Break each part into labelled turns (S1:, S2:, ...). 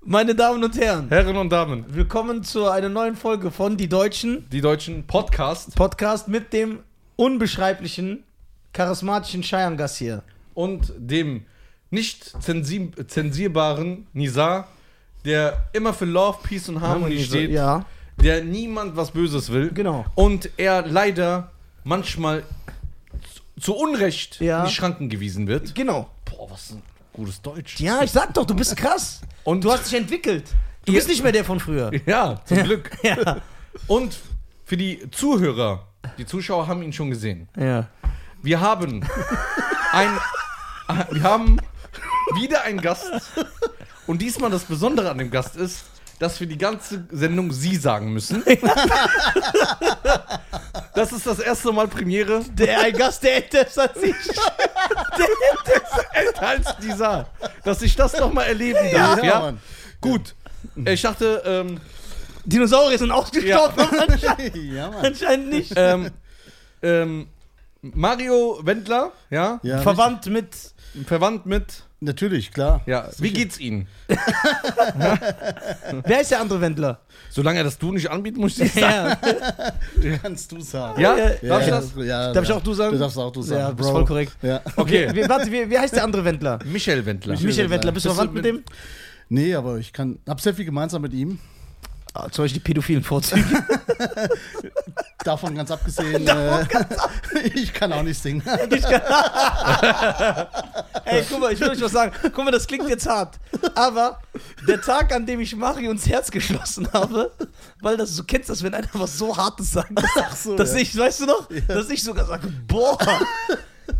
S1: Meine Damen und Herren,
S2: Herren und Damen,
S1: willkommen zu einer neuen Folge von Die Deutschen
S2: die deutschen Podcast
S1: Podcast mit dem unbeschreiblichen, charismatischen Scheiangas hier.
S2: und dem nicht zensi- zensierbaren Nizar, der immer für Love, Peace und Harmony steht,
S1: Ja,
S2: der niemand was Böses will
S1: genau.
S2: und er leider manchmal zu, zu Unrecht
S1: Ja.
S2: in die Schranken gewiesen wird.
S1: Genau.
S2: Boah, was ein gutes Deutsch.
S1: Ja, ich sag doch, du bist krass.
S2: Und
S1: Du hast dich entwickelt. Du
S2: Ja.
S1: bist nicht mehr der von früher.
S2: ja, zum Glück.
S1: Ja.
S2: Und für die Zuhörer, die Zuschauer haben ihn schon gesehen.
S1: Ja.
S2: Wir haben ein. ah, Wir haben wieder einen Gast. Und diesmal das Besondere an dem Gast ist, dass wir die ganze Sendung Sie sagen müssen. Das ist das erste Mal Premiere.
S1: Der ein Gast, der älter ist als ich.
S2: Älter als dieser. Dass ich das nochmal erleben darf.
S3: Ja,
S2: Ja,
S3: Mann.
S2: Gut. Ich dachte, ähm,
S1: Dinosaurier sind ausgestorben.
S3: ja, Mann.
S1: Anscheinend nicht.
S2: ähm, ähm, Mario Wendler, ja,
S3: Ja,
S1: Verwandt mit.
S2: verwandt mit,
S3: richtig. Natürlich, klar.
S2: ja, wie geht's Ihnen?
S1: Wer ist der andere Wendler?
S2: Solange er das Du nicht anbieten, muss ich das sagen.
S1: Ja.
S3: Kannst du sagen.
S2: Ja,
S1: Ja,
S2: darf ich
S3: ja,
S2: das?
S3: ja,
S1: Darf ich
S3: ja.
S1: auch du sagen?
S3: Du darfst auch du sagen.
S1: Ja, bist
S3: Bro.
S1: voll korrekt.
S3: Ja.
S2: Okay.
S1: Wie, warte, wie, wie heißt der andere Wendler?
S2: Michel Wendler.
S3: Mich-
S1: Michael Wendler, bist du
S2: Bist du
S1: verwandt mit dem?
S3: Nee, aber ich kann. Hab sehr viel gemeinsam mit ihm.
S1: Ah, zum Beispiel die pädophilen Vorzüge.
S3: Davon ganz abgesehen. äh, ich kann auch nicht singen.
S1: Ey, guck mal, ich will euch was sagen. Guck mal, das klingt jetzt hart. Aber der Tag, an dem ich Mario ins Herz geschlossen habe, weil das, du kennst das, wenn einer was so Hartes sagt,
S3: Ach so,
S1: dass
S3: ja.
S1: ich, weißt du noch, dass ich sogar sage, boah,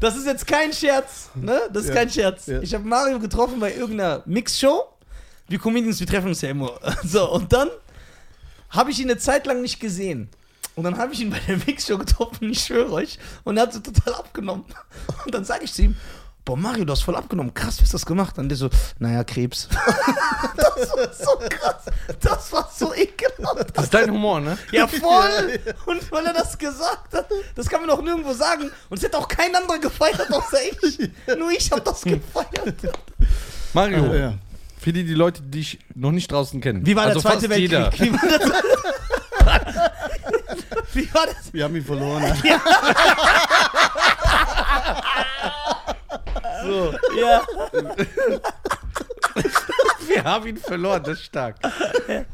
S1: das ist jetzt kein Scherz, ne? Das ist
S3: Ja.
S1: kein Scherz.
S3: Ja.
S1: Ich habe Mario getroffen bei irgendeiner Mixshow. Wir Comedians, wir treffen uns ja immer. So, und dann habe ich ihn eine Zeit lang nicht gesehen. Und dann habe ich ihn bei der Mixshow getroffen, ich schwöre euch. Und er hat so total abgenommen. Und dann sage ich zu ihm, boah Mario, du hast voll abgenommen, krass, wie hast du das gemacht? Und der so, naja, Krebs. das war so krass, das war so ekelhaft.
S2: Das ist dein Humor, ne?
S1: Ja, voll! Und weil er das gesagt hat, das kann man doch nirgendwo sagen. Und es hätte auch kein anderer gefeiert außer ich. Nur ich habe das gefeiert.
S2: Mario,
S3: Ja.
S2: für die, die Leute, die dich noch nicht draußen kennen.
S1: Wie war
S2: also
S1: der Zweite
S2: fast
S1: Weltkrieg?
S2: Jeder.
S1: Wie war das? Wie war das?
S3: Wir haben ihn verloren.
S2: So,
S1: Ja.
S2: wir haben ihn verloren, das ist stark.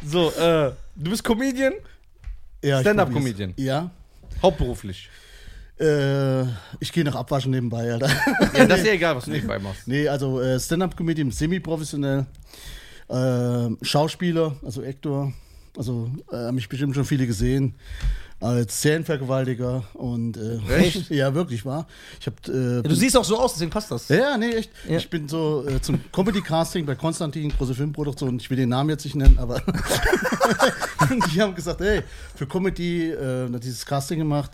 S2: So, äh, du bist Comedian,
S3: Ja, ich
S2: Stand-up-Comedian.
S3: probier's. Ja.
S2: hauptberuflich.
S3: Äh, ich gehe noch abwaschen nebenbei, Alter.
S2: Ja, das ist ja egal, was du nebenbei machst.
S3: Nee, also äh, Stand-up-Comedian, semi-professionell, ähm, Schauspieler, also Actor, also äh, haben mich bestimmt schon viele gesehen, als Serienvergewaltiger und äh,
S2: Echt?
S3: ja, wirklich war. Ich habe äh,
S1: Du siehst auch so aus, deswegen passt das.
S3: ja, nee, echt.
S1: Ja.
S3: Ich bin so äh, zum Comedy-Casting bei Konstantin, große Filmproduktion. Ich will den Namen jetzt nicht nennen, aber die haben gesagt, ey, für Comedy, äh, hat dieses Casting gemacht.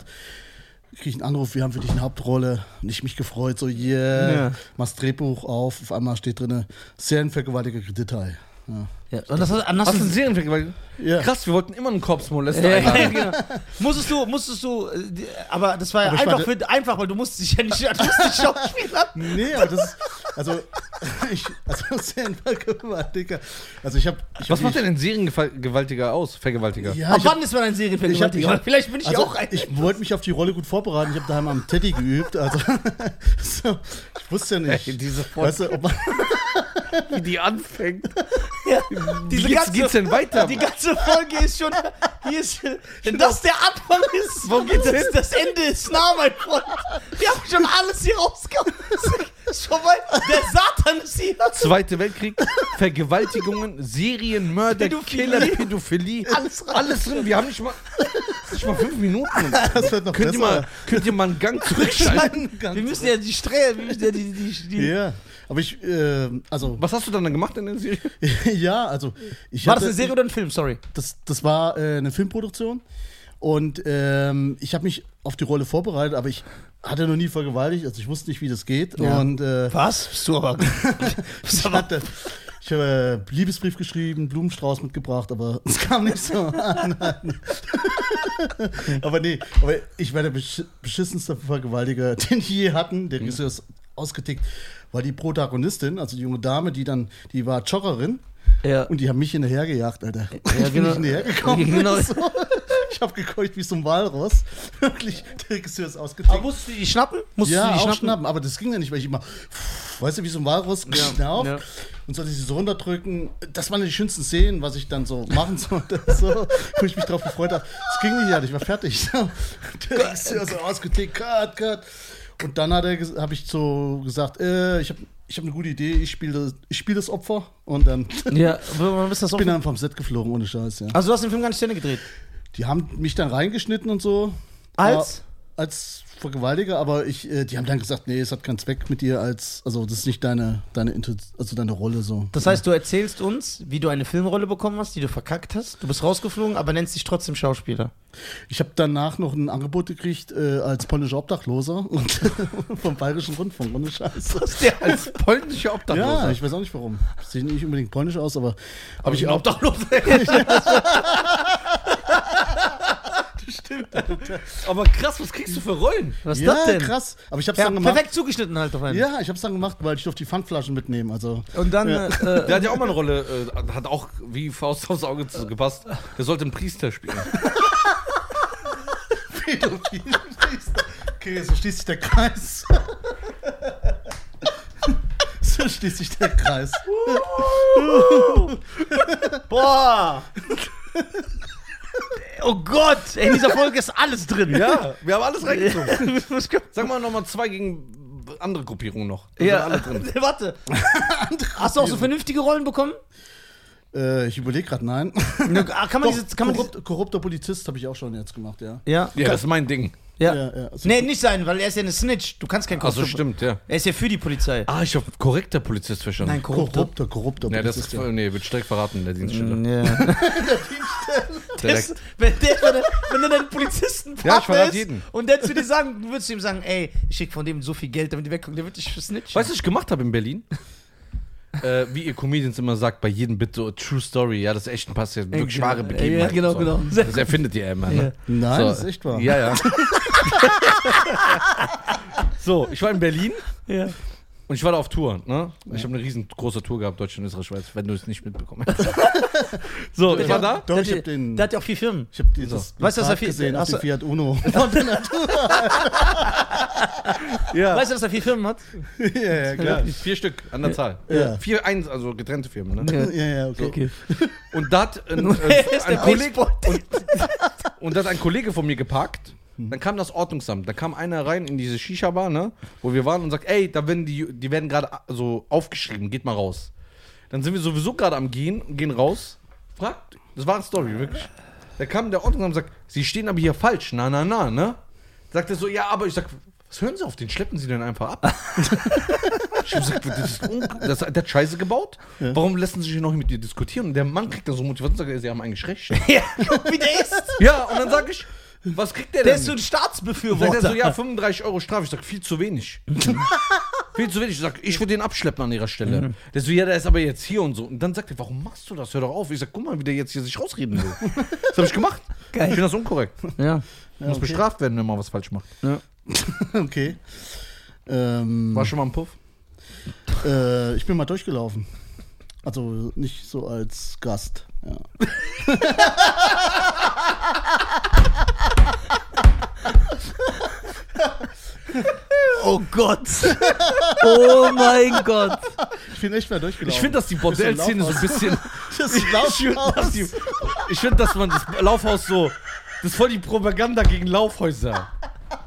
S3: Krieg ich einen Anruf, wir haben für dich eine Hauptrolle. Und ich mich gefreut, so, yeah,
S1: Ja.
S3: machst Drehbuch auf. Auf einmal steht drin, Serienvergewaltiger Detail. Ja.
S1: Ja. Und das, anders
S2: Hast du einen Serienvergewaltiger?
S3: Ja.
S2: Krass, wir wollten immer einen Korpsmolester
S1: Ja, ja,
S2: einladen.
S1: genau. musstest du, musstest du, äh, die- aber das war ja
S3: Aber ich
S1: einfach,
S3: meine-
S1: für, einfach, weil du musstest dich ja nicht, du musstest nicht schauspielern.
S3: Nee, aber das ist, also, ich, also Serienvergewaltiger. Also, ich habe. Ich
S2: Was
S3: hab
S2: macht denn ein Serienvergewaltiger aus? Vergewaltiger?
S3: Ja,
S1: Ab
S3: ich hab-
S1: wann ist man ein
S3: Ich
S1: Serienvergewaltiger?
S3: hab- ich hab-
S1: Vielleicht bin ich
S3: also,
S1: auch ein.
S3: Ich wollte mich auf die Rolle gut vorbereiten. Ich habe daheim am Teddy geübt. Also, so, ich wusste ja nicht.
S2: Ey, diese Folge.
S3: weißt du, ob man,
S2: Wie die anfängt.
S1: Ja, diese
S2: Wie
S1: ganze,
S2: jetzt geht's denn weiter?
S1: die ganze Folge ist schon. Hier ist, wenn das der Anfang ist,
S2: Wo geht's
S1: das,
S2: hin?
S1: das Ende ist nah, mein Freund. Wir haben schon alles hier rausgehauen. Es Ist vorbei. Der Satan ist hier.
S2: Zweite Weltkrieg, Vergewaltigungen, Serienmörder,
S1: Pädophilie.
S2: Killer, Pädophilie.
S1: Alles rein.
S2: alles drin. Wir haben nicht mal, nicht mal fünf Minuten. um
S3: das wird noch
S2: Könnt ihr, mal,
S3: besser.
S2: könnt ihr mal einen Gang zurückschalten?
S1: Nein, wir müssen ja die Strähe, wir müssen ja die. die, die
S3: Ja, aber ich, ähm, also,
S2: Was hast du dann gemacht in der Serie?
S3: ja, also, ich
S1: War
S3: hatte-
S1: das eine Serie oder ein Film? Sorry.
S3: Das, das war äh, eine Filmproduktion und ähm, ich habe mich auf die Rolle vorbereitet, aber ich hatte noch nie vergewaltigt, also ich wusste nicht, wie das geht.
S1: Ja.
S3: Und äh,
S1: Was? Bist du aber.
S3: Ich hatte. Ich habe äh, Liebesbrief geschrieben, Blumenstrauß mitgebracht, aber es kam nicht so an. aber nee, aber ich war der besch beschissenste Vergewaltiger, den die je hatten.
S1: Mhm.
S3: Der Regisseur ist ausgetickt, weil die Protagonistin, also die junge Dame, die dann, die war Joggerin
S1: Ja.
S3: Und die haben mich hinterhergejagt,
S1: Ja,
S3: Alter. ich bin
S1: genau.
S3: nicht hinterhergekommen.
S1: Genau.
S3: So. Ich habe gekeucht wie so ein Walross. Wirklich, der Regisseur ist
S1: Aber
S3: ausgetickt.
S1: musst du die schnappen? Musst
S3: ja,
S1: du die
S3: auch
S1: schnappen?
S3: schnappen, aber das ging ja nicht, weil ich immer, weißt du, wie so ein Walross schnauf
S2: ja.
S3: und sollte sie so runterdrücken. Das waren die schönsten Szenen, was ich dann so machen sollte, so, wo ich mich drauf gefreut habe. Das ging nicht, ja, ich war fertig. Der Regisseur so ausgetickt, cut, cut. Und dann hat er, habe ich so gesagt, äh, ich habe ich hab eine gute Idee, ich spiele das, ich spiel das Opfer und dann
S1: Ja, aber man ist das auch.
S3: bin dann vom Set geflogen, ohne Scheiß, ja.
S1: Also du hast den Film gar nicht zu Ende gedreht.
S3: Die haben mich dann reingeschnitten und so.
S1: Als?
S3: Aber, als Vergewaltiger, aber ich, äh, die haben dann gesagt, nee, es hat keinen Zweck mit dir als, also das ist nicht deine, deine, Intu- also deine Rolle so.
S1: Das heißt, du erzählst uns, wie du eine Filmrolle bekommen hast, die du verkackt hast. Du bist rausgeflogen, aber nennst dich trotzdem Schauspieler.
S3: Ich habe danach noch ein Angebot gekriegt äh, als polnischer Obdachloser und vom Bayerischen Rundfunk, ohne Scheiß.
S1: Der
S2: Als polnischer Obdachloser.
S3: Ja, ich weiß auch nicht warum. Sieht nicht unbedingt polnisch aus, aber
S2: aber ich glaube doch Stimmt. Aber krass, was kriegst du für Rollen?
S1: Was ist
S3: ja,
S1: das denn?
S3: krass. Aber ich habe es
S1: Ja,
S3: dann gemacht.
S1: perfekt zugeschnitten halt auf einen.
S3: Ja, ich habe es dann gemacht, weil ich durfte die Pfandflaschen mitnehmen. Also
S1: Und dann,
S3: Ja.
S1: äh,
S2: Der hat ja auch mal eine Rolle, äh, hat auch wie Faust aufs Auge zu- gepasst. Der sollte einen Priester spielen.
S3: Pädophil. Okay, so schließt sich der Kreis. So schließt sich der Kreis.
S1: boah! oh Gott, in dieser Folge ist alles drin.
S2: Ja, wir haben alles reingezogen.
S1: ja,
S2: Sag mal nochmal zwei gegen andere Gruppierungen noch. Da sind alle drin.
S1: warte. Hast du auch so vernünftige Rollen bekommen?
S3: Äh, ich überlege gerade, nein.
S1: Ne, ah, Kann man
S3: Doch,
S1: diese, kann man
S3: korrupt, korrupter Polizist habe ich auch schon jetzt gemacht, ja.
S1: diese, ja,
S2: Ja, das ist mein Ding.
S1: ja,
S3: Ja, also ja, so-
S1: Nee, nicht sein, weil er ist ja eine Snitch. Du kannst kein
S2: Also stimmt, ja.
S1: Er ist ja für die Polizei.
S2: Ah, ich hab korrekter Polizist verstanden.
S1: Nein, korrupt.
S3: Korrupter, korrupter
S2: Ja, das
S3: Polizist.
S2: ist, nee, wird direkt verraten, der Dienststelle.
S1: Ja. Das,
S2: Direkt.
S1: wenn, der, wenn, der, wenn der dein Polizisten
S2: Ja, ich verrate
S1: ist
S2: jeden.
S1: und der zu dir sagen, du würdest ihm sagen, ey, ich schick von dem so viel Geld, damit die wegkommen, der wird dich snitchen.
S2: Weißt du, was ich gemacht habe in Berlin? äh, wie ihr Comedians immer sagt, bei jedem Bit so True Story, ja, das ist echt ein Pass, wirklich
S1: genau.
S2: wahre Begebenheit.
S1: Ja, genau,
S2: und
S1: genau.
S2: so. Das erfindet ihr immer, ne?
S3: Nein,
S2: So.
S3: das ist echt wahr.
S2: Ja, ja. so, ich war in Berlin
S1: ja.
S2: und ich war da auf Tour, ne? Ich habe eine riesengroße Tour gehabt, Deutschland, Österreich, Schweiz, wenn du es nicht mitbekommen hast. so, ich war da.
S3: Doch,
S1: der,
S3: ich
S1: hat-
S3: hab den-
S1: der hat ja auch viel Firmen.
S3: Ich habe dieses
S1: Weißt du, was er
S3: Plakat
S1: viel-
S3: gesehen auf
S1: hast
S3: dem
S1: du-
S3: Fiat Uno.
S2: Ja.
S1: Weißt du, dass er viel Firmen hat?
S3: ja, ja,
S2: ja,
S3: klar.
S2: vier Stück an der Zahl.
S3: Ja.
S2: Vier, eins, also getrennte Firmen, ne?
S3: Ja, ja, okay.
S2: Und da hat ein,
S1: Er
S2: äh,
S1: ist
S2: ein,
S1: der
S2: Kollege,
S1: Baseball-
S2: Und da hat ein Kollege von mir geparkt. Dann kam das Ordnungsamt. Da kam einer rein in diese Shisha-Bar, ne, wo wir waren und sagt, ey, da werden die, die werden gerade äh, so aufgeschrieben, geht mal raus. Dann sind wir sowieso gerade am Gehen, gehen raus. Fragt, das war eine Story, wirklich. Da kam der Ordnungsamt und sagt, sie stehen aber hier falsch, na, na, na, ne. Sagt er so, ja, aber ich sag, was hören Sie auf, den schleppen Sie denn einfach ab. ich hab gesagt, das ist un- das, der hat Scheiße gebaut. Warum lassen Sie sich hier noch mit dir diskutieren? Und der Mann kriegt da so Motivation und sagt, Sie haben eigentlich recht.
S1: Ja, guck, wie der ist.
S2: Ja, und dann sag ich, was kriegt der
S1: Der
S2: denn?
S1: ist so ein
S2: sagt
S1: Staatsbefürworter.
S2: er so, ja, 35 Euro Strafe. Ich sag, viel zu wenig. viel zu wenig. Ich sag, ich würde den abschleppen an ihrer Stelle.
S1: Mhm.
S2: Der so, ja, der ist aber jetzt hier und so. Und dann sagt er, warum machst du das? Hör doch auf. Ich sag, guck mal, wie der jetzt hier sich rausreden will. Das habe ich gemacht.
S1: Geil.
S2: Ich finde das unkorrekt.
S1: ja.
S2: Muss bestraft werden, wenn man was falsch macht.
S3: okay. Ähm,
S2: War schon mal ein Puff?
S3: äh, ich bin mal durchgelaufen. Also nicht so als Gast. Ja.
S1: Oh Gott. Oh mein Gott.
S3: Ich bin echt mal durchgelaufen.
S2: Ich finde, dass die Bordellszene so ein bisschen.
S3: das
S2: Ich finde, dass, die- ich find, dass man das Laufhaus so. Das ist voll die Propaganda gegen Laufhäuser.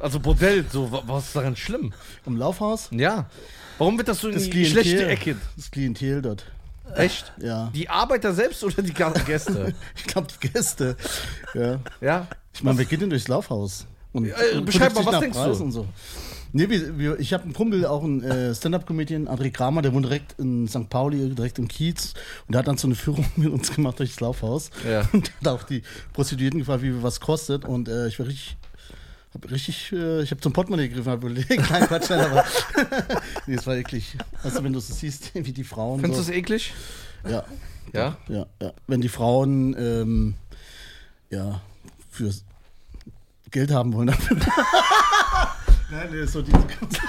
S2: Also Bordell, so, wa- was ist daran schlimm?
S3: Im Laufhaus?
S2: Ja. Warum wird das so in
S3: Das
S2: die
S3: Klientel.
S2: schlechte Ecke?
S3: Das Klientel dort.
S2: Echt?
S3: Ja.
S2: Die Arbeiter selbst oder die Ga- Gäste?
S3: Ich glaube, die Gäste. Ja.
S2: ja.
S3: Ich meine, wir gehen denn durchs Laufhaus. Und
S2: Äh,
S3: und
S2: beschreib mal,
S3: gucken sich
S2: was
S3: nach
S2: denkst
S3: Preis
S2: du?
S3: Und so. Nee, wir, wir, ich habe einen Kumpel, auch einen äh, Stand-Up-Comedian, André Kramer, der wohnt direkt in St. Pauli, direkt im Kiez. Und der hat dann so eine Führung mit uns gemacht durchs Laufhaus.
S2: Ja.
S3: Und hat auch die Prostituierten gefragt, wie viel was kostet. Und äh, ich war richtig. Hab richtig, äh, ich habe zum Portemonnaie gegriffen, habe überlegt, kein Quatsch, nein, aber nee, es war eklig. Also wenn du es siehst, wie die Frauen
S2: Findest du
S3: so,
S2: das eklig?
S3: ja,
S2: Ja.
S3: ja, ja. Wenn die Frauen ähm, ja für Geld haben wollen. dafür. Nein, nee, so diese ganze-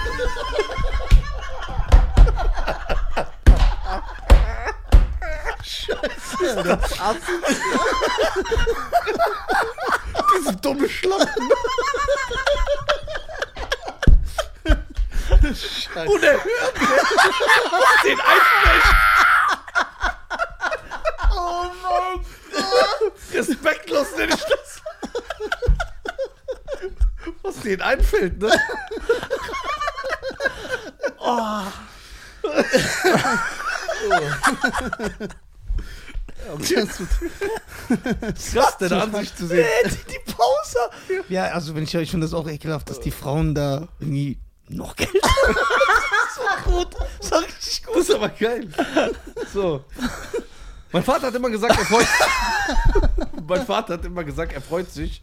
S3: Scheiße, Alter.
S2: Diese dumme Schlampe.
S3: Scheiße.
S2: Und er hört den Einsprechen.
S1: Oh Mann!
S2: Respektlos nenne ich das. Was denen einfällt, ne?
S3: Das tut-
S2: Krass, deine Ansicht zu sehen.
S1: Äh, die, die Pause! Ja, also wenn ich höre, ich finde das auch ekelhaft, dass die Frauen da irgendwie noch Geld haben. Das war gut. Das war richtig gut.
S2: Das ist aber geil. So. Mein Vater hat immer gesagt, er freut Mein Vater hat immer gesagt, er freut sich,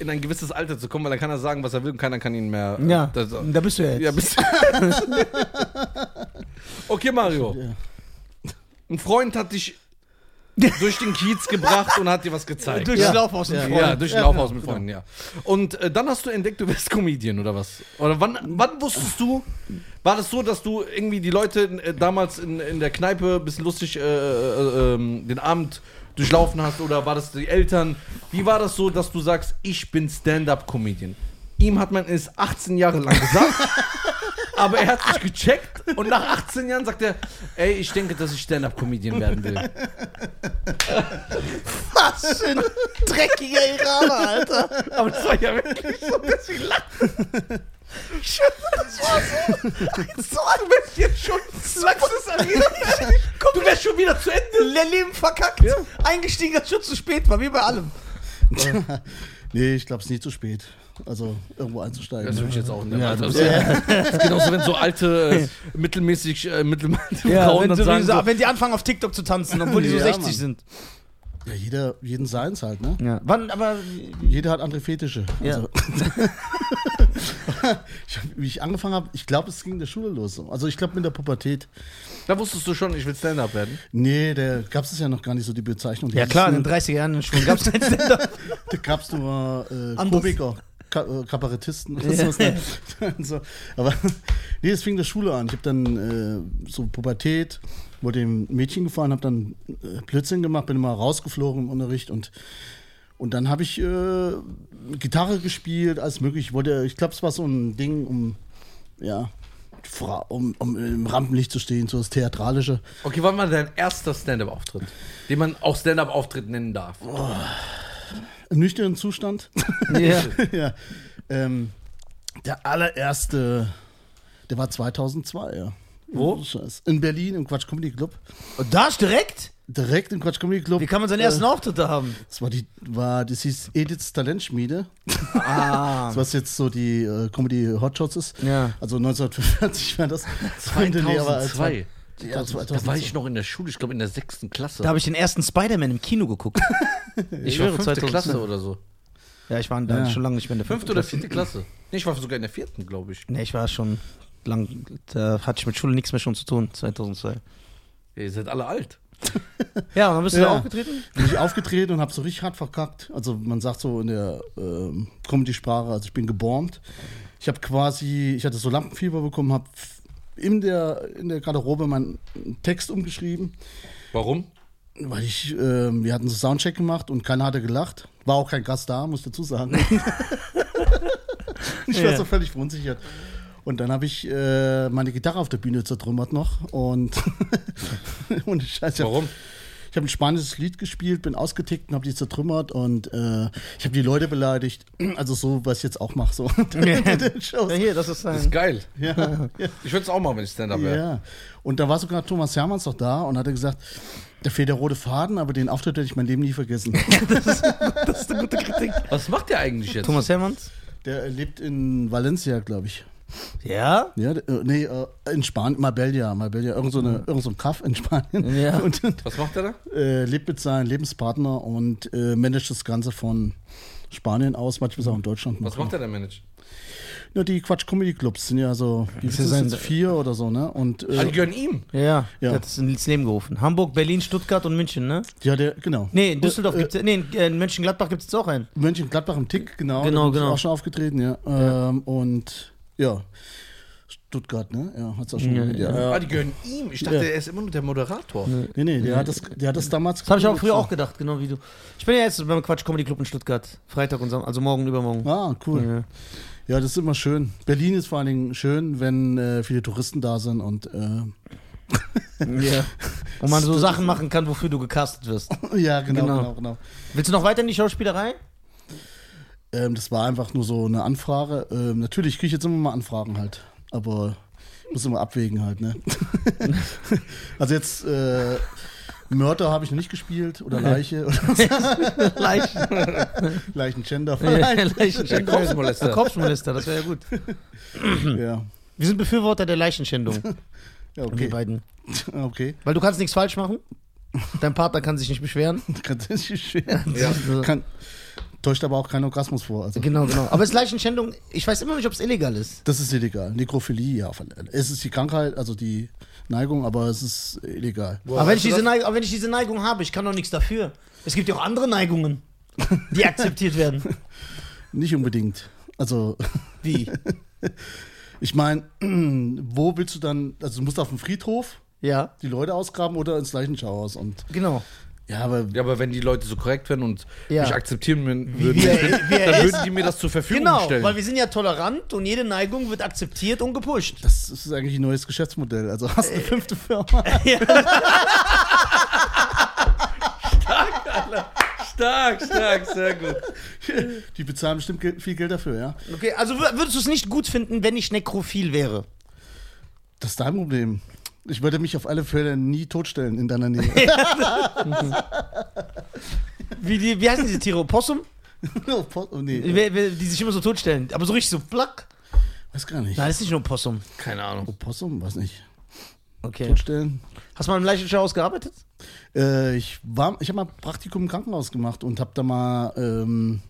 S2: in ein gewisses Alter zu kommen, weil dann kann er sagen, was er will und keiner kann ihn mehr. äh,
S1: Ja,
S2: Das,
S1: da bist du ja jetzt.
S2: ja bist Okay, Mario.
S3: Ja.
S2: Ein Freund hat dich durch den Kiez gebracht und hat dir was gezeigt.
S1: Durch
S3: Ja.
S1: den Lauf aus dem
S3: Ja,
S1: Freund.
S2: ja, genau, durch den
S3: Ja,
S2: Laufhaus mit Freunden, ja. Und äh, dann hast du entdeckt, du bist Comedian oder was? Oder wann, wann wusstest du, war das so, dass du irgendwie die Leute äh, damals in, in der Kneipe ein bisschen lustig äh, äh, ähm, den Abend durchlaufen hast oder war das die Eltern? Wie war das so, dass du sagst, ich bin Stand-Up-Comedian? Ihm hat man es 18 Jahre lang gesagt, aber er hat nicht gecheckt und nach 18 Jahren sagt er, ey, ich denke, dass ich Stand-Up-Comedian werden will.
S1: Was für ein dreckiger Iraner, Alter.
S2: Aber das war ja wirklich so, deswegen lacht
S1: Ich schwöre, das war so. So ein Mädchen schon. Sagst es an jeder Komm,
S2: Du wärst schon wieder zu Ende.
S1: Le- Leben verkackt. Eingestiegen, als schon zu spät war, wie bei allem.
S3: Nee, ich glaube, es ist nie zu spät. Also irgendwo einzusteigen. ne?
S2: Das würde ich jetzt auch nicht.
S3: Ja,
S2: also,
S3: das-
S2: das ist genauso, wenn so alte, äh, mittelmäßig, äh, mittelalter Frauen
S1: wenn,
S2: dann
S1: so,
S2: sagen,
S1: wie so,
S2: so,
S1: wenn die anfangen auf TikTok zu tanzen, obwohl die so
S3: Ja,
S1: 60
S3: Mann.
S1: sind.
S3: ja, jeder, jeden seins halt, ne?
S1: Ja. Wann, aber.
S3: Jeder hat andere Fetische.
S1: Ja.
S3: Also, ich, hab- wie ich angefangen habe, ich glaube, es ging in der Schule los. so. Also ich glaube mit der Pubertät.
S2: da wusstest du schon, ich will Stand-Up werden.
S3: Nee, da gab es ja noch gar nicht so die Bezeichnung.
S1: Ja, klar, ne, in
S3: Da
S1: den 30er Jahren schon gab es kein Stand-up.
S3: gab es nur äh,
S1: Anders.
S3: Komiker, Ka äh, Kabarettisten oder
S1: Ja.
S3: sowas. Ne? so. Aber nee, es fing in der Schule an. Ich habe dann äh, so Pubertät, wurde dem Mädchen gefahren, habe dann äh, Blödsinn gemacht, bin immer rausgeflogen im Unterricht und Und dann habe ich äh, Gitarre gespielt, alles möglich. Ich wollte, ich glaube, es war so ein Ding, um, ja, fra- um, um im Rampenlicht zu stehen, so das Theatralische.
S2: Okay, wann war dein erster Stand-Up-Auftritt? Den man auch Stand-Up-Auftritt nennen darf.
S1: Oh,
S3: Im nüchternen Zustand.
S1: Ja.
S3: ja. Ähm, der allererste, der war 2002, ja.
S2: Wo?
S3: Scheiß. In Berlin, im Quatsch Comedy Club.
S1: Und da ist direkt?
S3: Direkt im Quatsch Comedy Club. Äh,
S1: Wie kann man seinen ersten Auftritt da haben?
S3: Das war die, war, das hieß Ediths Talentschmiede.
S1: Ah.
S3: Das, was jetzt so die äh, Comedy Hotshots ist.
S1: Ja.
S3: Also 1945 war das. halt
S2: 2002.
S3: Ja,
S2: Da war ich noch in der Schule, ich glaube in der sechsten Klasse.
S1: Da habe ich den ersten Spider-Man im Kino geguckt.
S2: ich war
S1: schwöre,
S2: fünfte
S1: 2002.
S2: Klasse oder so.
S1: Ja, ich war da
S3: Ja.
S1: schon lange nicht mehr in der
S2: Fünfte oder vierte Klasse. Nee, ich war sogar in der vierten, glaube ich.
S1: Nee, ich war schon lang, da hatte ich mit Schule nichts mehr schon zu tun, 2002.
S2: Ihr seid alle alt.
S1: Ja, und dann bist du
S3: Ja.
S1: da aufgetreten?
S3: bin ich aufgetreten und habe so richtig hart verkackt. Also man sagt so in der ähm, Comedy-Sprache, also ich bin gebormt. Ich habe quasi, ich hatte so Lampenfieber bekommen, habe in der, in der Garderobe meinen Text umgeschrieben,
S2: Warum?
S3: weil ich, ähm, wir hatten so Soundcheck gemacht und keiner hatte gelacht. War auch kein Gast da, muss dazu sagen. ich war
S1: Ja.
S3: so völlig verunsichert. Und dann habe ich äh, meine Gitarre auf der Bühne zertrümmert noch und, und ich, ich hab-
S2: Warum?
S3: ich habe ein spanisches Lied gespielt, bin ausgetickt und habe die zertrümmert und äh, ich habe die Leute beleidigt. Also so, was ich jetzt auch mache, so in den Shows.
S1: Ja, hier, das ist
S2: Das ist
S1: ein.
S2: geil.
S3: Ja, ja,
S2: Ich würde es auch machen, wenn ich Stand-Up wäre.
S3: ja. Und da war sogar Thomas Hermanns noch da und hat gesagt, da fehlt der rote Faden, aber den Auftritt werde ich mein Leben nie vergessen.
S1: Das ist, das ist eine gute Kritik.
S2: Was macht der eigentlich jetzt?
S1: Thomas Hermanns?
S3: Der lebt in Valencia, glaube ich.
S1: Ja?
S3: Ja, der- äh, nee, äh, in Spanien, Marbella, Marbella, irgend so, eine, irgend so ein Kaff in Spanien.
S1: Mhm. Ja.
S3: Und,
S2: Was macht der da?
S3: äh, lebt mit seinem Lebenspartner und äh, managt das Ganze von Spanien aus, manchmal auch in Deutschland.
S2: Was
S3: machen.
S2: macht der da, Manager?
S3: Ja, die Quatsch-Comedy-Clubs sind ja so, wie
S1: Das
S3: viel
S1: ist
S3: sind
S1: ein-
S3: es? vier oder so, ne? Und
S2: Ah, die
S3: äh,
S2: gehören ihm.
S1: Ja,
S3: Ja.
S1: das ist ins Leben gerufen. Hamburg, Berlin, Stuttgart und München, ne?
S3: ja, der, genau.
S1: Nee, in Düsseldorf gibt's, nee, in, äh, in Mönchengladbach gibt es jetzt auch einen.
S3: Mönchengladbach im Tick, genau.
S1: Genau,
S3: da bin ich
S1: genau.
S3: auch schon aufgetreten, ja. Ähm, und ja, Stuttgart, ne? Ja, hat's auch schon
S1: Ja,
S3: mal.
S1: ja.
S2: Ah, die gehören ihm. Ich dachte,
S3: Ja.
S2: er ist immer nur der Moderator.
S3: Nee, nee, der hat das, der hat das damals.
S1: Das habe ich auch früher auch gedacht, genau wie du. Ich bin ja jetzt beim Quatsch Comedy Club in Stuttgart. Freitag und Samstag, also morgen, übermorgen.
S3: Ah, cool.
S1: Ja.
S3: Ja, das ist immer schön. Berlin ist vor allen Dingen schön, wenn äh, viele Touristen da sind und äh,
S1: Wo man so Sachen machen kann, wofür du gecastet wirst.
S3: ja, genau,
S1: Genau.
S3: genau, genau.
S1: Willst du noch weiter in die Schauspielerei?
S3: Ähm, das war einfach nur so eine Anfrage. Ähm, natürlich kriege ich jetzt immer mal Anfragen halt, aber ich muss immer abwägen halt, ne? also jetzt äh, Mörder habe ich noch nicht gespielt oder Leiche oder
S1: Leichen.
S3: Leichengender.
S1: Leichenschändung.
S2: Kopfmolester.
S1: Kopfmolester, das wäre ja gut.
S3: ja.
S1: Wir sind Befürworter der Leichenschändung,
S3: ja,
S1: wir
S3: okay.
S1: beiden.
S3: Okay.
S1: Weil du kannst nichts falsch machen. Dein Partner kann sich nicht beschweren.
S3: Das ist schwer.
S2: Ja.
S1: So.
S3: Kann, täuscht aber auch keinen Orgasmus vor. Also.
S1: Genau, genau. Aber es ist Leichenschändung, ich weiß immer nicht, ob es illegal ist.
S3: Das ist illegal. Nekrophilie, ja. Es ist die Krankheit, also die Neigung, aber es ist illegal.
S2: Boah,
S1: aber, wenn ich
S2: weißt
S1: diese
S2: du das?
S1: Neigung, aber wenn ich diese Neigung habe, ich kann doch nichts dafür. Es gibt ja auch andere Neigungen, die akzeptiert werden.
S3: Nicht unbedingt. Also,
S1: Wie?
S3: ich meine, wo willst du dann, also du musst auf dem Friedhof
S1: Ja,
S3: die Leute ausgraben oder ins Leichenschauhaus und
S1: genau.
S3: ja, aber
S2: Ja, aber wenn die Leute so korrekt wären und
S1: Ja.
S2: mich akzeptieren würden,
S1: wir-
S2: dann
S1: wir-
S2: würden die mir das zur Verfügung
S1: Genau,
S2: stellen.
S1: weil wir sind ja tolerant und jede Neigung wird akzeptiert und gepusht.
S3: das ist eigentlich ein neues Geschäftsmodell. Also hast du eine fünfte Firma.
S2: stark, stark, sehr gut.
S3: Die bezahlen bestimmt Geld- viel Geld dafür, ja.
S1: Okay, also wür- würdest du es nicht gut finden, wenn ich nekrophil wäre?
S3: Das ist dein Problem. Ich würde mich auf alle Fälle nie totstellen in deiner Nähe.
S1: Wie, die, wie heißen diese Tiere? Opossum?
S3: oh, Pot- oh, nee,
S1: Wer- wer- Die sich immer so totstellen. Aber so richtig so plack.
S3: weiß gar nicht.
S1: Nein, das ist nicht nur Opossum.
S2: Keine Ahnung.
S3: Opossum, weiß nicht.
S1: Okay.
S3: Totstellen.
S1: Hast du mal im Leichenschauhaus gearbeitet?
S3: Äh, ich war, ich habe mal Praktikum im Krankenhaus gemacht und habe da mal, ähm,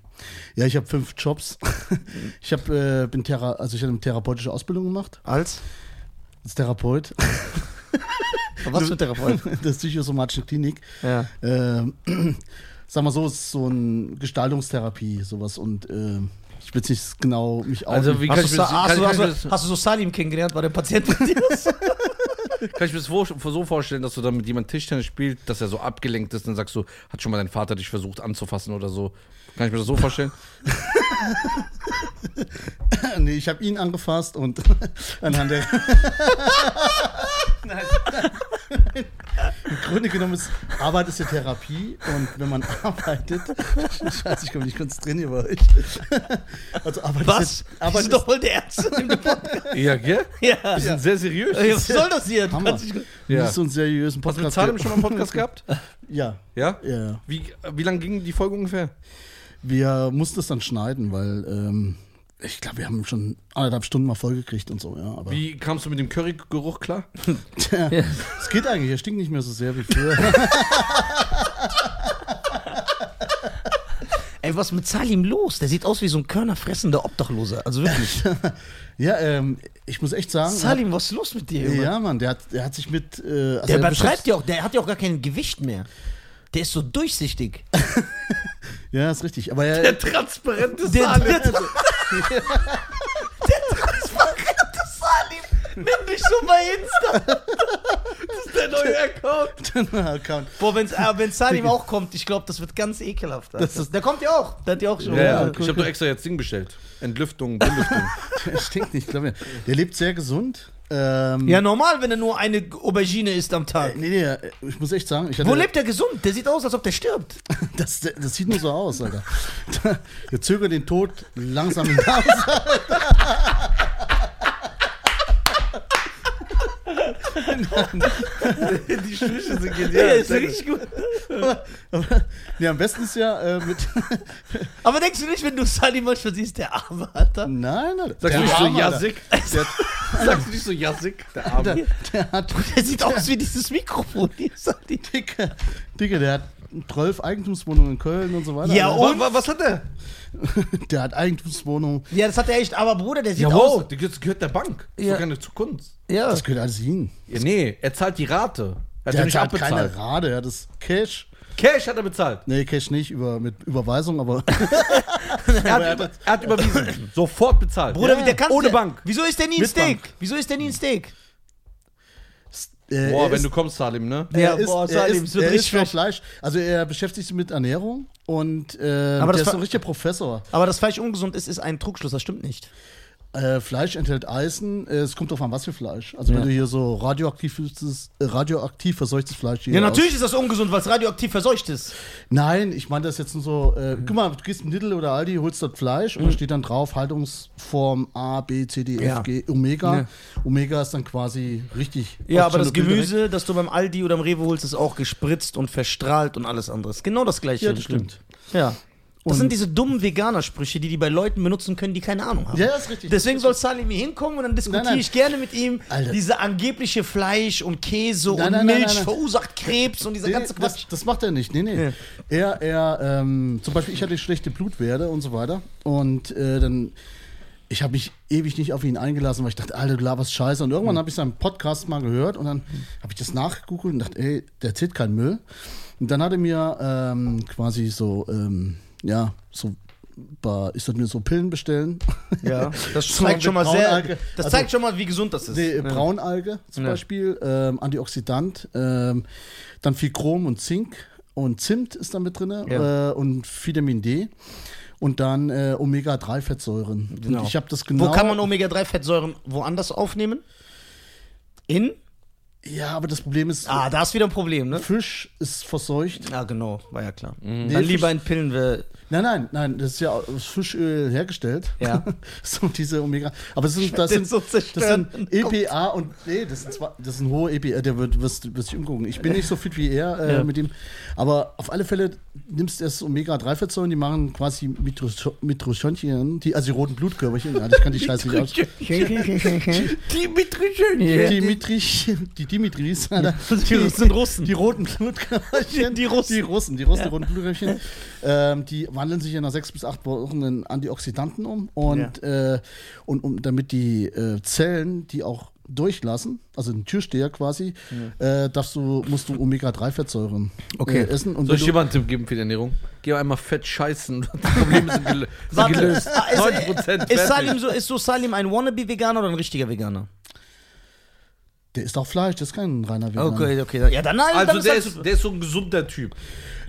S3: ja, ich habe fünf Jobs. ich habe, äh, bin Thera also ich habe eine therapeutische Ausbildung gemacht
S1: Als?
S3: als Therapeut
S1: Was für Therapeut?
S3: in der psychosomatischen Klinik.
S1: ja.
S3: Ähm, sag mal so, es ist so eine Gestaltungstherapie, sowas und ähm, ich will jetzt nicht genau mich outen.
S2: Also, wie kann
S1: Hast du,
S2: ich, mir
S1: Sa-
S2: das,
S1: hast,
S2: kann,
S1: du,
S2: kann,
S1: hast,
S2: ich
S1: du,
S2: mir
S1: hast,
S2: das,
S1: du, so Salim kennengelernt? War der Patient bei dir?
S2: kann ich mir das vor- so vorstellen, dass du dann mit jemandem Tischtennis spielst, dass er so abgelenkt ist, dann sagst du, hat schon mal dein Vater dich versucht anzufassen oder so. Kann ich mir das so vorstellen?
S3: nee, ich habe ihn angefasst und anhand der. Nein. Im Grunde genommen ist Arbeit ist ja Therapie und wenn man arbeitet, scheiße, ich kann mich nicht konzentrieren hier bei euch. Also Arbeit
S1: Was?
S3: ist ja,
S1: Aber
S3: Arbeit
S1: ist doch wohl der Ärzte.
S2: ja, gell?
S1: ja.
S2: Die sind sehr seriös.
S1: Ey, Was soll das hier? Du
S3: Hammer.
S1: kannst dich-
S2: Ja.
S3: nicht so einen seriösen
S2: Hast du mit
S3: Podcast.
S2: Salem schon mal einen Podcast gehabt?
S3: ja,
S2: Ja?
S3: ja, ja.
S2: Wie, wie lang ging die Folge ungefähr?
S3: Wir mussten es dann schneiden, weil ähm, ich glaube, wir haben schon anderthalb Stunden mal vollgekriegt und so, ja. Aber
S2: Wie kamst du mit dem Currygeruch klar?
S3: Tja, es geht eigentlich, er stinkt nicht mehr so sehr wie früher.
S1: Ey, was ist mit Salim los? Der sieht aus wie so ein körnerfressender Obdachloser. Also wirklich.
S3: ja, ähm, ich muss echt sagen.
S1: Salim, was ist los mit dir? Junge?
S3: Ja, Mann, der hat, der hat sich mit. Äh, also
S1: Der
S3: er
S1: übertreibt ja auch, der hat ja auch gar kein Gewicht mehr. Der ist so durchsichtig.
S3: beschäftigt- Ja, ist richtig. Aber er,
S1: transparente Salim. Der, der, transparente Salim. Nenn mich so bei Insta. Das ist der neue Account.
S3: Account.
S1: Boah, wenn's, aber wenn Salim auch kommt, ich glaube, das wird ganz ekelhaft. Alter.
S3: Das ist-
S1: der kommt ja auch. Der hat ja auch schon.
S3: Ja, ja.
S2: Ich habe doch extra jetzt Ding bestellt. Entlüftung, Belüftung.
S3: Der stinkt nicht, glaub mir. Der lebt sehr gesund. Ähm, äh,
S1: ja, normal, wenn er nur eine Aubergine isst am Tag.
S3: Nee, nee, ich muss echt sagen, ich hatte,
S1: Wo lebt er gesund? Der sieht aus, als ob der stirbt.
S3: das, das sieht nur so aus, Alter. Der zögert den Tod langsam hinaus.
S2: Die Sprüche sind
S1: Ja, ist richtig gut.
S3: Nee, am besten ist ja äh, mit.
S1: Aber denkst du nicht, wenn du Salim manchmal siehst, der arme, Alter?
S3: Nein, Alter.
S2: Sagst
S3: Der
S2: du nicht so
S3: Arme, Alter.
S2: Jasik? Sagst du nicht so Jasik? Der
S3: Der,
S2: Arme.
S3: der hat.
S1: Der sieht aus wie dieses Mikrofon hier, Salim.
S3: Dicke, Dicke, der hat 12 Eigentumswohnungen in Köln und so weiter.
S1: Ja, oh.
S3: Alter.
S1: und?
S2: Wa- wa- was hat der?
S3: Der hat Eigentumswohnungen.
S1: Ja, das hat er echt. Aber Bruder, der sieht
S2: Ja,
S1: aus.
S2: wow, der gehört- gehört der Bank. Das ist
S1: Ja.
S2: doch keine Zukunft.
S1: Ja.
S3: Das gehört alles hin.
S2: Ja, nee, er zahlt die Rate. Er hat
S3: Der
S2: ja
S3: hat
S2: nicht
S3: halt keine
S2: abbezahlt.
S3: Rade, er hat das Cash.
S2: Cash hat er bezahlt.
S3: Nee, Cash nicht, über, mit Überweisung, aber
S2: Er hat, über- er hat überwiesen. Sofort bezahlt.
S1: Bruder,
S3: Ja,
S1: wie der kann
S2: ohne
S1: der,
S2: Bank.
S1: Wieso ist der nie ein
S2: Mit
S1: Steak?
S2: Bank.
S1: Wieso ist der nie ein Steak?
S3: äh,
S2: Boah,
S3: er
S2: wenn
S3: ist-
S2: du kommst, Salim, ne?
S3: er
S1: Ja,
S3: ist,
S1: boah,
S3: er
S1: Salim, es
S3: ist,
S1: wird
S3: er
S1: richtig
S3: ist für
S1: schlecht.
S3: Fleisch. Also er beschäftigt sich mit Ernährung und äh,
S1: Aber das
S3: der ist
S1: war-
S3: so ein richtiger Professor.
S1: Aber dass Fleisch ungesund ist, ist ein Trugschluss, das stimmt nicht.
S3: Äh, Fleisch enthält Eisen, äh, es kommt drauf an, was für Fleisch. Also
S1: Ja.
S3: wenn du hier so radioaktives, äh, radioaktiv verseuchtes Fleisch hier
S1: Ja,
S3: aus-
S1: natürlich ist das ungesund, weil es radioaktiv verseucht ist.
S3: Nein, ich meine das jetzt nur so, äh, guck mal, du gehst in Lidl oder Aldi, holst dort Fleisch und da steht dann drauf Haltungsform A, B, C, D, E, F,
S1: Mhm. Ja.
S3: G, Omega.
S1: Ja.
S3: Omega ist dann quasi richtig.
S1: Ja, aber das
S3: Aufstellung-
S1: Gemüse, das du beim Aldi oder im Rewe holst, ist auch gespritzt und verstrahlt und alles andere. Ist genau das gleiche.
S3: Ja, das stimmt.
S1: Ja. Das
S3: Und-
S1: sind diese dummen Veganer-Sprüche, die die bei Leuten benutzen können, die keine Ahnung haben.
S3: Ja, das ist richtig.
S1: Deswegen soll Salim hier hinkommen und dann diskutiere
S3: Nein, nein.
S1: ich gerne mit ihm
S3: Alter.
S1: diese angebliche Fleisch und Käse
S3: Nein,
S1: und
S3: nein, nein,
S1: Milch
S3: nein, nein.
S1: verursacht Krebs und dieser
S3: Nee,
S1: ganze Quatsch.
S3: Das, das macht er nicht. Nee, nee.
S1: Ja.
S3: Er, er, ähm, zum Beispiel, ich hatte schlechte Blutwerte und so weiter. Und äh, dann, ich habe mich ewig nicht auf ihn eingelassen, weil ich dachte, Alter, du laberst Scheiße. Und
S1: Hm.
S3: irgendwann habe ich seinen Podcast mal gehört und dann habe ich das nachgegoogelt und dachte, ey, der erzählt keinen Müll. Und dann hat er mir ähm, quasi so, ähm, ja, so, paar- ich sollte mir so Pillen bestellen.
S1: Ja, das
S3: So
S1: zeigt
S3: mit
S1: schon mal sehr.
S3: Braunalge.
S1: Das
S3: Also-
S1: zeigt schon mal, wie gesund das ist.
S3: Nee, äh, Braunalge zum
S1: Ja.
S3: Beispiel, ähm, Antioxidant, ähm, dann viel Chrom und Zink und Zimt ist da mit drin
S1: Ja.
S3: äh, und Vitamin D und dann äh, Omega-3-Fettsäuren.
S1: Genau.
S3: Und ich habe das
S1: Wo
S3: genau.
S1: kann man um- Omega-3-Fettsäuren woanders aufnehmen? In?
S3: ja, aber das Problem ist,
S1: Ah, da ist wieder ein Problem, ne?
S3: Fisch ist verseucht.
S1: Ja, genau, war ja klar.
S3: Nee,
S1: Dann
S3: Fisch-
S1: lieber in Pillen. wir-
S3: Nein, nein, nein, das ist ja aus Fischöl hergestellt.
S1: Ja.
S3: so diese Omega. Aber das sind, das
S1: den
S3: sind,
S1: so
S3: das
S1: zerstören.
S3: sind EPA und. Nee, das sind, zwei, das sind hohe EPA. Der wird, wirst, wirst dich umgucken. Ich bin nicht so fit wie er äh,
S1: Ja.
S3: mit dem. Aber auf alle Fälle nimmst du erst Omega-3-Fettsäuren, die machen quasi Mitros- Mitochondrien, die, also die roten Blutkörperchen. Ja, ich kann die Scheiße nicht aus.
S1: Dimitri Schöne.
S3: Die, Mitrich, die Dimitris, Alter.
S1: Die sind Russen.
S3: Die roten Blutkörperchen.
S1: Die- die Russen.
S3: Die Russen, die, Russen, die roten Blutkörperchen. Ähm, die wandeln sich ja nach sechs bis acht Wochen in Antioxidanten um. Und, äh, und um, damit die äh, Zellen, die auch durchlassen, also den Türsteher quasi, äh, darfst du, musst du Omega-3-Fettsäuren
S1: Okay.
S3: äh, essen. Und
S2: Soll
S3: wenn
S2: ich
S3: du-
S2: dir mal einen Tipp geben für die Ernährung? Geh einmal fett scheißen. Das Problem ist gel sind
S1: Warte.
S2: gelöst.
S1: Ah, ist-
S2: 90%
S1: Ist
S2: fertig.
S1: Salim so, ist so Salim ein Wannabe-Veganer oder ein richtiger Veganer?
S3: der ist auch Fleisch, das ist kein reiner Veganer.
S1: Okay, okay. dann- Ja, dann nein.
S2: Also
S1: dann
S2: der
S1: das-
S2: ist, der ist so ein gesunder Typ.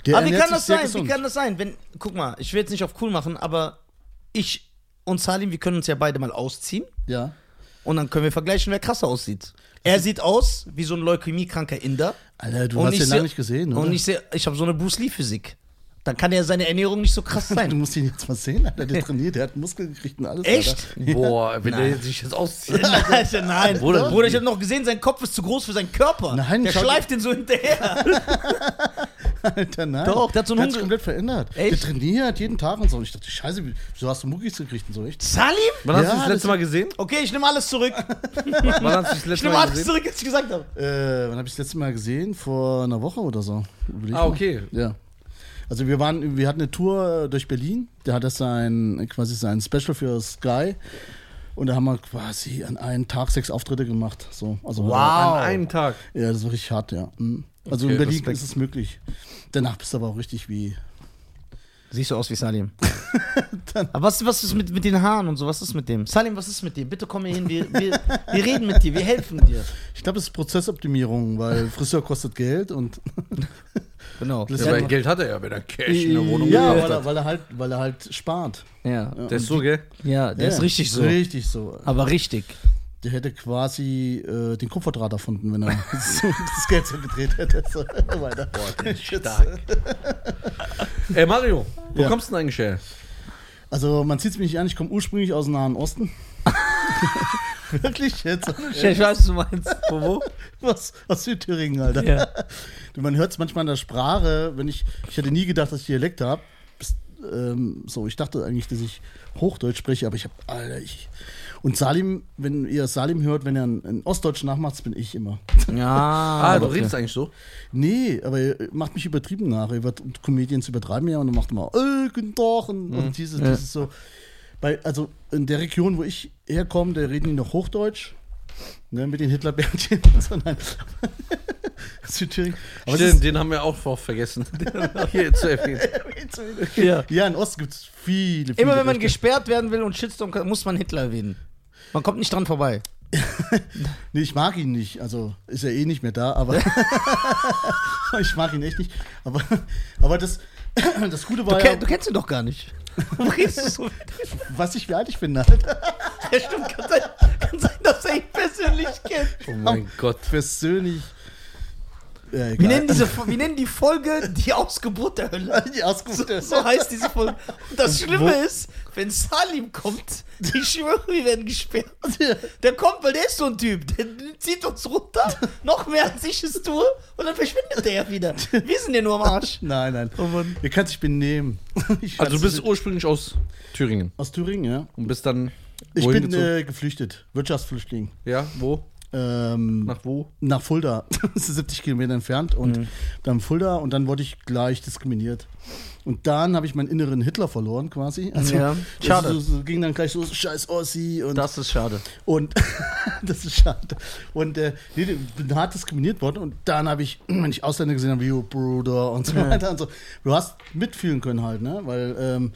S3: Der
S1: aber Ah, wie
S3: ernährt
S1: kann das
S3: sich sehr
S1: sein? Wie
S3: gesund.
S1: kann das sein? Wenn, guck mal, ich will jetzt nicht auf cool machen, aber ich und Salim, wir können uns ja beide mal ausziehen
S3: Ja.
S1: und dann können wir vergleichen, wer krasser aussieht. Er
S3: Also
S1: sieht aus wie so ein leukämiekranker Inder.
S3: Alter, du
S1: Und
S3: hast
S1: ich
S3: den
S1: seh-
S3: lange nicht gesehen, oder?
S1: Und ich sehe, ich habe so eine Bruce Lee Physik. Dann kann ja seine Ernährung nicht so krass
S3: du
S1: sein.
S3: musst ihn jetzt mal sehen, Alter. Der trainiert, der hat Muskeln gekriegt und alles. Alter.
S1: Echt?
S2: Boah, wenn der sich jetzt auszieht.
S1: Alter, Also nein. Bruder,
S2: Bruder.
S1: Bruder, ich habe noch gesehen, sein Kopf ist zu groß für seinen Körper.
S3: Nein,
S1: der
S3: schau-
S1: schleift den so hinterher.
S3: Alter, Halt nein.
S1: Doch, der hat so einen
S3: hat sich
S1: Hunger-
S3: komplett verändert.
S1: Echt?
S3: Der trainiert jeden Tag und so. Und ich dachte, scheiße, wie- wieso hast du Muckis gekriegt und so, echt?
S1: Salim?
S2: Wann hast
S3: Ja,
S2: du das
S3: das
S2: letzte Mal gesehen?
S1: Okay, ich nehme alles zurück.
S2: Wann hast du das
S1: Ich
S2: letzte
S1: nehme
S2: Mal
S1: alles
S2: gesehen?
S1: zurück, was ich gesagt habe.
S3: Äh, wann habe ich das letzte Mal gesehen? Vor einer Woche oder so. Überleg
S2: Ah,
S3: mal.
S2: okay.
S3: Ja. Also wir waren, wir hatten eine Tour durch Berlin. Da hat das sein, quasi sein Special für Sky. Und da haben wir quasi an einem Tag sechs Auftritte gemacht. So, also
S1: Wow.
S2: An einem Tag.
S3: Ja, das war richtig hart, ja. Mhm. Also
S2: Okay,
S3: in Berlin
S2: Respekt.
S3: ist es möglich. Danach bist du aber auch richtig wie.
S1: Siehst du aus wie Salim. Aber was, was ist mit, mit den Haaren und so? Was ist mit dem? Salim, was ist mit dem? Bitte komm hier hin. Wir, wir, wir reden mit dir. Wir helfen dir.
S3: Ich glaube, es ist Prozessoptimierung, weil Friseur kostet Geld und
S1: Genau.
S3: Das-
S2: Ja,
S3: Ja,
S2: aber
S3: aber-
S2: Geld hat er ja, wenn er Cash in der Wohnung
S3: ja, weil
S2: gekauft
S3: er,
S2: hat.
S3: weil er halt, weil er halt spart.
S1: Ja,
S2: Der ist so, gell?
S1: ja der
S3: Ja,
S1: ist richtig so.
S3: Richtig so.
S1: Aber richtig.
S3: Der hätte quasi äh, den Kupferdraht erfunden, wenn er so das Geld so gedreht hätte. So, weiter.
S2: Stark. Ey, Mario, wo
S3: Ja.
S2: kommst du denn eigentlich her?
S3: Also man sieht es mich nicht an, ich komme ursprünglich aus dem Nahen Osten. Wirklich jetzt?
S1: Ich weiß, was du meinst. Wo, wo?
S3: Was? Aus Südthüringen, Alter.
S1: Ja.
S3: Du, Man hört es manchmal in der Sprache, wenn ich. Ich hätte nie gedacht, dass ich Dialekt habe. Ähm, so, ich dachte eigentlich, dass ich Hochdeutsch spreche, aber ich habe, Alter, ich. Und Salim, wenn ihr Salim hört, wenn er einen, einen Ostdeutschen nachmacht, das bin ich immer.
S1: Ja.
S2: Ah, du
S1: okay.
S2: redest eigentlich so.
S3: Nee, aber er macht mich übertrieben nach. Er wird- und Comedians übertreiben ja und dann macht immer, äh, guten Tag und, und dieses,
S1: Ja.
S3: dieses so. Bei, also in der Region, wo ich herkomme, da reden die noch Hochdeutsch. Ne, mit den Hitlerbärtchen. So, nein. Südthüringen. Aber
S2: Stimmt, den haben wir auch vor- vergessen. Hier zu erwähnen.
S3: es ist,
S1: Ja.
S3: ja, in Osten gibt es viele, viele.
S1: Immer wenn man
S3: Rechte.
S1: gesperrt werden will und Shitstorm kann, muss man Hitler erwähnen. Man kommt nicht dran vorbei.
S3: Nee, ich mag ihn nicht. Also ist er eh nicht mehr da, aber ich mag ihn echt nicht. Aber, aber das, das Gute
S1: Du,
S3: war
S1: ke-
S3: ja,
S1: du kennst ihn doch gar nicht. Warum redest du so?
S3: was ich wie alt ich bin halt.
S1: Ja, stimmt, kann sein, kann sein, dass er ihn persönlich kennt.
S2: Oh mein Gott.
S3: Persönlich. Ja, egal.
S1: Wir nennen, diese, Fo- wir nennen die Folge die Ausgeburt der Hölle.
S3: die Auskunft.
S1: So heißt diese Folge. Und das Schlimme
S3: Wo-
S1: ist, wenn Salim kommt, ich schwöre, wir werden gesperrt. Der kommt, weil der ist so ein Typ. Der zieht uns runter, noch mehr als ich es tue, und dann verschwindet der ja wieder. Wir sind ja nur am Arsch.
S3: Nein, nein.
S1: Oh Mann.
S3: Ihr könnt sich benehmen. Ich
S2: Also du
S3: kann's
S2: bist
S3: nicht.
S2: ursprünglich aus Thüringen
S3: aus Thüringen, ja?
S2: und bist dann
S3: Ich
S2: wohin
S3: bin
S2: gezogen?
S3: äh, geflüchtet, Wirtschaftsflüchtling.
S2: ja, wo?
S3: Ähm,
S2: Nach wo?
S3: nach Fulda, das ist 70 Kilometer entfernt und
S1: Mhm.
S3: dann Fulda und dann wurde ich gleich diskriminiert. Und dann habe ich meinen inneren Hitler verloren quasi. Also,
S1: Ja, schade.
S3: Also, so, so, ging dann gleich so, scheiß Ossi und,
S1: Das ist schade.
S3: und das ist schade. Und äh, nee, bin hart diskriminiert worden und dann habe ich, wenn ich Ausländer gesehen habe, wie "Yo, Bruder und so weiter und so. Du hast mitfühlen können halt, ne? Weil ähm,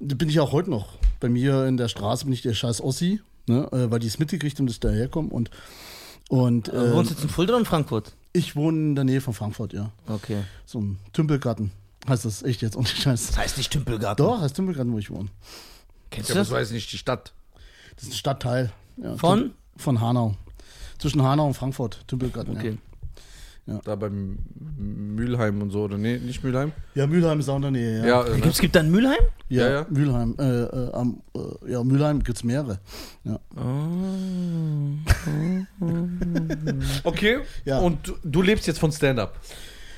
S3: da bin ich auch heute noch. Bei mir in der Straße bin ich der scheiß Ossi, ne? Äh, weil die es mitgekriegt haben, dass ich daherkomme und und
S1: Du
S3: ähm,
S1: Äh, wohnst jetzt in Fulda oder in Frankfurt?
S3: ich wohne in der Nähe von Frankfurt, ja.
S1: Okay.
S3: So ein Tümpelgarten. Heißt das echt jetzt ohne Scheiß.
S1: Das heißt nicht Tümpelgarten.
S3: Doch, heißt Tümpelgarten, wo ich wohne.
S1: Kennst
S2: Ja,
S1: du
S2: das
S1: das?
S2: weiß nicht, die Stadt.
S3: Das ist ein Stadtteil. Ja,
S1: Von?
S3: Tüm- Von Hanau. Zwischen Hanau und Frankfurt, Tümpelgarten.
S1: Okay.
S2: Da beim Mülheim und so, oder? Nee, nicht Mülheim.
S3: Ja. ja, Mülheim ist auch in der Nähe. Ja,
S2: äh,
S1: Gibt's, gibt da einen Mülheim?
S3: ja,
S2: ja, ja.
S3: Mülheim. Äh, äh, am, äh, ja, Mülheim gibt es mehrere. Ja.
S2: Okay.
S3: Ja.
S2: Und du, du lebst jetzt von Stand-up.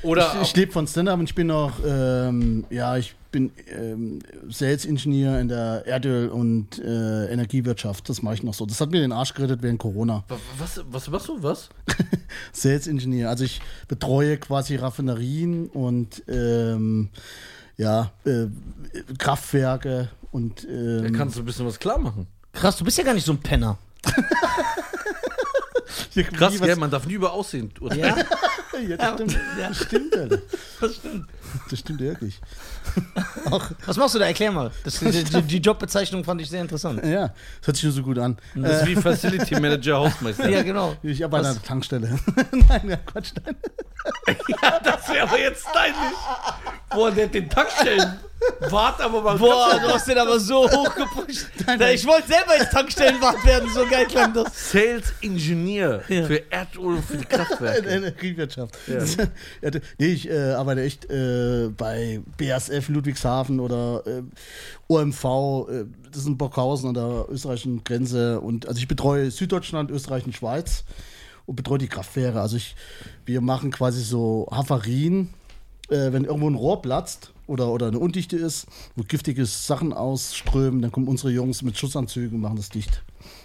S2: Oder
S3: Ich, ich lebe von Stand-Up und ich bin noch, ähm, ja, ich bin ähm, Sales-Ingenieur in der Erdöl- und äh, Energiewirtschaft. Das mache ich noch so. Das hat mir den Arsch gerettet während Corona.
S2: Wa- was, was machst du? Was?
S3: Sales Engineer. Also ich betreue quasi Raffinerien und ähm, ja, äh, Kraftwerke und
S2: Da
S3: ähm,
S2: kannst du ein bisschen was klar machen.
S1: Krass, du bist ja gar nicht so ein Penner.
S3: hier
S2: Krass,
S3: nie
S2: gell? Man darf nie über Aussehen urteilen.
S1: Ja,
S3: Ja, das stimmt, das stimmt, Alter.
S1: das stimmt.
S3: Das stimmt wirklich.
S1: Was machst du da? Erklär mal. Das, die, die, die Jobbezeichnung fand ich sehr interessant.
S3: Ja, das hört sich nur so gut an.
S2: Das ist wie Facility Manager, Hausmeister.
S1: Ja, genau.
S3: Ich arbeite an
S1: Was?
S3: der Tankstelle. Nein, ja, Quatsch, nein.
S2: Das wäre aber jetzt peinlich. Boah, der hat den Tankstellen. Wart aber mal.
S1: Boah, du hast den aber so hochgepusht. Ich wollte selber als Tankstellenwart werden, so geil klang das.
S2: Sales Engineer
S1: Ja.
S2: für Erdöl und für die
S3: In der
S2: Kraftwerke.
S3: Energiewirtschaft.
S2: Ja.
S3: Ja, d- nee, ich äh, arbeite echt äh, bei BASF Ludwigshafen oder äh, OMV, äh, das ist in Bockhausen an der österreichischen Grenze. Und also ich betreue Süddeutschland, Österreich und Schweiz und betreue die Kraftwerke. Also ich, wir machen quasi so Havarien, äh, wenn irgendwo ein Rohr platzt. Oder, oder eine Undichte ist, wo giftige Sachen ausströmen, dann kommen unsere Jungs mit Schutzanzügen und machen das dicht.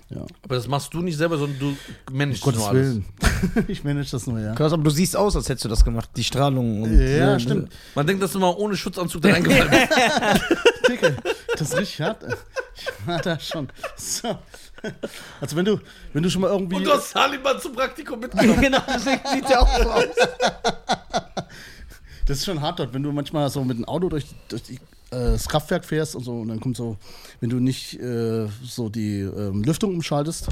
S3: Ja.
S2: Aber das machst du nicht selber, sondern du managst nur
S3: Gottes
S2: alles.
S3: Willen. ich manage das nur, ja.
S1: Krass, aber du siehst aus, als hättest du das gemacht. Die Strahlung und.
S3: Ja, stimmt.
S2: Man denkt, dass du mal ohne Schutzanzug da reingefallen bist.
S3: Dicke, das ist richtig hart. ey. Ich war da schon. So. Also wenn du, wenn du schon mal irgendwie.
S2: Und du hast Saliban zum Praktikum mitgenommen.
S1: Genau, deswegen sieht er auch so aus.
S3: Das ist schon hart dort, wenn du manchmal so mit dem Auto durch, durch die, äh, das Kraftwerk fährst und so und dann kommt so, wenn du nicht äh, so die ähm, Lüftung umschaltest.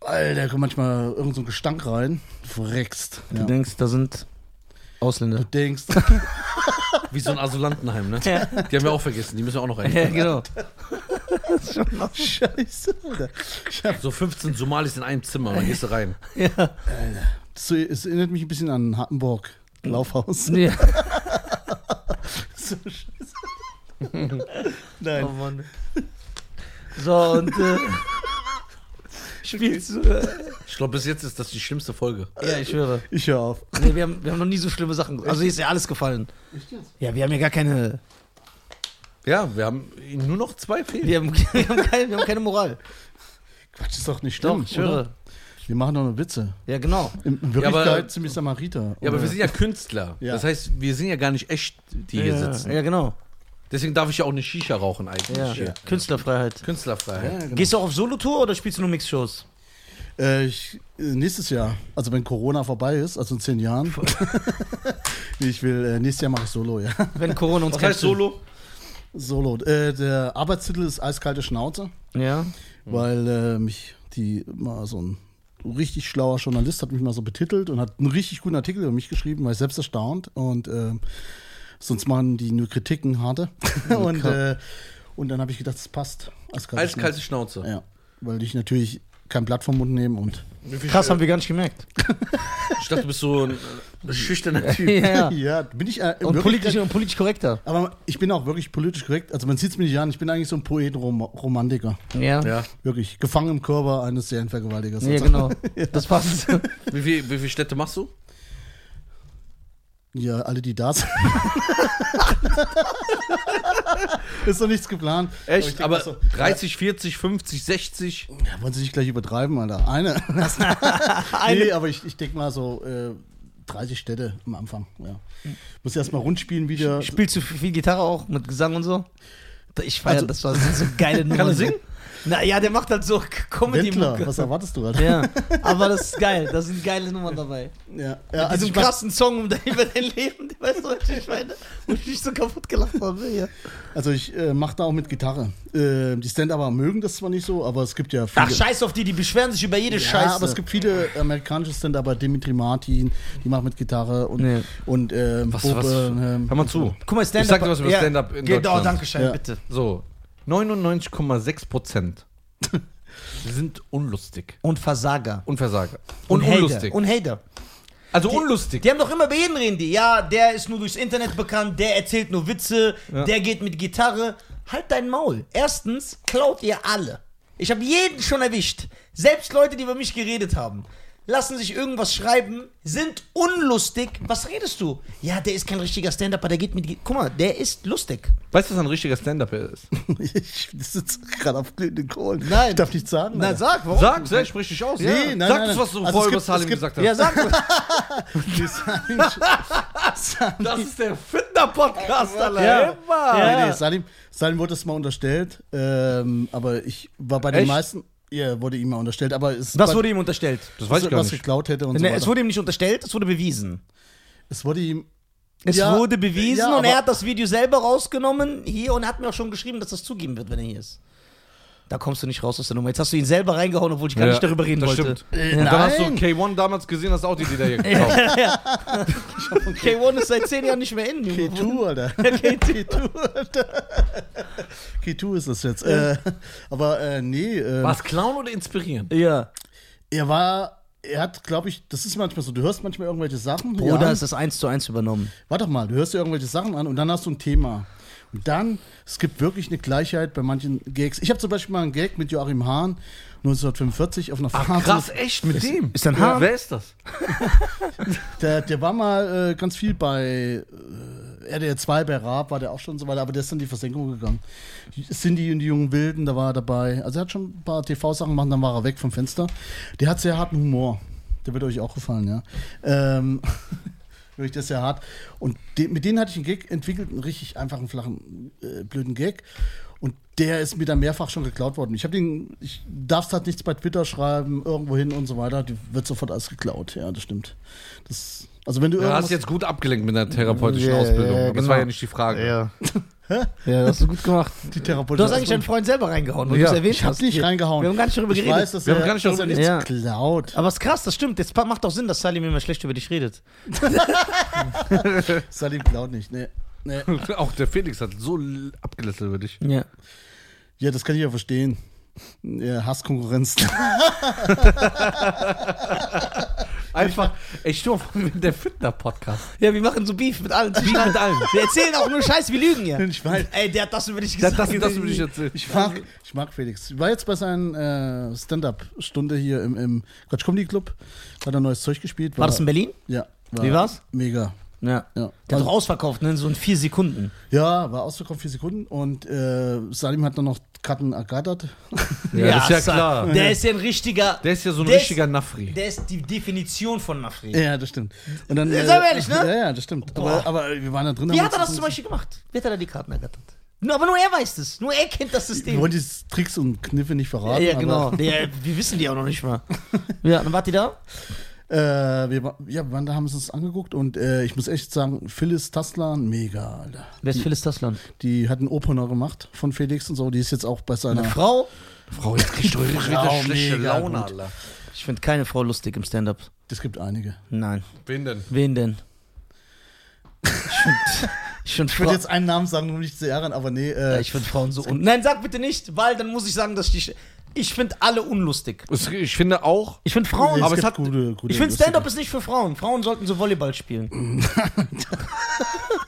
S3: Alter, kommt manchmal irgend so ein Gestank rein. Du verreckst.
S1: Du
S3: Ja. Du
S1: denkst, da sind Ausländer.
S3: denkst,
S2: Wie so ein Asylantenheim, ne?
S1: Ja,
S2: Die haben wir auch vergessen, die müssen wir auch noch rein.
S1: ja genau.
S3: Oh, scheiße, Alter. Ich hab,
S2: So 15 Somalis in einem Zimmer, dann gehst du rein.
S1: Ja.
S3: das, so- es erinnert mich ein bisschen an Hattenburg. Laufhaus.
S1: ja.
S3: So scheiße. Nein.
S1: Oh Mann. So, und. Äh, spielst du. Äh,
S2: Ich glaube, bis jetzt ist das die schlimmste Folge.
S1: ja, ich schwöre.
S3: Ich höre auf.
S1: Nee, wir, haben, wir haben noch nie so schlimme Sachen. Also, hier ist ja alles gefallen. Ja, wir haben ja gar keine.
S2: Ja, wir haben nur noch zwei Fehler.
S1: Wir haben, wir haben, keine, wir haben keine Moral.
S3: Quatsch ist doch nicht
S1: Doch,
S3: schlimm.
S1: ich schwöre.
S3: Oder? Wir machen doch nur Witze.
S1: Ja, genau.
S3: In in Wirklichkeit
S2: Ja, aber-
S3: ziemlich Samariter.
S2: Ja, aber
S3: Oder-
S2: wir sind ja Künstler.
S3: Ja.
S2: Das heißt, wir sind ja gar nicht echt, die hier
S1: ja,
S2: sitzen.
S1: Ja, genau.
S2: Deswegen darf ich ja auch eine Shisha rauchen eigentlich.
S1: Ja.
S2: hier.
S1: Künstlerfreiheit.
S2: Künstlerfreiheit.
S3: Ja, genau.
S1: Gehst du auch auf Solo-Tour oder spielst du nur Mix-Shows?
S2: genau.
S3: Äh, ich, äh, nächstes Jahr, also wenn Corona vorbei ist, also in zehn Jahren. nee, ich will, äh, nächstes Jahr mache ich Solo, ja.
S1: Wenn Corona uns
S2: Was heißt
S1: kennt.
S2: Solo?
S3: Solo. Äh, der Arbeitstitel ist Eiskalte Schnauze,
S1: Ja.
S2: Mhm.
S3: weil äh, mich die mal so ein richtig schlauer Journalist hat mich mal so betitelt und hat einen richtig guten Artikel über mich geschrieben, war ich selbst erstaunt und ähm, sonst machen die nur Kritiken harte. und, äh, und dann habe ich gedacht, das passt. Eiskalte
S2: Eiskalte Schnauze.
S3: Schnauze. Ja, weil ich natürlich kein Blatt vom Mund nehme und
S1: Krass, haben wir gar nicht gemerkt.
S2: Ich dachte, du bist so ein äh, schüchterner Typ.
S1: Ja.
S3: ja bin ich äh,
S1: Und
S3: wirklich-
S1: politisch, und politisch korrekter.
S3: Aber ich bin auch wirklich politisch korrekt. Also man sieht es mir nicht an. Ich bin eigentlich so ein Poet-Romantiker.
S1: Ja. ja.
S2: Ja.
S3: Wirklich. Gefangen im Körper eines Serienvergewaltigers. Also-
S1: genau. Das passt.
S2: Wie viele wie viel Städte machst du?
S3: Ja, alle, die da sind. ist doch nichts geplant. ich
S2: Echt?
S3: denk
S2: Aber
S3: mir so,
S2: 30, 40, 50, 60?
S3: ja, wollen Sie nicht gleich übertreiben, Alter. Eine. Nee, aber ich, ich denke mal so äh, 30 Städte am Anfang. Ja.
S1: Hm.
S3: Muss erstmal rundspielen wieder.
S1: Spielst du viel Gitarre auch mit Gesang und so? Ich feier
S3: Also-
S1: das, war das sind so geile Nummer.
S2: er singen?
S1: Naja, der macht halt so K-
S3: Wendler,
S1: Comedy-Mucke.
S3: was erwartest du, Alter?
S1: Ja, aber das ist geil. Da sind geile Nummern dabei.
S3: ja.
S1: Ja,
S3: ja
S1: also
S3: also
S1: diesen
S3: ich mach,
S1: krassen Song um dein, über dein Leben, der weißt du, was ich meine? Wo ich mich so kaputt gelacht habe. Ja.
S3: Also ich äh, mache da auch mit Gitarre. Äh, die Stand-Upper mögen das zwar nicht so, aber es gibt ja viele.
S1: Ach, scheiß auf die, die beschweren sich über jede
S3: ja,
S1: Scheiße.
S3: aber es gibt viele amerikanische Stand-Upper, Dimitri Martin, die machen mit Gitarre und,
S1: Nee.
S3: und ähm,
S2: Was,
S3: Bob,
S2: was?
S3: ähm,
S2: Hör mal zu.
S1: Guck mal, Stand-Up.
S2: Ich sag dir was über Stand-up in
S1: Genau,
S2: Deutschland.
S1: danke schön,
S3: Ja.
S1: bitte.
S2: So, 99,6 Prozent sind unlustig.
S1: Und Versager.
S2: Und Versager.
S1: Und,
S2: Und,
S1: Hater.
S2: unlustig.
S1: Und Hater.
S2: also
S1: Die-
S2: unlustig.
S1: Die haben doch immer bei jedem reden die. Ja, der ist nur durchs Internet bekannt, der erzählt nur Witze, der geht mit Gitarre. Halt dein Maul. Erstens klaut ihr alle. Ich habe jeden schon erwischt. Selbst Leute, die über mich geredet haben, lassen sich irgendwas schreiben, sind unlustig. Was redest du? Ja, der ist kein richtiger Stand-Upper, der geht mit. Gi- Guck mal, der ist lustig.
S2: weißt du, was ein richtiger Stand-Up ist?
S3: ich sitze gerade auf den Kohlen.
S1: Nein.
S3: Ich darf nichts sagen. Alter.
S1: sag, warum?
S2: Sag, sag, sprich dich aus.
S3: Nee,
S2: Sag
S3: nein, nein,
S2: das,
S3: nein.
S2: was du
S3: Also es
S2: vorher
S3: gibt-
S2: über
S3: es
S2: Salim
S3: gibt-
S2: gesagt hast.
S1: Ja, sag.
S3: Die Salim- Salim-
S2: das ist der Fitner-Podcast, Alter.
S1: Ja.
S2: Immer.
S1: Ja.
S3: Nee, nee, Salim, Salim wurde es mal unterstellt, ähm, aber ich war bei den
S2: Echt?
S3: meisten. Ja, wurde ihm mal unterstellt, aber es
S1: Das
S3: war-
S1: wurde ihm unterstellt.
S2: Das weiß ich gar
S3: was
S2: nicht.
S3: geklaut hätte und
S1: Ne,
S3: so
S1: es
S3: weiter.
S1: wurde ihm nicht unterstellt, es wurde bewiesen.
S3: es wurde ihm
S1: Es
S3: Ja,
S1: wurde bewiesen
S3: ja,
S1: und er
S3: aber-
S1: hat das Video selber rausgenommen hier und hat mir auch schon geschrieben, dass das zugeben wird, wenn er hier ist. Da kommst du nicht raus aus der Nummer. Jetzt hast du ihn selber reingehauen, obwohl ich gar
S2: Ja,
S1: nicht darüber reden
S2: das
S1: wollte.
S2: stimmt.
S3: Äh,
S2: Und dann hast du
S3: nein.
S2: K1 damals gesehen, hast auch die Lieder hier gekauft.
S1: K1 ist seit zehn Jahren nicht mehr in. Junge.
S3: K2, Alter.
S1: K2.
S3: K2 ist das jetzt. Äh, aber äh, nee, äh,
S2: War es klauen oder inspirieren?
S1: Ja.
S3: er war, er hat, glaube ich, das ist manchmal so, du hörst manchmal irgendwelche Sachen.
S1: Bruder,
S3: ja,
S1: ist das eins zu eins übernommen.
S3: warte doch mal, du hörst dir irgendwelche Sachen an und dann hast du ein Thema. Und dann, es gibt wirklich eine Gleichheit bei manchen Gags. Ich habe zum Beispiel mal einen Gag mit Joachim Hahn 1945 auf einer Fahrt.
S2: Krass, echt, mit dem?
S1: ist dein Haar-
S2: Wer ist das?
S3: Der, der war mal äh, ganz viel bei äh, RDR 2, bei Raab war der auch schon und so weiter, aber der ist dann in die Versenkung gegangen. Cindy und die jungen Wilden, da war er dabei. Also er hat schon ein paar TV-Sachen gemacht, dann war er weg vom Fenster. Der hat sehr harten Humor. Der wird euch auch gefallen, ja. Ähm, wirklich, der ist sehr hart. Und de mit denen hatte ich einen Gag entwickelt, einen richtig einfachen, flachen, äh, blöden Gag. Und der ist mir dann mehrfach schon geklaut worden. Ich habe den, ich darfst halt nichts bei Twitter schreiben, irgendwo hin und so weiter. Die wird sofort alles geklaut. Ja, das stimmt. Das, also wenn du
S2: Du hast jetzt gut abgelenkt mit deiner therapeutischen
S1: Ja,
S2: Ausbildung.
S1: ja,
S2: Aber das
S1: genau.
S2: war ja nicht die Frage.
S1: Ja. ja, das hast du gut gemacht.
S3: die Therapeutin.
S1: Du hast eigentlich deinen Freund selber reingehauen, weil
S2: Ja.
S1: du es erwähnt
S3: ich
S1: hast.
S3: hab nicht reingehauen.
S1: Wir haben gar nicht darüber
S3: ich
S1: geredet.
S3: weiß, dass
S2: Wir
S3: er,
S2: haben gar nicht
S3: dass er
S2: darüber
S3: nichts
S1: geredet.
S3: klaut.
S1: Aber es ist krass, das stimmt. Jetzt macht doch Sinn, dass Salim immer schlecht über dich redet.
S3: Salim klaut nicht. Nee. Nee.
S2: Auch der Felix hat so l- abgelästelt über dich.
S1: Ja.
S3: Ja, das kann ich ja verstehen. Ja, Hasskonkurrenz.
S1: Also-
S2: Einfach, ich stehe auf der Fitner-Podcast.
S1: Ja, wir machen so Beef mit allen. mit allen. Wir erzählen auch nur Scheiß, wir lügen ja.
S3: Ich weiß.
S1: Ey, der hat das über dich
S2: Das,
S1: gesagt.
S2: das, das würde ich erzählen.
S3: Ich mag, ich mag Felix. Ich war jetzt bei seiner äh, Stand-Up-Stunde hier im, im Quatsch Comedy Club. Hat er neues Zeug gespielt.
S1: War das in Berlin?
S3: Ja.
S1: Wie war's?
S3: Mega.
S1: Ja.
S3: Ja.
S1: Der hat
S3: Also-
S1: doch ausverkauft, ne? In so in vier Sekunden.
S3: ja, war ausgekommen, vier Sekunden. Und äh, Salim hat dann noch Karten ergattert.
S2: Ja, das ist ja
S1: Sa-
S2: klar.
S1: Der ist ja ein richtiger.
S2: Der ist ja so ein
S1: Der ist-
S2: richtiger Nafri.
S1: Der ist die Definition von Nafri.
S3: ja, das stimmt. Und dann, äh,
S1: Jetzt seien wir ehrlich, ne?
S3: Ja, ja, das stimmt. Aber, aber wir waren da drin.
S1: Wie
S3: haben
S1: hat er
S3: uns-
S1: das zum Beispiel gemacht? Wie hat er da die Karten ergattert? Nur- Aber nur er weiß das. Nur er kennt das
S3: Wir
S1: System.
S3: wollen diese Tricks und Kniffe nicht
S1: ja,
S3: verraten.
S1: ja, genau.
S3: Aber,
S1: Ja, wir wissen die auch noch nicht mal. Ja, dann wart ihr da?
S3: äh, wir, wa- ja, wir haben es uns angeguckt und äh, ich muss echt sagen, Phyllis Taslan, mega, Alter.
S1: Wer ist Phyllis Taslan?
S3: Die hat einen Opener gemacht von Felix und so. Die ist jetzt auch bei seiner
S1: Eine Frau?
S3: Frau jetzt
S2: Ich wieder
S3: Frau,
S2: schlechte
S3: mega
S2: Laune,
S3: gut.
S2: Alter.
S1: Ich finde keine Frau lustig im Stand-up.
S3: Es gibt einige.
S1: Nein.
S2: Wen denn?
S1: Wen denn? Ich finde
S3: Ich
S1: find
S3: würde
S1: Fra-
S3: jetzt einen Namen sagen, um nicht zu ärgern, aber nee.
S1: Ja,
S3: Äh,
S1: ich find Frauen so un. Nein, sag bitte nicht, weil dann muss ich sagen, dass ich. Ich finde alle unlustig.
S2: Es- Ich finde auch,
S1: Ich finde Frauen.
S2: aber es
S3: gibt
S2: hat-
S3: gute, gute
S1: ich finde
S3: lustige-
S1: Stand-up ist nicht für Frauen. Frauen sollten so Volleyball spielen.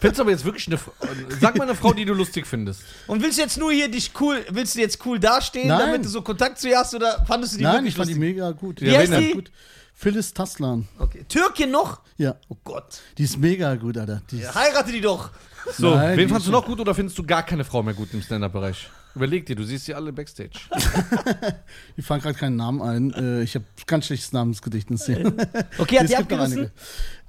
S2: findest du aber jetzt wirklich eine. F- äh, Sag mal eine Frau, die du lustig findest.
S1: Und willst du jetzt nur hier dich cool, willst du jetzt cool dastehen,
S3: Nein.
S1: damit du so Kontakt zu ihr hast oder fandest du die
S3: Nein,
S1: wirklich
S3: ich fand die
S1: lustig?
S3: mega gut.
S1: Wie heißt
S2: wen denn?
S1: die?
S3: Gut. Phyllis Taslan.
S1: Okay. Türkin noch?
S3: Ja,
S1: Oh Gott.
S3: die ist mega gut, Alter. Die ist,
S1: Heirate die doch.
S2: So,
S3: Nein,
S2: wen
S3: die
S2: fandst du
S3: ist-
S2: noch gut oder findest du gar keine Frau mehr gut im Stand-Up-Bereich? Überleg dir, du siehst sie alle Backstage.
S3: Ich fange gerade keinen Namen ein. Äh, ich habe ganz schlechtes Namensgedächtnis hier.
S1: Okay, hat
S3: Es
S1: die
S3: gibt noch
S1: abgerissen?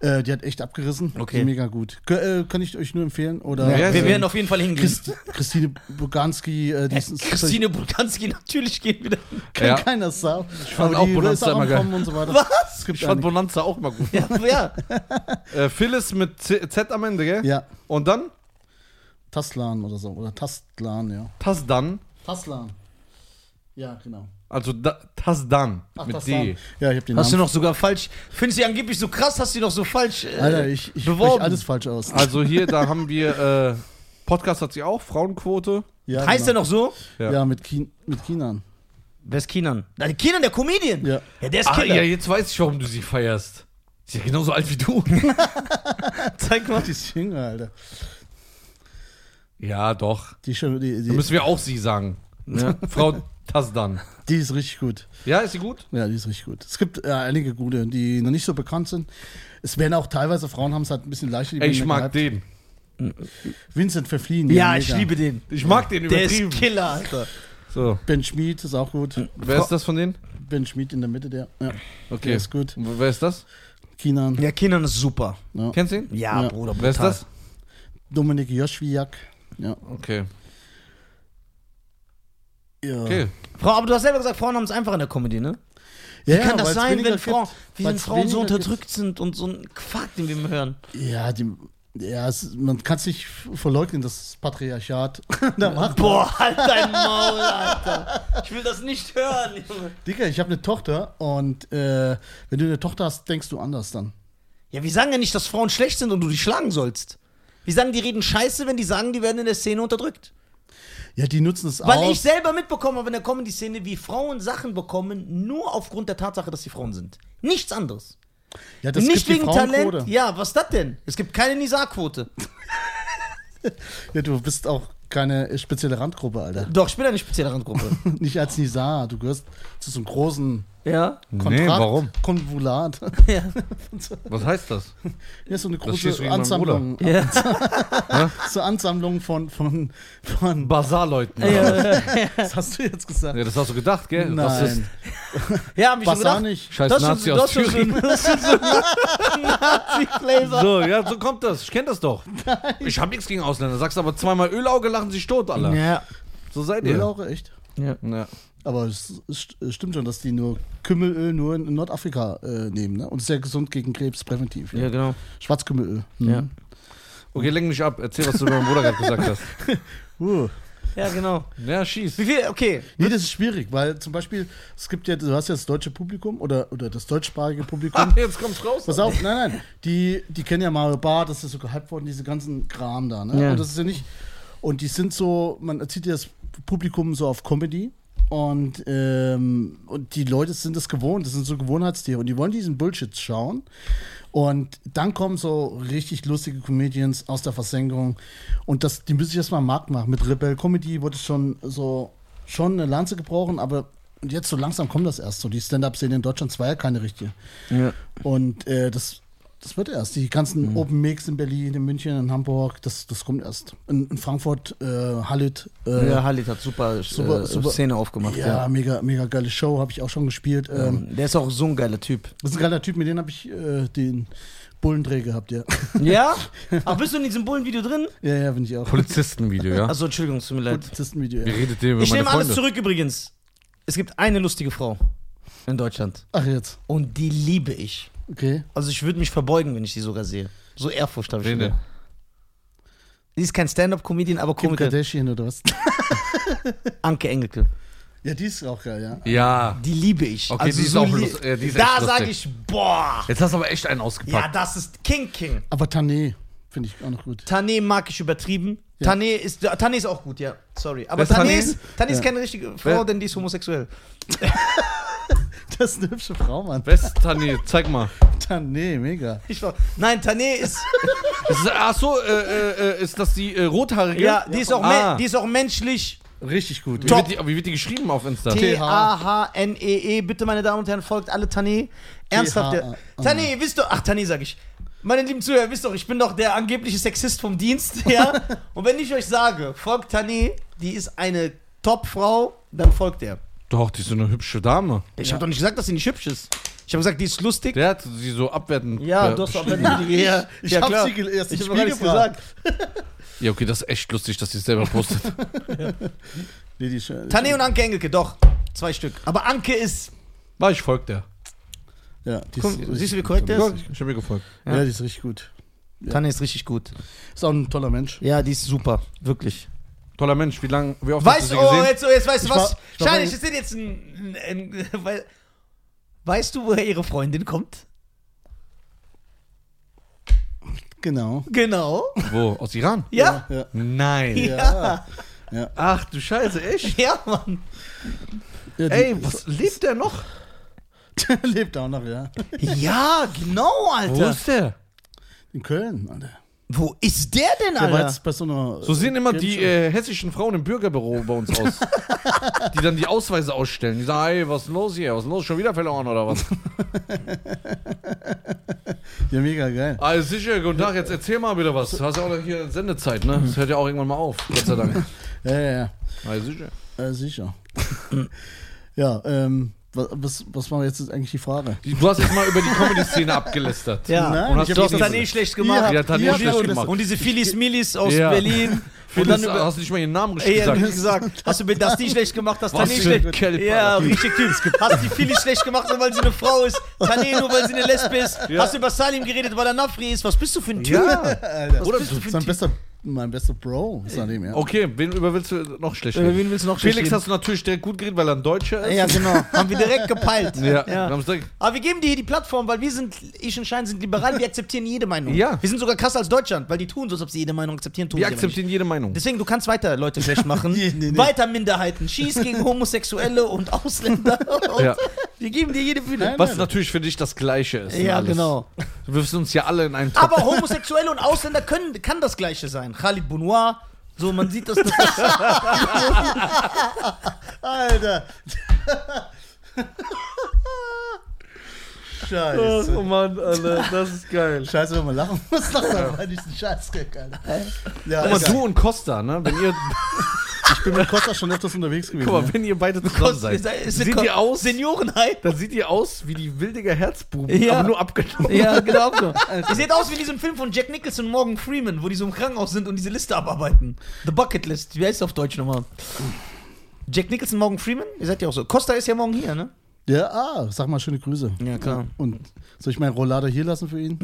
S3: einige. Äh, die hat echt abgerissen.
S1: Okay.
S3: Die ist mega gut. Kö- äh, kann ich euch nur empfehlen. Oder
S1: Wir
S2: Ja, ja.
S3: äh,
S1: werden auf jeden Fall hingehen.
S3: Christ Christine Buganski. Äh, die ist
S1: Christine Budanski, natürlich gehen wir da.
S3: Kann
S2: Ja.
S3: keiner Sau. Ich
S2: fand auch Bonanza immer geil.
S3: Und so weiter.
S1: Was?
S3: Es gibt
S2: Ich fand
S3: einige.
S2: Bonanza auch mal gut.
S1: Ja, ja.
S2: Äh, Phyllis mit Z, Z am Ende, gell?
S3: Ja,
S2: Und dann?
S3: Taslan oder so. Oder Tastlan, ja.
S2: Tasdan.
S3: Taslan. Ja, genau.
S2: Also da, Tasdan. mit D.
S3: Ja, ich hab den
S1: Hast du
S3: Namen.
S1: noch sogar falsch. Findest du die angeblich so krass, hast du die noch so falsch. Äh,
S3: Alter, ich, ich
S1: beworben.
S3: spreche alles falsch aus.
S2: Also hier, da haben wir. Äh, Podcast hat sie auch, Frauenquote.
S3: Ja,
S1: heißt
S3: genau.
S1: er noch so?
S2: noch-
S3: Ja, mit, Kin mit Kinan.
S1: Wer ist Kinan? Na, Kinan, der Comedian.
S3: Ja.
S1: der ist
S2: Ah,
S1: Killer.
S2: ja, jetzt weiß ich, warum du sie feierst. Sie ist ja genauso alt wie du.
S1: Zeig mal.
S3: Die ist jünger, Alter.
S2: ja, doch.
S3: Die ist, schon, die,
S2: Dann
S3: die,
S2: müssen wir auch sie sagen. Frau Tasdan.
S3: die ist richtig gut.
S2: Ja, ist sie gut?
S3: Ja, die ist richtig gut. Es gibt äh, einige gute, die noch nicht so bekannt sind. Es werden auch teilweise Frauen haben es halt ein bisschen leichter. die
S2: Ey, ich
S3: werden
S2: mag
S3: gehypt.
S2: den.
S3: Vincent Verfliehen.
S1: Ja, ich liebe den.
S2: Ich mag den
S1: Der ist
S2: übertrieben.
S1: Killer, Alter.
S2: so.
S3: Ben Schmid ist auch gut.
S2: Wer ist das von denen?
S3: Ben Schmid in der Mitte, der. Ja,
S2: Okay.
S3: der ist gut.
S2: Wer ist das?
S3: Kinan.
S1: Ja, Kinan ist super.
S3: Ja.
S2: Kennst du ihn?
S1: Ja,
S3: Ja.
S1: Bruder, brutal.
S2: Wer ist das?
S3: Dominik Joschwiak. Ja.
S2: Okay.
S3: ja.
S2: Okay.
S1: Frau, aber du hast selber gesagt, Frauen haben es einfach in der Comedy, ne?
S3: Wie
S1: Wie kann das sein, wenn Frauen, wie wenn
S3: weil's
S1: Frauen so
S3: weniger
S1: unterdrückt sind und so ein Quark, den wir hören?
S3: Ja, die, ja es, man kann es nicht verleugnen, das Patriarchat da macht.
S1: Boah, halt dein Maul, Alter. Ich will das nicht hören, Junge.
S3: Digga, ich habe eine Tochter und äh, wenn du eine Tochter hast, denkst du anders dann.
S1: Ja, wir sagen ja nicht, dass Frauen schlecht sind und du die schlagen sollst. Wir sagen, die reden scheiße, wenn die sagen, die werden in der Szene unterdrückt.
S3: Ja, die nutzen es
S1: Weil
S3: aus.
S1: ich selber mitbekommen habe in der Comedy-Szene, wie Frauen Sachen bekommen, nur aufgrund der Tatsache, dass sie Frauen sind. Nichts anderes.
S3: ja, das
S1: Nicht
S3: gibt die
S1: wegen Talent.
S3: Frauenquote.
S1: Ja, was ist das denn? Es gibt keine Nizar-Quote.
S3: Ja, du bist auch keine äh, spezielle Randgruppe, Alter.
S1: Doch, ich bin eine spezielle Randgruppe.
S3: Nicht als Nizar, du gehörst zu so einem großen
S1: ja?
S3: Kontrakt,
S2: warum?
S3: Konvulat.
S1: Ja.
S2: Was heißt das?
S3: Ja, so eine
S2: schießt du
S3: große
S2: gegen meinen
S3: Ansammlung.
S1: ja.
S3: So Ansammlung von, von, von,
S2: Basarleuten.
S3: was hast du jetzt gesagt?
S2: Ja, das hast du gedacht, gell? Rassist.
S3: Nein,
S1: ja, hab ich schon
S3: Basar
S1: gedacht.
S3: nicht.
S2: Scheiß
S1: Das ist
S2: Nazi
S1: schon-
S2: aus
S1: das ist
S2: Thüringen.
S1: schon- das ist schon so ein Nazi-Flavor.
S2: So, ja, so kommt das. Ich kenne das doch. Ich habe nichts gegen Ausländer. Sagst aber zweimal Ölauge, lachen sich tot, Alter.
S1: Ja.
S2: So seid ihr.
S3: Ölauche, echt?
S1: ja.
S2: Ja.
S3: Aber es, es st- es stimmt schon, dass die nur Kümmelöl nur in Nordafrika äh, nehmen, ne? Und sehr gesund gegen Krebs, präventiv. Ja.
S1: Ja, genau.
S3: Schwarzkümmelöl. Mhm.
S1: Ja.
S2: Okay, lenk mich ab. Erzähl, was du über meinen Bruder gerade gesagt hast.
S3: Uh.
S1: Ja, genau.
S2: Ja, schieß.
S1: Wie viel? Okay.
S3: Nee, das ist schwierig, weil zum Beispiel, es gibt ja, du hast ja das deutsche Publikum oder, oder das deutschsprachige Publikum.
S2: Jetzt kommt's raus.
S3: Pass auf, nein, nein. Die, die kennen ja Mario Barth, das ist so gehypt worden, diese ganzen Kram da, ne?
S1: Ja.
S3: Und das ist ja nicht. Und die sind so, man erzieht ja das Publikum so auf Comedy. Und, ähm, und die Leute sind das gewohnt, das sind so Gewohnheitstiere und die wollen diesen Bullshit schauen. Und dann kommen so richtig lustige Comedians aus der Versenkung und das, die müssen sich erstmal am Markt machen. Mit Rebel Comedy wurde schon so schon eine Lanze gebrochen, aber und jetzt so langsam kommt das erst so. Die Stand-Up-Szene in Deutschland war ja keine richtige.
S1: Ja.
S3: Und äh, das, das wird erst. Die
S1: Mhm.
S3: ganzen Open Mics in Berlin, in München, in Hamburg, das, das kommt erst. In, in Frankfurt, äh, Halit. Äh,
S1: Ja,
S3: ja,
S1: Halit hat super,
S3: Super-
S1: äh,
S3: super-
S1: Szene aufgemacht. Ja.
S3: mega, mega geile Show, habe ich auch schon gespielt. Ähm,
S1: Der ist auch so ein geiler Typ.
S3: das ist ein geiler Typ, mit dem habe ich äh, den Bullendreh gehabt, ja.
S1: Ja? Aber bist du in diesem Bullenvideo drin?
S3: ja, ja, bin ich auch.
S2: Polizistenvideo, ja?
S1: Achso, Entschuldigung, es tut mir leid.
S3: Polizistenvideo,
S2: Wie
S3: ja.
S2: redet ihr über
S1: Also, Ich
S2: meine
S1: nehme alles
S2: Freunde?
S1: zurück übrigens. Es gibt eine lustige Frau in Deutschland.
S3: Ach, jetzt.
S1: Und die liebe ich.
S3: Okay.
S1: Also ich würde mich verbeugen, wenn ich die sogar sehe. So Ehrfurcht habe ich.
S2: Wen
S1: vor der.
S2: denn?
S1: Sie ist kein Stand-Up-Comedian, aber
S3: Kim
S1: Komikerin.
S3: Kardashian oder was?
S1: Anke Engelke.
S3: Ja, die ist auch geil, ja.
S2: Ja.
S1: Die liebe ich. Also
S2: Okay, die ist auch lust- äh, die ist
S1: Da
S2: echt
S1: sage
S2: lustig.
S1: ich, boah.
S2: Jetzt hast du aber echt einen
S1: Ja,
S2: ausgepackt.
S1: das ist King King.
S3: Aber Tané finde ich auch noch gut.
S1: Tané mag ich übertrieben.
S3: Ja.
S1: Tané ist, Tané ist auch gut, ja. Sorry. Aber
S2: Wer ist
S1: Tané
S2: Tané?
S1: ist, Tané ist
S3: Ja.
S1: keine richtige Frau,
S2: Wer-
S1: denn die ist homosexuell.
S3: Das ist eine hübsche Frau, Mann.
S2: Best, Tani, zeig mal.
S3: Tané, mega.
S1: Ich war, nein, Tané ist,
S2: Ist, das- ach so, äh, äh, äh, ist das die äh, rothaarige?
S1: ja, die ist auch,
S2: Ah.
S1: men- die ist auch menschlich.
S3: Richtig gut.
S2: Wie wird, die, wie wird die geschrieben auf Insta?
S3: T-
S1: T-A-H-N-E-E. E Bitte, meine Damen und Herren, folgt alle Tané. Ernsthaft.
S3: T H
S1: Der,
S3: A-
S1: Tané, ihr wisst doch, ach, Tané sag ich. Meine lieben Zuhörer, wisst doch, ich bin doch der angebliche Sexist vom Dienst, ja. und wenn ich euch sage, folgt Tané, die ist eine Top-Frau, dann folgt er.
S2: Doch, die ist so eine hübsche Dame.
S1: Ich habe doch nicht gesagt, dass sie nicht hübsch ist. Ich habe gesagt, die ist lustig.
S2: Der hat sie so abwertend.
S1: ja,
S2: äh,
S1: du hast auch
S2: beschrieben.
S1: ja, ja,
S3: ich
S1: ja,
S3: hab
S1: klar.
S3: sie gel- erst
S1: Ich
S3: im
S1: hab gar
S3: Spiegel
S1: nichts
S3: gefragt.
S1: gesagt.
S2: Ja, okay, das ist echt lustig, dass sie es selber postet.
S3: Nee, die ist, äh,
S1: Tané und Anke Engelke, doch. Zwei Stück. Aber Anke ist.
S2: War ich folgt der.
S3: ja, die ist
S1: Guck,
S3: richtig
S1: siehst du, wie
S3: gut.
S1: korrekt der
S2: Ja,
S1: ist?
S2: ich hab mir gefolgt.
S1: Ja.
S3: Ja. die ist richtig gut.
S1: Tané ist richtig gut.
S3: Ist auch ein toller Mensch.
S1: Ja, die ist super. Wirklich.
S2: Toller Mensch, wie lange, wie oft
S1: Weißt
S2: hast du
S1: du,
S2: sie
S1: oh,
S2: gesehen?
S1: jetzt, oh, jetzt weißt du
S3: Ich war-
S1: was?
S3: ich war
S1: Schade,
S3: bei-
S1: ich sind jetzt ein. ein, ein weil, weißt du, woher ihre Freundin kommt?
S3: Genau.
S1: Genau.
S2: Wo? Aus Iran?
S1: Ja?
S3: Ja.
S2: Nein.
S1: Ja.
S2: Ach du Scheiße, echt?
S1: Ja, Mann.
S3: Ja, die
S2: Ey, was lebt der noch?
S3: Der lebt auch noch, ja.
S1: Ja, genau, Alter.
S2: der?
S3: In Köln, Alter.
S1: Wo ist der denn,
S3: Der war
S1: Alter?
S3: jetzt bei so einer.
S2: So sehen immer die
S3: Gameshow.
S2: äh, hessischen Frauen im Bürgerbüro bei uns aus. die dann die Ausweise ausstellen. Die sagen, ey, was ist denn los hier? Was ist denn los? Schon wieder verloren oder was?
S3: Ja, mega geil.
S2: ah, sicher, guten Tag, jetzt erzähl mal wieder was. Du hast ja auch noch hier Sendezeit, ne? Das hört ja auch irgendwann mal auf, Gott sei Dank.
S3: Ja, ja, ja.
S2: Ah, sicher.
S3: Äh, sicher. ja, ähm, wa- was, was war jetzt eigentlich die Frage?
S2: Die- Du hast jetzt mal über die Comedy-Szene abgelästert.
S1: ja,
S3: Nein,
S1: und hast
S2: ich hab
S1: du hast
S2: nicht-
S1: Tané schlecht gemacht.
S2: Ja, Tané
S3: ihr habt
S2: schlecht
S3: alles-
S2: gemacht.
S1: Und diese Filis Milis aus
S2: Ja.
S1: Berlin.
S2: Und
S1: Und dann über.
S2: hast du nicht mal ihren Namen richtig
S1: Ey,
S2: gesagt.
S1: hab ich gesagt, hast du mir das nicht schlecht gemacht, dass
S2: Was
S1: Tané
S2: für ein
S1: schlecht.
S2: Kerl,
S1: ja,
S2: Alter.
S1: richtig Typ. Hast die Philly schlecht gemacht, nur weil sie eine Frau ist. Tané nur, weil sie eine Lesbe ist. Hast du über Salim geredet, weil er Nafri ist. Was bist du für ein Typ?
S3: Alter,
S1: Oder
S3: Oder
S1: bist du für ein
S3: mein
S1: Typ?
S3: bester, mein bester Bro ist an dem, ja.
S2: Okay, wen über willst du noch schlecht
S1: Über
S2: reden?
S1: wen willst du noch schlecht
S2: Felix
S1: reden?
S2: hast du natürlich direkt gut geredet, weil er ein Deutscher ist.
S1: Ja, genau. Haben wir direkt gepeilt.
S2: Ja,
S1: Ja.
S2: wir haben's direkt-
S1: Aber wir geben dir hier die Plattform, weil wir sind, ich und Schein sind liberal, wir akzeptieren jede Meinung.
S2: Ja.
S1: Wir sind sogar krasser als Deutschland, weil die tun so, als ob sie jede Meinung akzeptieren. Tun sie
S2: wir
S1: aber nicht.
S2: akzeptieren jede Meinung.
S1: Deswegen, du kannst weiter Leute schlecht machen.
S3: Nee, nee, nee.
S1: Weiter Minderheiten. Schieß gegen Homosexuelle und Ausländer. Und
S2: Ja.
S1: Wir geben dir jede Bühne.
S3: Nein,
S2: Was natürlich für dich das Gleiche ist. ne,
S1: Ja,
S2: alles.
S1: genau.
S2: Du wirfst uns ja alle in einen Topf.
S1: Aber Homosexuelle und Ausländer können, kann das Gleiche sein. Khalid Bounoir, so man sieht das. das
S3: Alter!
S1: Oh
S3: Scheiße.
S2: Mann, Alter, das ist geil.
S3: Scheiße, wenn man lachen muss, lacht man bei diesem Scheißgag, Alter. Ja,
S2: Guck mal,
S3: egal.
S2: du und Costa, ne? Wenn ihr,
S3: ich bin mit Costa schon öfters unterwegs gewesen.
S2: guck mal,
S3: ja.
S2: wenn ihr beide zusammen seid, sieht ihr aus,
S1: Seniorenheim.
S2: dann sieht ihr aus wie die wildiger Herzbuben,
S1: Ja.
S2: aber nur abgenommen.
S1: Ja, genau. genau. Ihr seht aus wie in diesem Film von Jack Nicholson und Morgan Freeman, wo die so im Krankenhaus sind und diese Liste abarbeiten. The Bucket List. Wie heißt es auf Deutsch nochmal? Jack Nicholson, Morgan Freeman? Ihr seid ja auch so. Costa ist ja morgen hier, ne?
S3: Ja, ah, sag mal schöne Grüße.
S1: Ja, klar.
S3: Und soll ich meinen Rollader hier lassen für ihn?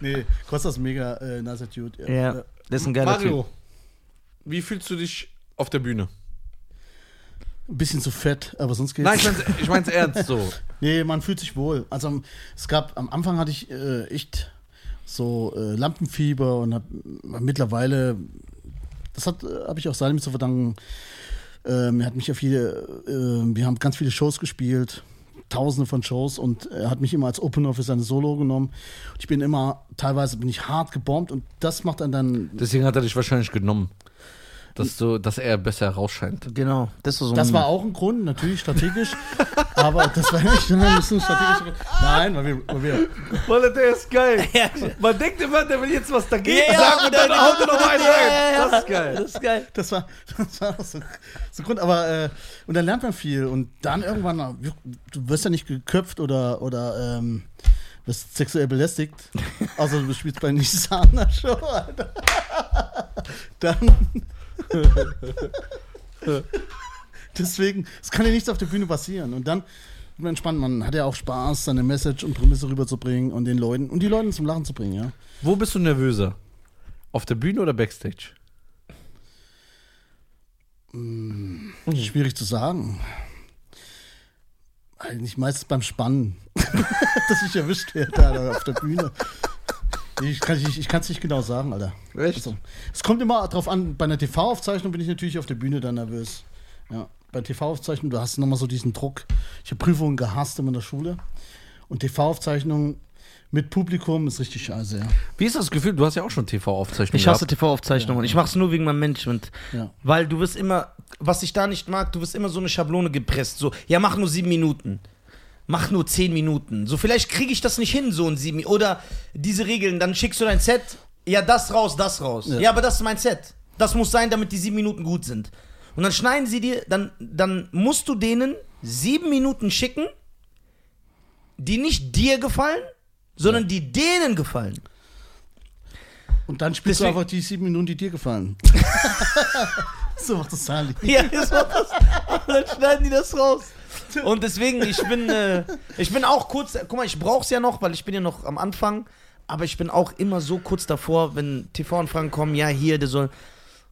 S3: nee, Costa ist mega äh, nicer Dude. Ja.
S1: Ja, das ist ein geiler Mario.
S2: Mario, wie fühlst du dich auf der Bühne?
S3: Ein bisschen zu fett, aber sonst geht's.
S2: Nein, ich mein's, ich mein's ernst so.
S3: Nee, man fühlt sich wohl. Also am- es gab, am Anfang hatte ich äh, echt so äh, Lampenfieber und hab, äh, mittlerweile, das hat äh, habe ich auch Salim zu verdanken, ähm, er hat mich auf jede, äh, wir haben ganz viele Shows gespielt, tausende von Shows und er hat mich immer als Opener für seine Solo genommen. Und ich bin immer, teilweise bin ich hart gebombt und das macht dann dann,
S2: Deswegen hat er dich wahrscheinlich genommen. Dass, du, dass er besser rausscheint.
S1: Typ. Genau, das war so
S3: das
S1: ein-
S3: war auch ein Grund, natürlich strategisch, aber das war nicht ein bisschen strategisch. Nein, weil wir, weil wir
S2: Alter, der ist geil.
S1: Ja,
S2: Man denkt immer, der will jetzt was dagegen
S1: Ja, ja,
S2: sagen und dann
S1: der-
S2: haut er noch einen
S1: Ja, ja, ja.
S2: rein. Das ist geil.
S1: das ist geil.
S3: Das war, das war auch so, so ein Grund. Aber äh, und dann lernt man viel und dann irgendwann, du wirst ja nicht geköpft oder oder ähm, wirst sexuell belästigt. Außer du spielst bei Nisana Show, Alter. Dann. Deswegen, es kann ja nichts auf der Bühne passieren. Und dann entspannt man, hat ja auch Spaß, seine Message und Prämisse rüberzubringen und den Leuten und die Leuten zum Lachen zu bringen, ja.
S2: Wo bist du nervöser? Auf der Bühne oder Backstage?
S1: Mhm.
S3: Schwierig zu sagen. Eigentlich meistens beim Spannen, dass ich erwischt werde Alter, auf der Bühne. Ich kann es nicht, ich kann's nicht genau sagen, Alter.
S2: Echt?
S3: Also, es kommt immer drauf an, bei einer TV-Aufzeichnung bin ich natürlich auf der Bühne dann nervös. Ja, bei TV-Aufzeichnung, du hast nochmal so diesen Druck. Ich habe Prüfungen gehasst immer in der Schule. Und TV-Aufzeichnung mit Publikum ist richtig scheiße, ja.
S2: Wie ist das Gefühl? Du hast ja auch schon TV-Aufzeichnungen.
S1: Ich hasse
S2: gehabt.
S1: TV-Aufzeichnungen. Ich mache es nur wegen meinem Management.
S3: Ja.
S1: Weil du wirst immer, was ich da nicht mag, du wirst immer so eine Schablone gepresst. So, ja, mach nur sieben Minuten. Mach nur zehn Minuten. So, vielleicht kriege ich das nicht hin, so in sieben Oder diese Regeln, dann schickst du dein Set. Ja, das raus, das raus. Ja,
S3: Ja.
S1: aber das ist mein Set. Das muss sein, damit die sieben Minuten gut sind. Und dann schneiden sie dir, dann, dann musst du denen sieben Minuten schicken, die nicht dir gefallen, sondern die denen gefallen.
S3: Und dann spielst
S1: Deswegen-
S3: du einfach die sieben Minuten, die dir gefallen. so macht das Sali.
S1: Ja, das war das. Und dann schneiden die das raus. Und deswegen, ich bin, äh, ich bin auch kurz, guck mal, ich brauch's ja noch, weil ich bin ja noch am Anfang, aber ich bin auch immer so kurz davor, wenn TV-Anfragen kommen, ja, hier, der soll.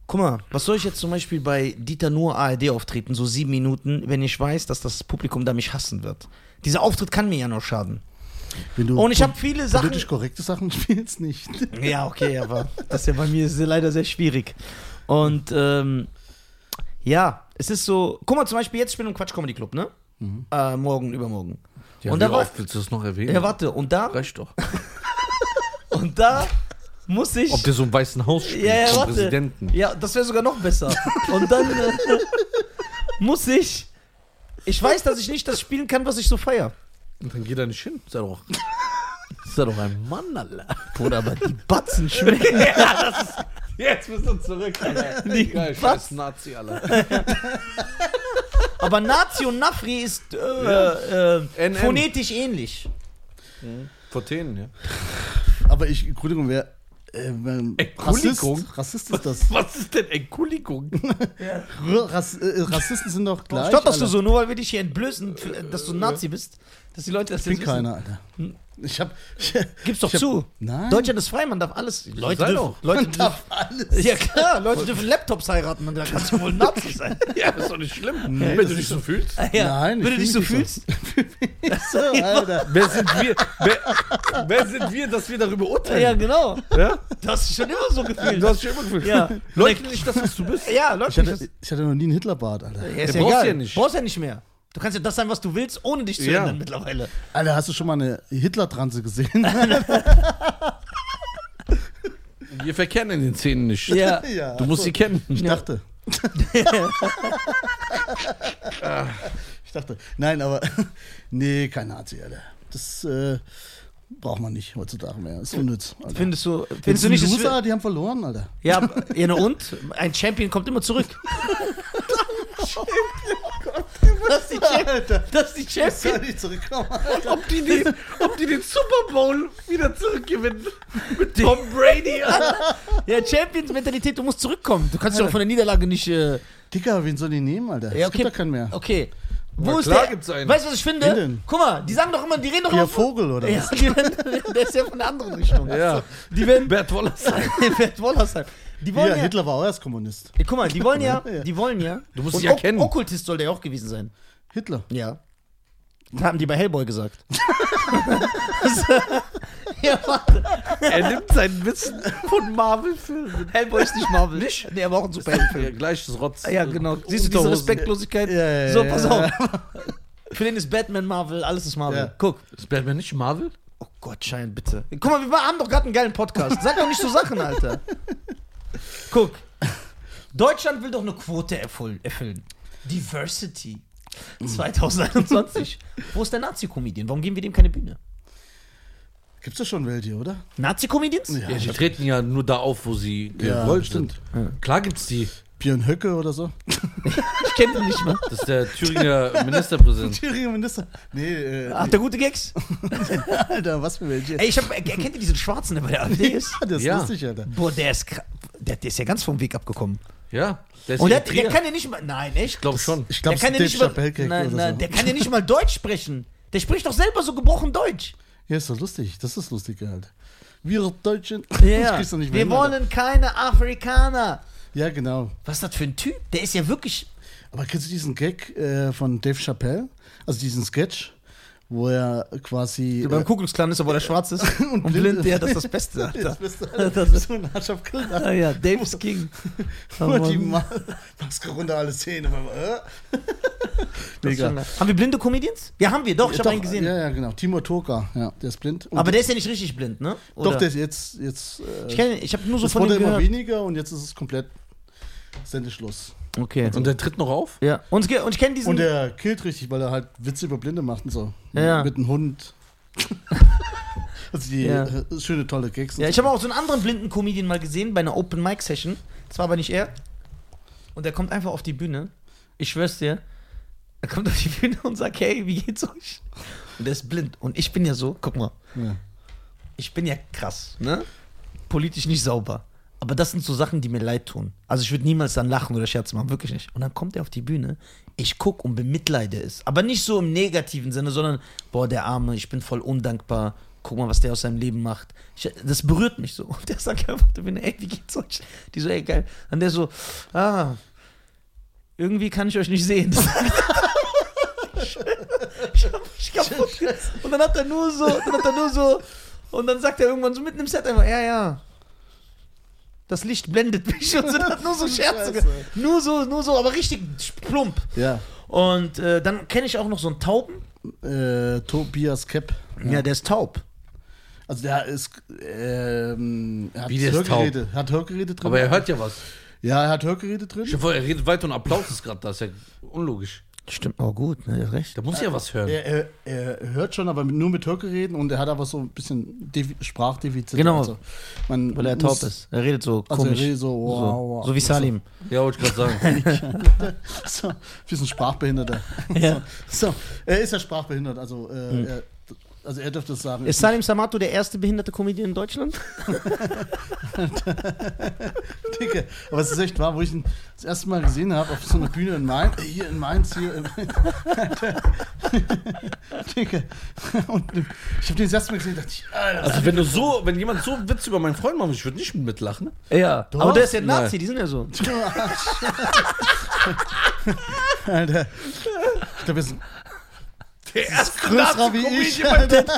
S1: Guck mal, was soll ich jetzt zum Beispiel bei Dieter Nur ARD auftreten, so sieben Minuten, wenn ich weiß, dass das Publikum da mich hassen wird? Dieser Auftritt kann mir ja noch schaden.
S3: Wenn du
S1: Und ich habe viele Sachen.
S3: politisch korrekte Sachen spielst, nicht.
S1: Ja, okay, aber das ist ja bei mir ist ja leider sehr schwierig. Und ähm, ja, es ist so. Guck mal, zum Beispiel jetzt spielen wir im Quatsch Comedy Club, ne? Äh, morgen, übermorgen.
S2: Ja,
S1: und
S2: und
S1: da war,
S2: oft willst du das noch erwähnen?
S1: ja, warte, und da,
S2: Reicht doch.
S1: und da muss ich.
S2: Ob der so im Weißen Haus spielt,
S1: ja, ja,
S2: vom
S1: warte.
S2: Präsidenten.
S1: Ja, das wäre sogar noch besser. Und dann äh, muss ich. Ich weiß, dass ich nicht das spielen kann, was ich so feier.
S2: Und dann geht er nicht hin. Ist er doch. Ist er doch ein Mann, Alter.
S1: Bruder, aber die Batzen schmecken.
S2: Jetzt bist du zurück, Alter. Egal,
S1: Was?
S2: scheiß Nazi, Alter.
S1: aber Nazi und Nafri ist äh, äh,
S2: NN.
S1: phonetisch ähnlich.
S2: Vor denen, ja.
S3: Aber ich, Entschuldigung, wer. Äh, wer- Rassist,
S2: Entschuldigung?
S3: Rassist ist das.
S2: Was ist denn Entschuldigung?
S3: Rass, äh, Rassisten sind doch gleich.
S1: Stopp, dass du
S3: Alter.
S1: so, nur weil wir dich hier entblößen, für- dass du ein Nazi bist, dass die Leute das
S3: Ich bin
S1: jetzt wissen.
S3: keiner, Alter. Ich hab. Ich,
S1: Gib's doch
S3: ich hab-
S1: zu.
S3: Nein.
S1: Deutschland ist frei, man darf alles. Leute
S2: Sei
S1: dürfen.
S2: doch.
S1: Leute
S3: Man darf
S1: dürfen
S3: alles.
S1: ja klar, Leute dürfen Laptops heiraten und da kannst du wohl ein Nazi sein.
S2: Ja, ist doch nicht
S3: Hm.
S2: schlimm, wenn du dich so fühlst.
S1: Ja.
S3: Nein, ich
S1: wenn du
S3: fühl
S1: dich
S3: mich
S1: so
S3: nicht so.
S1: fühlst.
S3: So, Alter.
S2: Wer sind wir, wer, wer sind wir dass wir darüber
S1: Ja,
S2: urteilen?
S1: genau.
S2: Ja?
S1: Du hast dich schon immer so gefühlt.
S2: Du hast dich immer gefühlt.
S1: Ja.
S2: Leute, nicht das, was du bist.
S1: ja, Leute.
S3: Ich hatte, ich hatte noch nie einen Hitlerbart, Alter.
S1: ja, ist
S2: Der
S1: ja
S2: brauchst
S1: egal.
S2: ja nicht.
S1: Brauchst ja nicht mehr. Du kannst ja das sein, was du willst, ohne dich zu
S2: Ja.
S1: ändern mittlerweile.
S3: Alter, hast du schon mal eine Hitler-Transe gesehen?
S2: Wir verkennen in den Szenen nicht.
S1: Ja.
S3: ja.
S2: Du musst sie
S3: Ich
S2: kennen.
S3: dachte. ich dachte. Nein, aber. Nee, kein Nazi, Alter. Das äh, braucht man nicht heutzutage mehr. Ist unnütz. Alter.
S1: Findest du, findest du nicht,
S3: die
S1: dass wir,
S3: Loser, die haben verloren, Alter.
S1: ja, aber- ja, na und? Ein Champion kommt immer zurück. Das ist die Champion.
S3: Alter.
S1: Das ist die Champion.
S3: Soll ich zurückkommen?
S2: Ob die, den, ob die den Super Bowl wieder zurückgewinnen mit Tom Brady.
S1: Ja, Champions-Mentalität, du musst zurückkommen. Du kannst dich doch von der Niederlage nicht. Äh,
S3: Dicker, wen soll die nehmen, Alter?
S1: ja,
S3: Es gibt da keinen mehr.
S1: Okay. Wo
S2: Na
S1: ist
S2: klar
S1: der?
S2: gibt's einen.
S1: Weißt du, was ich finde?
S3: Wen denn?
S1: Guck mal, die sagen doch immer, die reden doch
S3: Ihr
S1: immer.
S3: Vogel oder
S1: ja,
S3: was?
S1: die werden, der ist ja von der anderen Richtung.
S2: Ja.
S1: Die werden.
S2: Bert Wallace.
S1: Bert Wollersheim. Die wollen
S3: Ja,
S1: ja.
S3: Hitler war auch erst Kommunist.
S1: Ja, Guck mal, die wollen ja.
S3: Ja.
S1: Die wollen ja. Du
S2: musst sie ja kennen.
S1: Okkultist soll der ja auch gewesen sein.
S3: Hitler.
S1: Ja. Das haben die bei Hellboy gesagt. ja, warte.
S2: Er nimmt sein Wissen von Marvel-Filmen.
S1: Hellboy ist nicht Marvel. Nicht? Nee, aber auch ein Superheldenfilm.
S2: Ja, gleiches Rotz.
S1: Ja, genau. Siehst du diese
S2: Unterhosen.
S1: Respektlosigkeit?
S3: Ja, ja,
S1: so,
S3: ja,
S1: pass
S3: ja.
S1: auf. Für den ist Batman Marvel, alles ist Marvel.
S3: Ja.
S1: Guck.
S2: Ist Batman nicht Marvel?
S1: Oh Gott, Schein, bitte. Guck mal, wir haben doch gerade einen geilen Podcast. Sag doch nicht so Sachen, Alter. Guck. Deutschland will doch eine Quote erfüll- erfüllen. Diversity.
S3: Mhm.
S1: 2021. Wo ist der Nazi-Comedian? Warum geben wir dem keine Bühne?
S3: Gibt's da schon welche, oder?
S1: Nazi-Comedians?
S2: Ja, die treten ja nur da auf, wo sie
S3: Ja,
S2: gewollt
S3: stimmt.
S2: sind. Klar gibt's die.
S3: Björn Höcke oder so.
S1: Ich kenne den nicht mehr.
S2: Das ist der Thüringer Ministerpräsident.
S3: Thüringer Minister. Nee, äh,
S1: Ach, der gute Gags.
S3: Alter, was für welche.
S1: Ey, ich hab, kennt ihr diesen Schwarzen, der bei der AfD ist?
S3: ja, das ist
S2: Ja.
S3: lustig, Alter.
S1: Boah, der ist, kr- der, der ist ja ganz vom Weg abgekommen.
S2: Ja. ist
S1: Und der,
S2: in Trier.
S1: der kann ja nicht mal. Nein, echt?
S2: Ich glaube schon.
S3: Ich
S1: Der
S3: glaube,
S1: kann, ja nicht mal, nein, nein, der kann ja nicht mal Deutsch sprechen. Der spricht doch selber so gebrochen Deutsch.
S3: Ja, ist doch lustig. Das ist lustig, Alter. Wir Deutschen. Das
S1: Ja.
S3: kriegst du nicht
S1: Wir
S3: mehr hin, Alter.
S1: wollen keine Afrikaner.
S3: Ja, genau.
S1: Was ist das für ein Typ? Der ist ja wirklich.
S3: Aber kennst du diesen Gag äh, von Dave Chappelle? Also diesen Sketch, wo er quasi. äh,
S1: Beim Kugelsklan ist, obwohl er schwarz ist. Und, blind, ja, das ist das Beste, Alter.
S3: bist du
S1: Das ist,
S3: so ein Arsch auf Kinder.
S1: ah, ja, Dave's King.
S3: Nur
S1: Mann.
S3: die Ma- Maske runter, alle Zähne. Äh?
S1: Das ist schon nice. Haben wir blinde Comedians? Ja, haben wir, doch, ich habe
S3: Doch,
S1: einen gesehen.
S3: Ja, ja, genau. Timo Turka, ja, der ist blind. Und
S1: Aber der ist ja nicht richtig blind, ne? Oder?
S3: doch, der ist jetzt. jetzt äh,
S1: Ich, kenn- ich habe nur so
S3: es
S1: von
S3: wurde
S1: ihm
S3: immer
S1: gehört.
S3: weniger und jetzt ist es komplett Sendeschluss.
S1: Okay.
S2: Und der tritt noch auf?
S1: ja. und, es ge- und ich kenne diesen.
S3: Und der killt richtig, weil er halt Witze über Blinde macht und so.
S1: Ja.
S3: Mit einem Hund. also die
S1: Ja.
S3: äh, schöne, tolle Gags. und
S1: ja, ich
S3: so.
S1: habe auch so einen anderen blinden Comedian mal gesehen bei einer Open Mic Session. Das war aber nicht er. Und der kommt einfach auf die Bühne. Ich schwör's dir. Er kommt auf die Bühne und sagt, hey, wie geht's euch? Und der ist blind. Und ich bin ja so, guck mal,
S3: Ja.
S1: ich bin ja krass, ne? Politisch nicht sauber. Aber das sind so Sachen, die mir leid tun. Also ich würde niemals dann lachen oder Scherze machen, wirklich nicht. Und dann kommt er auf die Bühne, ich guck und bemitleide es. Aber nicht so im negativen Sinne, sondern, boah, der Arme, ich bin voll undankbar. Guck mal, was der aus seinem Leben macht. Ich, das berührt mich so. Und der sagt einfach, auf der Bühne, ey, wie geht's euch? Die so, ey, geil. Und der so, ah, irgendwie kann ich euch nicht sehen. ich hab mich kaputt. ge- Und dann hat er nur so, dann hat er nur so, und dann sagt er irgendwann so mitten im Set einfach, ja, ja. Das Licht blendet mich und so, hat nur so Scherze. ge-
S3: Scheiße.
S1: Nur so, nur so, aber richtig plump.
S3: ja.
S1: Und äh, dann kenne ich auch noch so einen Tauben.
S3: Äh, Tobias Kepp.
S1: Ja, der ist taub.
S3: Also der ist. Ähm, er hat
S2: Wie, der ist
S3: Hörgeräte, er hat Hörgeräte drin.
S2: Aber er hört ja was.
S3: ja, er hat Hörgeräte drin.
S2: Ich hab vor, er redet weiter und Applaus ist gerade da. Ist ja unlogisch.
S1: Stimmt, oh gut, ne, der hat recht.
S2: Da muss ja was hören.
S3: Er, er, er hört schon, aber nur mit Hörgeräten und er hat aber so ein bisschen Defi Sprachdefizit.
S1: Genau.
S3: Also, man
S1: Weil er
S3: muss-
S1: taub ist. Er redet so
S3: Also er
S1: komisch.
S3: redet so, wow,
S1: so.
S3: wow.
S1: so wie Salim.
S2: Ja, wollte ich gerade sagen.
S3: So, wir sind Sprachbehinderter.
S1: Ja.
S3: So, er ist ja sprachbehindert, also, äh, er, also er dürfte es sagen.
S1: Ist Salim Samato der erste behinderte Comedian in Deutschland?
S3: Dicke. Aber es ist echt wahr, wo ich ihn das erste Mal gesehen habe, auf so einer Bühne in Mainz, hier in Mainz, hier in Dicke. Und ich habe den das erste Mal gesehen und dachte, ich, ah, Alter,
S2: Also wenn du so, wenn jemand so einen Witz über meinen Freund macht, ich würde nicht mitlachen.
S1: Ja. Aber der ist ja
S2: Nein.
S1: Nazi, die sind ja so.
S3: du Arsch. Alter. Ich glaube, jetzt
S2: Der erste
S3: größer wie ich. Alter.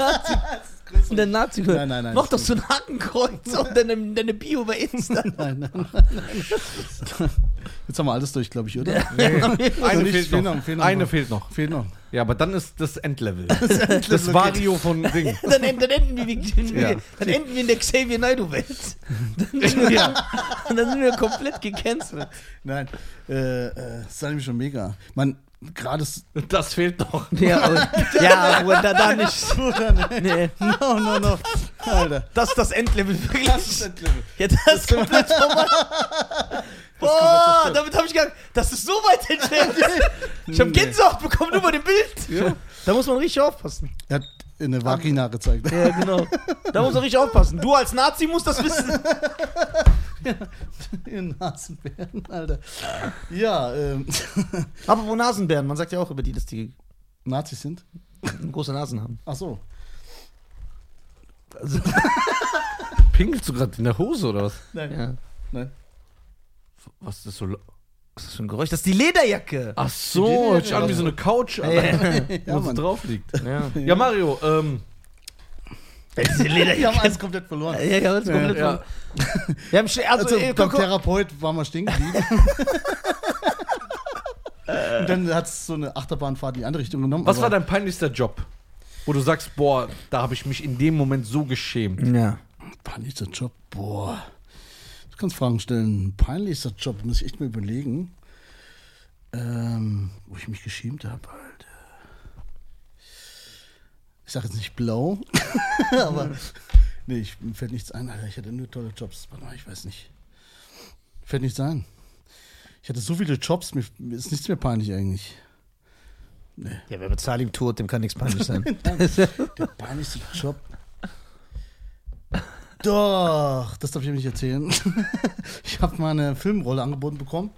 S1: Und der Nazi
S3: Nein, nein, nein,
S1: Mach doch so ein Hakenkreuz und deine, deine Bio bei Insta.
S3: Nein, nein, nein. Jetzt haben wir alles durch, glaube ich, oder?
S2: Eine
S3: Nicht,
S2: fehlt
S3: fehlt
S2: noch.
S3: noch, fehlt noch.
S2: Eine fehlt noch.
S3: Fehlt noch.
S2: Ja, aber dann ist das Endlevel. Das, Vario von Ding.
S1: Dann, end- dann, enden wir, wie-
S2: Ja.
S1: dann enden wir in der Xavier Naidoo-Welt. Dann, sind wir- dann sind wir komplett gecancelt.
S3: Nein. Äh, äh, das ist eigentlich schon mega. Man, gerade ist.
S2: Das fehlt noch.
S1: Ja, aber, ja, aber da, da nicht. Nee,
S3: No, no, no. Alter.
S1: das ist das Endlevel wirklich.
S3: Endlevel.
S1: Ja, das ist komplett vorbei. Boah, damit habe ich gar Das ist so weit entfernt. Ich habe Gänsehaut bekommen nur bei dem Bild.
S3: Ja.
S1: Da muss man richtig aufpassen.
S3: Er hat in eine Vagina gezeigt.
S1: Ja, genau. Da muss man richtig aufpassen. Du als Nazi musst das wissen.
S3: In Nasenbären, Alter. Ja, ähm,
S1: Aber wo Nasenbären, man sagt ja auch über die, dass die
S3: Nazis sind.
S1: große Nasen haben.
S3: Ach so.
S1: Also,
S2: Pinkelst du gerade in der Hose oder was?
S3: Nein.
S1: ja.
S3: Nein.
S2: Was ist das so? lo-
S1: Was ist das für ein Geräusch? Das ist die Lederjacke.
S2: Ach so, hört sich an wie so eine Couch, Alter,
S3: Ja,
S2: wo sie
S3: Mann.
S2: drauf liegt.
S1: Ja.
S2: Ja, Mario, ähm,
S1: Das ist die
S3: Wir haben
S1: Lederjacke.
S3: alles komplett verloren.
S1: Ja, ja, das ist komplett
S2: ja,
S1: Wir haben schle- also,
S3: Also,
S1: äh,
S3: beim
S1: guck, guck,
S3: Therapeut waren wir stehen geblieben. Und dann hat es so eine Achterbahnfahrt in die andere Richtung genommen.
S2: was war
S3: aber-
S2: dein peinlichster Job? Wo du sagst, boah, da habe ich mich in dem Moment so geschämt.
S1: ja.
S3: Peinlichster Job? Boah. Du kannst Fragen stellen. Peinlichster Job, muss ich echt mal überlegen. Ähm, wo ich mich geschämt habe, Alter. Ich sag jetzt nicht blau, aber. Nee, ich, mir fällt nichts ein, Alter. Ich hatte nur tolle Jobs. Warte mal, ich weiß nicht. Fällt nichts ein. Ich hatte so viele Jobs, mir mir ist nichts mehr peinlich eigentlich.
S1: Ja, wer mit Salim tourt, dem kann nichts peinlich sein.
S3: Der peinlichste Job. Doch, das darf ich euch nicht erzählen. Ich habe mal eine Filmrolle angeboten bekommen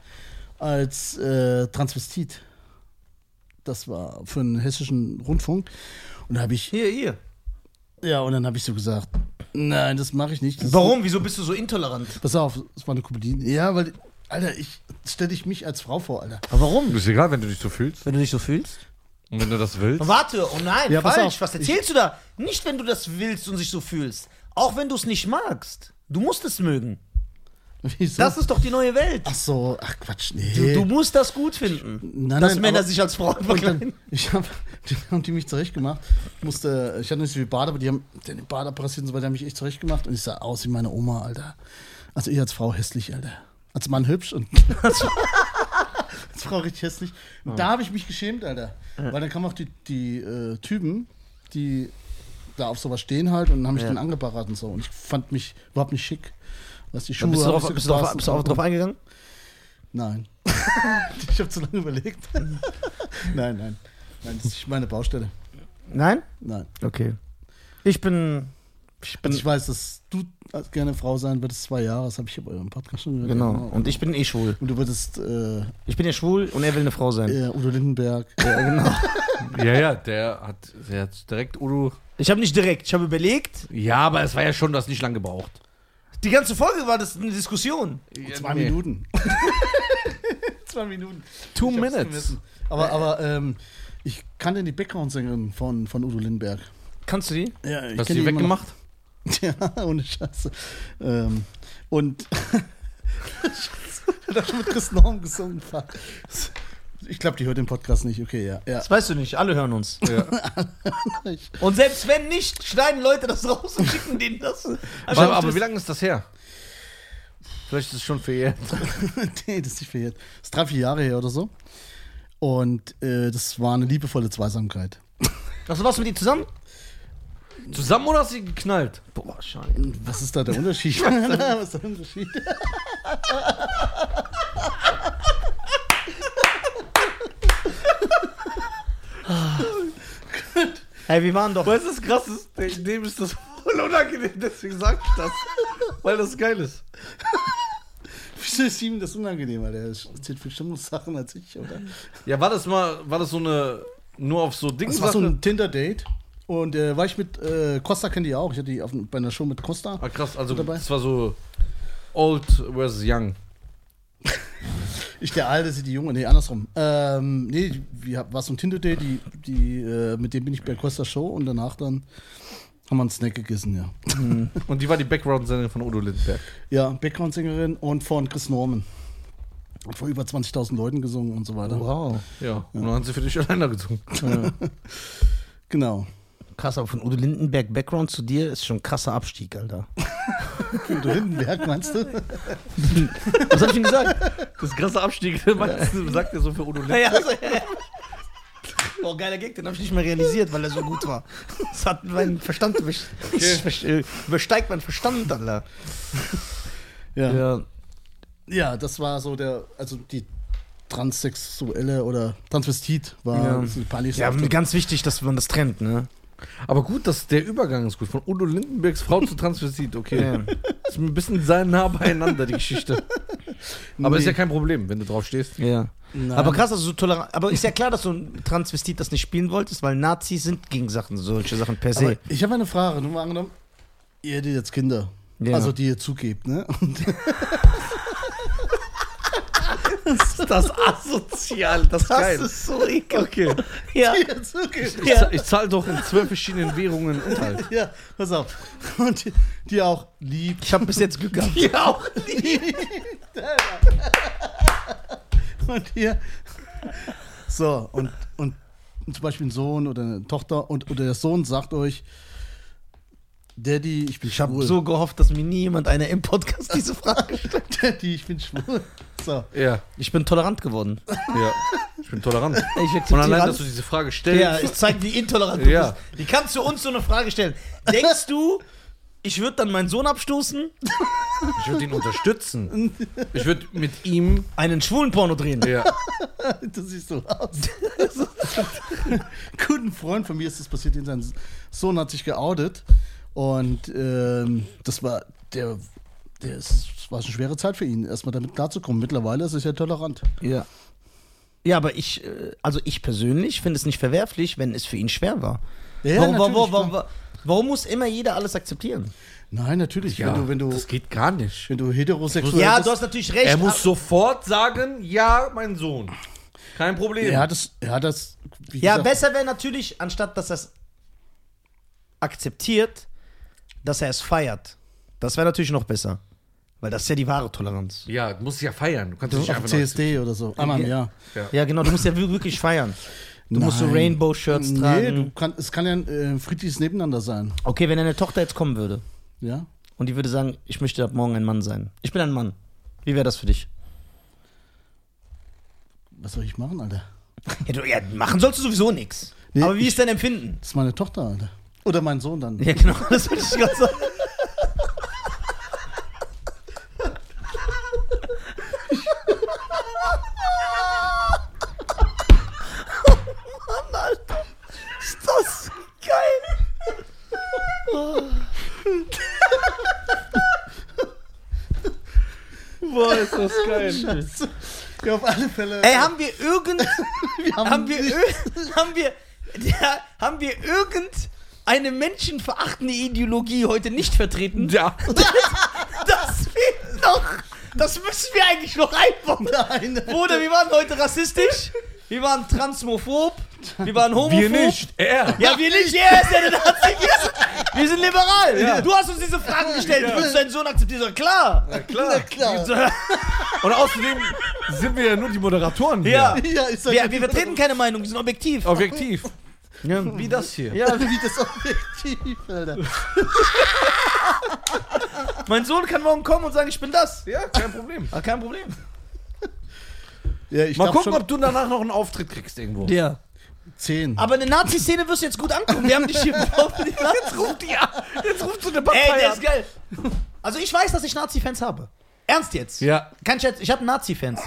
S3: als äh, Transvestit. Das war für einen hessischen Rundfunk. Und da habe ich,
S1: hier, hier.
S3: ja, und dann habe ich so gesagt, nein, das mache ich nicht. Das
S1: Warum? Wieso bist du so intolerant?
S3: Pass auf, das war eine Komödie. Ja, weil, Alter, ich stelle ich mich als Frau vor, Alter.
S1: warum?
S2: Ist egal, wenn du dich so fühlst.
S1: Wenn du dich so fühlst?
S2: Und wenn du das willst.
S1: Warte, oh nein,
S3: Ja, pass
S1: falsch.
S3: auf.
S1: Was erzählst du da? Nicht, wenn du das willst und dich so fühlst. Auch wenn du es nicht magst. Du musst es mögen.
S3: Wieso?
S1: Das ist doch die neue Welt.
S3: ach so, ach Quatsch, nee.
S1: Du, du musst das gut finden.
S3: Nein,
S1: dass
S3: nein,
S1: Männer
S3: aber-
S1: sich als Frauen
S3: Und dann-
S1: verkleiden.
S3: ich hab, die haben die mich zurechtgemacht. Ich musste, ich hatte nicht so viel Bart, aber die haben den Bart abrasiert und so weiter, die haben mich echt zurechtgemacht und ich sah aus wie meine Oma, Alter. Also ich als Frau hässlich, Alter. Als Mann hübsch und als, als Frau richtig hässlich. Und
S1: Ah.
S3: da habe ich mich geschämt, Alter. Weil dann kamen auch die, die äh, Typen, die da auf sowas stehen halt und haben mich dann angebarrat und so. Und ich fand mich überhaupt nicht schick. Was die Schuhe
S1: Bist du,
S3: haben
S1: drauf,
S3: nicht so
S1: bist, du drauf,
S3: gepasst
S1: bist du auch
S3: und-
S1: drauf eingegangen?
S3: Nein. ich habe zu lange überlegt. nein, nein. Nein, das ist nicht meine Baustelle.
S1: Nein?
S3: Nein.
S1: Okay. Ich bin. Ich bin.
S3: Also ich weiß, dass du gerne Frau sein würdest, zwei Jahre, das habe ich bei eurem Podcast schon gehört.
S1: genau. Und ich bin eh schwul.
S3: Und du würdest äh,
S1: Ich bin ja schwul und er will eine Frau sein.
S3: äh, Udo Lindenberg.
S2: Ja, ja, der hat, der hat direkt Udo.
S1: Ich habe nicht direkt, ich habe überlegt.
S2: Ja, aber es war ja schon, du hast nicht lang gebraucht.
S1: Die ganze Folge war das eine Diskussion.
S3: zwei
S2: nee.
S3: Minuten. zwei Minuten.
S2: Two
S3: Ich hab's
S2: minutes.
S3: gemessen. Aber, aber ähm, ich kannte die Background-Sängerin von, von Udo Lindenberg.
S1: Kannst du die?
S3: Ja, ich
S2: Hast du
S3: kenn
S2: die
S3: immer noch.
S2: weggemacht?
S3: Ja, ohne Scheiße. Ähm, und hat auch schon mit Chris Norm gesungen. fuck. Ich glaube, die hört den Podcast nicht. Okay, ja. ja.
S1: Das weißt du nicht, alle hören uns.
S2: Ja.
S1: Und selbst wenn nicht, schneiden Leute das raus und schicken denen das.
S2: Aber, aber wie lange ist Also das her? Vielleicht ist es schon verjährt.
S3: nee, das ist nicht verjährt. Das ist drei, vier Jahre her oder so. Und äh, das war eine liebevolle Zweisamkeit.
S1: Was Also warst du mit ihm zusammen?
S2: Zusammen oder hast du geknallt?
S1: Boah, scheiße.
S3: Was ist da der Unterschied? Was ist der Unterschied?
S1: Hey, wir waren doch.
S2: Weißt du, das krasse ist, dem ist das voll unangenehm, deswegen sag ich das. Weil das geil ist.
S3: Wieso ist ihm das unangenehm? Alter? Er erzählt viel schlimmere Sachen als ich, oder?
S2: Ja, war das mal, war das so eine, nur auf so Dings?
S3: Das war so ein Tinder-Date. Und äh, war ich mit äh, Costa, kennt ihr auch. Ich hatte die auf, bei einer Show mit Costa.
S2: ah, krass, also
S3: dabei?
S2: das war so old versus young.
S3: Ich der Alte, sie die Junge. Nee, andersrum. Ähm, nee, wir hab- war so ein Tinder-Date, die, die, äh, mit dem bin ich bei Costa Show und danach dann haben wir einen Snack gegessen, ja.
S2: Und die war die Background-Sendung von Udo Lindberg.
S3: Ja, Background-Sängerin und von Chris Norman. Hat vor über 20.000 Leuten gesungen und so weiter.
S1: Wow.
S2: Ja, und dann haben sie für dich alleine gezogen.
S3: Genau.
S1: Krass, aber von Udo Lindenberg Background zu dir ist schon ein krasser Abstieg, Alter.
S3: Udo Lindenberg, meinst du?
S1: Was hab ich denn gesagt?
S2: Das ist ein krasser Abstieg, sagt er so für Udo Lindberg.
S1: naja, also, ja. Boah, geiler Gag, den habe ich nicht mehr realisiert, weil er so gut war. Das hat meinen Verstand überst- äh, übersteigt meinen Verstand, Alter.
S3: Ja. ja.
S1: Ja.
S3: das war so der, also die Transsexuelle oder Transvestit war
S1: Ja.
S3: so die peinlichste.
S1: Ja, ganz wichtig, dass man das trennt, ne?
S2: Aber gut, dass der Übergang ist gut. Von Udo Lindenbergs Frau zu Transvestit, okay.
S1: Ja.
S2: Ist ein bisschen sehr nah beieinander, die Geschichte. Aber ist ja kein Problem, wenn du drauf stehst.
S1: Ja.
S3: Nein.
S1: Aber krass, also so tolerant. Aber ist ja klar, dass du ein Transvestit das nicht spielen wolltest, weil Nazis sind gegen Sachen, solche Sachen per se.
S3: Aber ich habe eine Frage, nur mal angenommen, ihr hättet jetzt Kinder.
S1: Ja.
S3: Also die ihr zugebt, ne? Und
S1: das ist asozial, das ist
S2: geil.
S1: ist so ekelhaft. Okay. Ja.
S3: die ihr zugebt.
S2: Ich, zahl- ich zahle doch in zwölf verschiedenen Währungen Unterhalt.
S3: Ja, pass auf. Und die, die auch lieb.
S1: Ich habe bis jetzt Glück gehabt.
S3: Ja, auch lieb. und hier. So, und, und zum Beispiel ein Sohn oder eine Tochter und oder der Sohn sagt euch, Daddy, ich bin
S1: Ich habe
S3: schwul.
S1: so gehofft, dass mir nie jemand einer im Podcast diese Frage stellt.
S3: Daddy, ich bin schwul. So.
S2: Ja,
S1: Ich bin tolerant geworden.
S2: ja. Ich bin tolerant.
S1: Ich
S2: Und allein, dass du diese Frage stellst.
S1: ja, ich zeige, wie intolerant du
S2: Ja.
S1: bist. Wie kannst du uns so eine Frage stellen? Denkst du, Ich würde dann meinen Sohn abstoßen,
S2: Ich würde ihn unterstützen. Ich würde mit ihm.
S1: einen schwulen Porno drehen.
S2: Ja.
S3: Das sieht so aus. Guten Freund von mir ist das passiert, denn sein Sohn hat sich geoutet und ähm, das war der, der ist, das war eine schwere Zeit für ihn, erstmal damit klarzukommen. Mittlerweile ist es ja tolerant.
S1: Ja. Ja, aber ich, äh, also ich persönlich finde es nicht verwerflich, wenn es für ihn schwer war.
S3: Ja,
S1: warum, warum,
S3: natürlich,
S1: warum, warum, warum muss immer jeder alles akzeptieren?
S3: Nein, natürlich.
S2: ja.
S3: Wenn du, wenn du,
S2: das geht gar nicht.
S3: wenn du heterosexuell
S1: Ja,
S3: bist,
S1: du hast natürlich recht. Ah,
S2: Er muss sofort sagen: Ja, mein Sohn. Kein Problem.
S3: er hat das, er hat das wie
S1: ja,
S3: gesagt,
S1: besser wäre natürlich, anstatt dass er es akzeptiert, dass er es feiert. Das wäre natürlich noch besser. Weil das ist ja die wahre Toleranz.
S2: Ja, du musst dich ja feiern. Du kannst dich nicht
S3: so auf
S2: einfach nur.
S3: CSD oder so. Einmal im Jahr.
S1: Ja, genau, du musst ja wirklich feiern. Du musst so
S3: Nein.
S1: Rainbow-Shirts tragen.
S3: Nee, du kann, es kann ja ein äh, friedliches Nebeneinander sein.
S1: Okay, wenn deine Tochter jetzt kommen würde
S3: Ja.
S1: und die würde sagen, ich möchte ab morgen ein Mann sein. Ich bin ein Mann. Wie wäre das für dich?
S3: Was soll ich machen, Alter?
S1: Ja, du, ja, machen sollst du sowieso nichts.
S3: Nee,
S1: Aber wie
S3: ich-
S1: ist dein Empfinden?
S3: Das ist meine Tochter, Alter. Oder mein Sohn dann.
S1: Ja, genau, das würde ich gerade sagen. Mann, Alter. Ist das geil.
S2: Boah, ist das geil.
S3: Ja, auf alle Fälle.
S1: Ey, haben wir irgend...
S3: wir haben,
S1: haben wir... Ö, haben wir... Ja, haben wir irgend... Eine menschenverachtende Ideologie heute nicht vertreten.
S2: Ja.
S1: Das fehlt noch. Das müssen wir eigentlich noch einbauen.
S3: Nein, nein.
S1: Bruder, wir waren heute rassistisch. Wir waren transmophob. Wir waren homophob.
S2: Wir nicht. Er.
S1: Ja, wir nicht. Er ist ja der Nazi. Wir sind, wir sind liberal.
S2: Ja.
S1: Du hast uns diese Fragen gestellt. Würdest du deinen Sohn akzeptieren? Ich sag, Klar.
S3: Na klar.
S2: Und außerdem sind wir ja nur die Moderatoren. Hier.
S1: Ja.
S3: Ja, ist doch
S1: Wir, wir vertreten keine Meinung. Wir sind objektiv.
S2: Objektiv. Wie das hier.
S1: Ja,
S3: wie das objektiv, Alter.
S1: mein Sohn kann morgen kommen und sagen, ich bin das.
S2: Ja, kein Problem.
S1: Ah, kein Problem.
S3: Ja, ich
S2: Mal
S3: glaub
S2: gucken,
S3: schon
S2: ob du danach noch einen Auftritt kriegst irgendwo.
S1: Ja.
S3: 10.
S1: Aber eine Nazi-Szene wirst du jetzt gut angucken. Wir haben dich hier getroffen.
S2: Jetzt ruft die an. Jetzt ruft so eine
S1: Ey,
S2: Partei
S1: der
S2: an.
S1: ist geil. Also ich weiß, dass ich Nazi-Fans habe. Ernst jetzt?
S2: Ja.
S1: Kein Scherz, ich habe Nazi-Fans.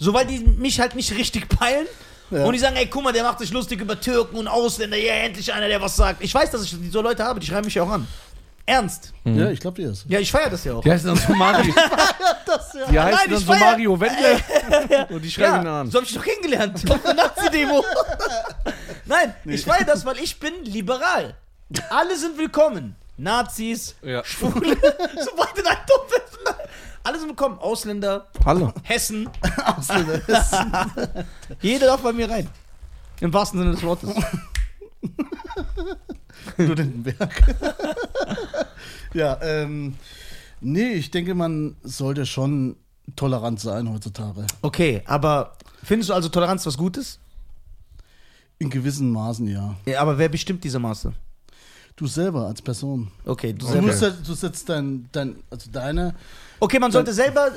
S1: Soweit die mich halt nicht richtig peilen
S3: Ja.
S1: und die sagen, ey, guck mal, der macht sich lustig über Türken und Ausländer, ja, endlich einer, der was sagt. Ich weiß, dass ich so Leute habe, die schreiben mich ja auch an. Ernst.
S3: ja, ich glaube dir das.
S1: Ja, ich feiere das ja auch.
S2: Die heißen dann so Mario. Die heißen
S1: Nein,
S2: dann
S1: ich
S2: so
S1: feier-
S2: Mario Wendler. Und die schreiben ihn
S1: Ja,
S2: an.
S1: so habe ich doch kennengelernt. Auf der Nazi-Demo. Nein, ich feiere das, weil ich bin liberal. Alle sind willkommen. Nazis,
S2: Ja.
S1: Schwule, sobald in einen Topf ist. Alle sind willkommen. Ausländer,
S2: Hallo.
S1: Hessen.
S3: Ausländer.
S1: Jeder darf bei mir rein. Im wahrsten Sinne des Wortes.
S3: Nur den Berg. ja, ähm. Nee, ich denke, man sollte schon tolerant sein heutzutage.
S1: Okay, aber findest du also Toleranz was Gutes?
S3: In gewissen Maßen, ja.
S1: Ja, aber wer bestimmt diese Maße?
S3: Du selber als Person.
S1: Okay, du
S3: Du,
S2: Mhm.
S1: selber.
S3: musst, ja- du setzt dein, dein, also deine,
S1: Okay, man sollte selber.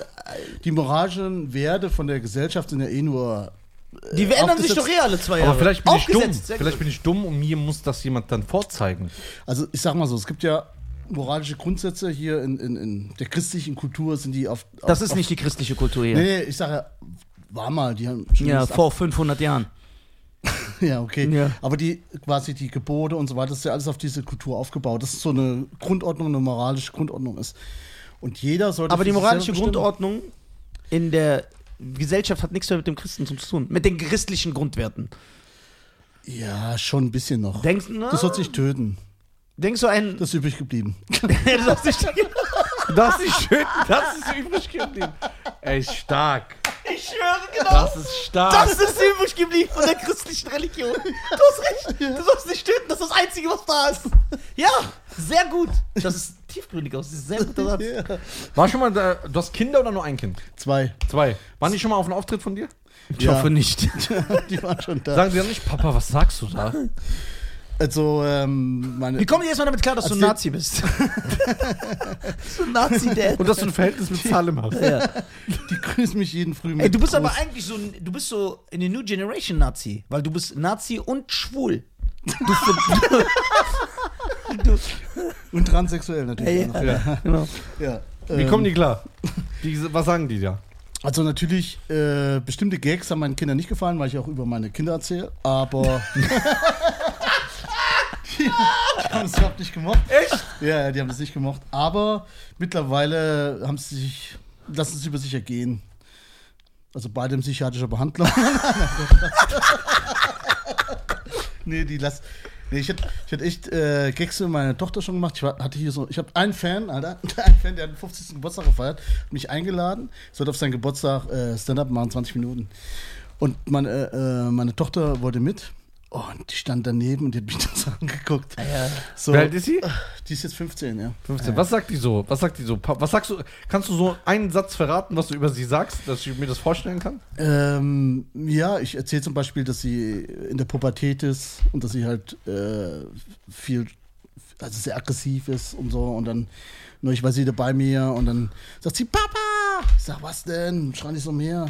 S3: die moralischen Werte von der Gesellschaft sind ja eh nur. äh,
S1: Die ändern sich
S3: aufgesetzt.
S1: doch eh alle zwei Jahre.
S2: äh, Aber vielleicht bin ich dumm.
S1: Aufgesetzt, sehr
S2: Vielleicht
S1: gut.
S2: bin ich dumm und mir muss das jemand dann vorzeigen.
S3: Also ich sag mal so, es gibt ja moralische Grundsätze hier in, in, in der christlichen Kultur, sind die auf.
S1: Das
S3: auf,
S1: ist nicht die christliche Kultur hier.
S3: Nee, nee, ich sage, ja, war mal, die haben schon
S1: ja,
S3: längst ab-
S1: vor 500 Jahren.
S3: ja, okay.
S1: Ja.
S3: Aber die quasi die Gebote und so weiter, das ist ja alles auf diese Kultur aufgebaut. Das ist so eine Grundordnung, eine moralische Grundordnung ist. Und jeder sollte.
S1: Aber
S3: für
S1: die
S3: sich
S1: moralische
S3: selber bestimmen.
S1: Grundordnung in der Gesellschaft hat nichts mehr mit dem Christentum zu tun. Mit den christlichen Grundwerten.
S3: Ja, schon ein bisschen noch.
S1: Denkst du,
S3: das sollst dich töten.
S1: denkst du ein.
S3: Das ist übrig geblieben.
S1: du sollst nicht-
S2: Das ist schön. Das ist übrig geblieben. Ey, stark.
S1: ich schwöre, genau.
S2: Das ist stark.
S1: Das ist übrig geblieben von der christlichen Religion. Du hast recht. Du sollst nicht töten. Das ist das Einzige, was da ist. Ja, sehr gut. Das ist tiefgründig aus. Das ist ein sehr guter Satz.
S3: Ja.
S2: War schon mal da, du hast Kinder oder nur ein Kind?
S3: Zwei.
S2: Zwei. Waren die schon mal auf einen Auftritt von dir?
S1: Ich
S3: Ja.
S1: hoffe nicht.
S3: Die waren schon da.
S2: Sagen sie dann nicht, Papa, was sagst du da?
S3: Also, ähm, meine.
S1: Wie kommen die erstmal damit klar, dass du ein Nazi
S3: Erzähl-
S1: bist? so ein Nazi-Dad.
S2: Und dass du ein Verhältnis mit Salem hast.
S1: Ja.
S3: Die grüßen mich jeden früh mit.
S1: Ey, du bist aber
S3: Gruß.
S1: eigentlich so, ein- du bist so in der New Generation Nazi, weil du bist Nazi und schwul. Du, ver- du.
S3: Und transsexuell natürlich.
S1: Ja,
S3: auch noch.
S1: ja. Genau.
S3: Ja.
S2: Wie
S3: Ähm,
S2: kommen die klar? Die, was sagen die da?
S3: Also natürlich, äh, bestimmte Gags haben meinen Kindern nicht gefallen, weil ich auch über meine Kinder erzähle, aber die, die haben es überhaupt nicht gemocht.
S1: Echt?
S3: Ja, ja, die haben es nicht gemocht. Aber mittlerweile haben sie sich, lassen es über sich ergehen. Also beide in psychiatrischer Behandlung. nee, die lassen. Nee, ich hätte ich hätt echt äh, Gags mit meiner Tochter schon gemacht. Ich war, hatte hier so, ich habe einen Fan, Alter, einen Fan, der hat den 50. Geburtstag gefeiert, hat mich eingeladen, sollte auf seinen Geburtstag äh, Stand-up machen, 20 Minuten. Und meine, äh, meine Tochter wollte mit und die stand daneben und die hat mich dann so angeguckt. So,
S2: Wie alt ist sie?
S3: die ist jetzt 15, ja.
S2: 15. Was sagt die so? Was sagt die so? Pa- Was sagst du? Kannst du so einen Satz verraten, was du über sie sagst, dass ich mir das vorstellen kann?
S3: Ähm, ja, ich erzähle zum Beispiel, dass sie in der Pubertät ist und dass sie halt äh, viel, also sehr aggressiv ist und so. Und dann, neulich war sie wieder bei mir und dann sagt sie, Papa! Ich sag, was denn? Schrei nicht so mehr.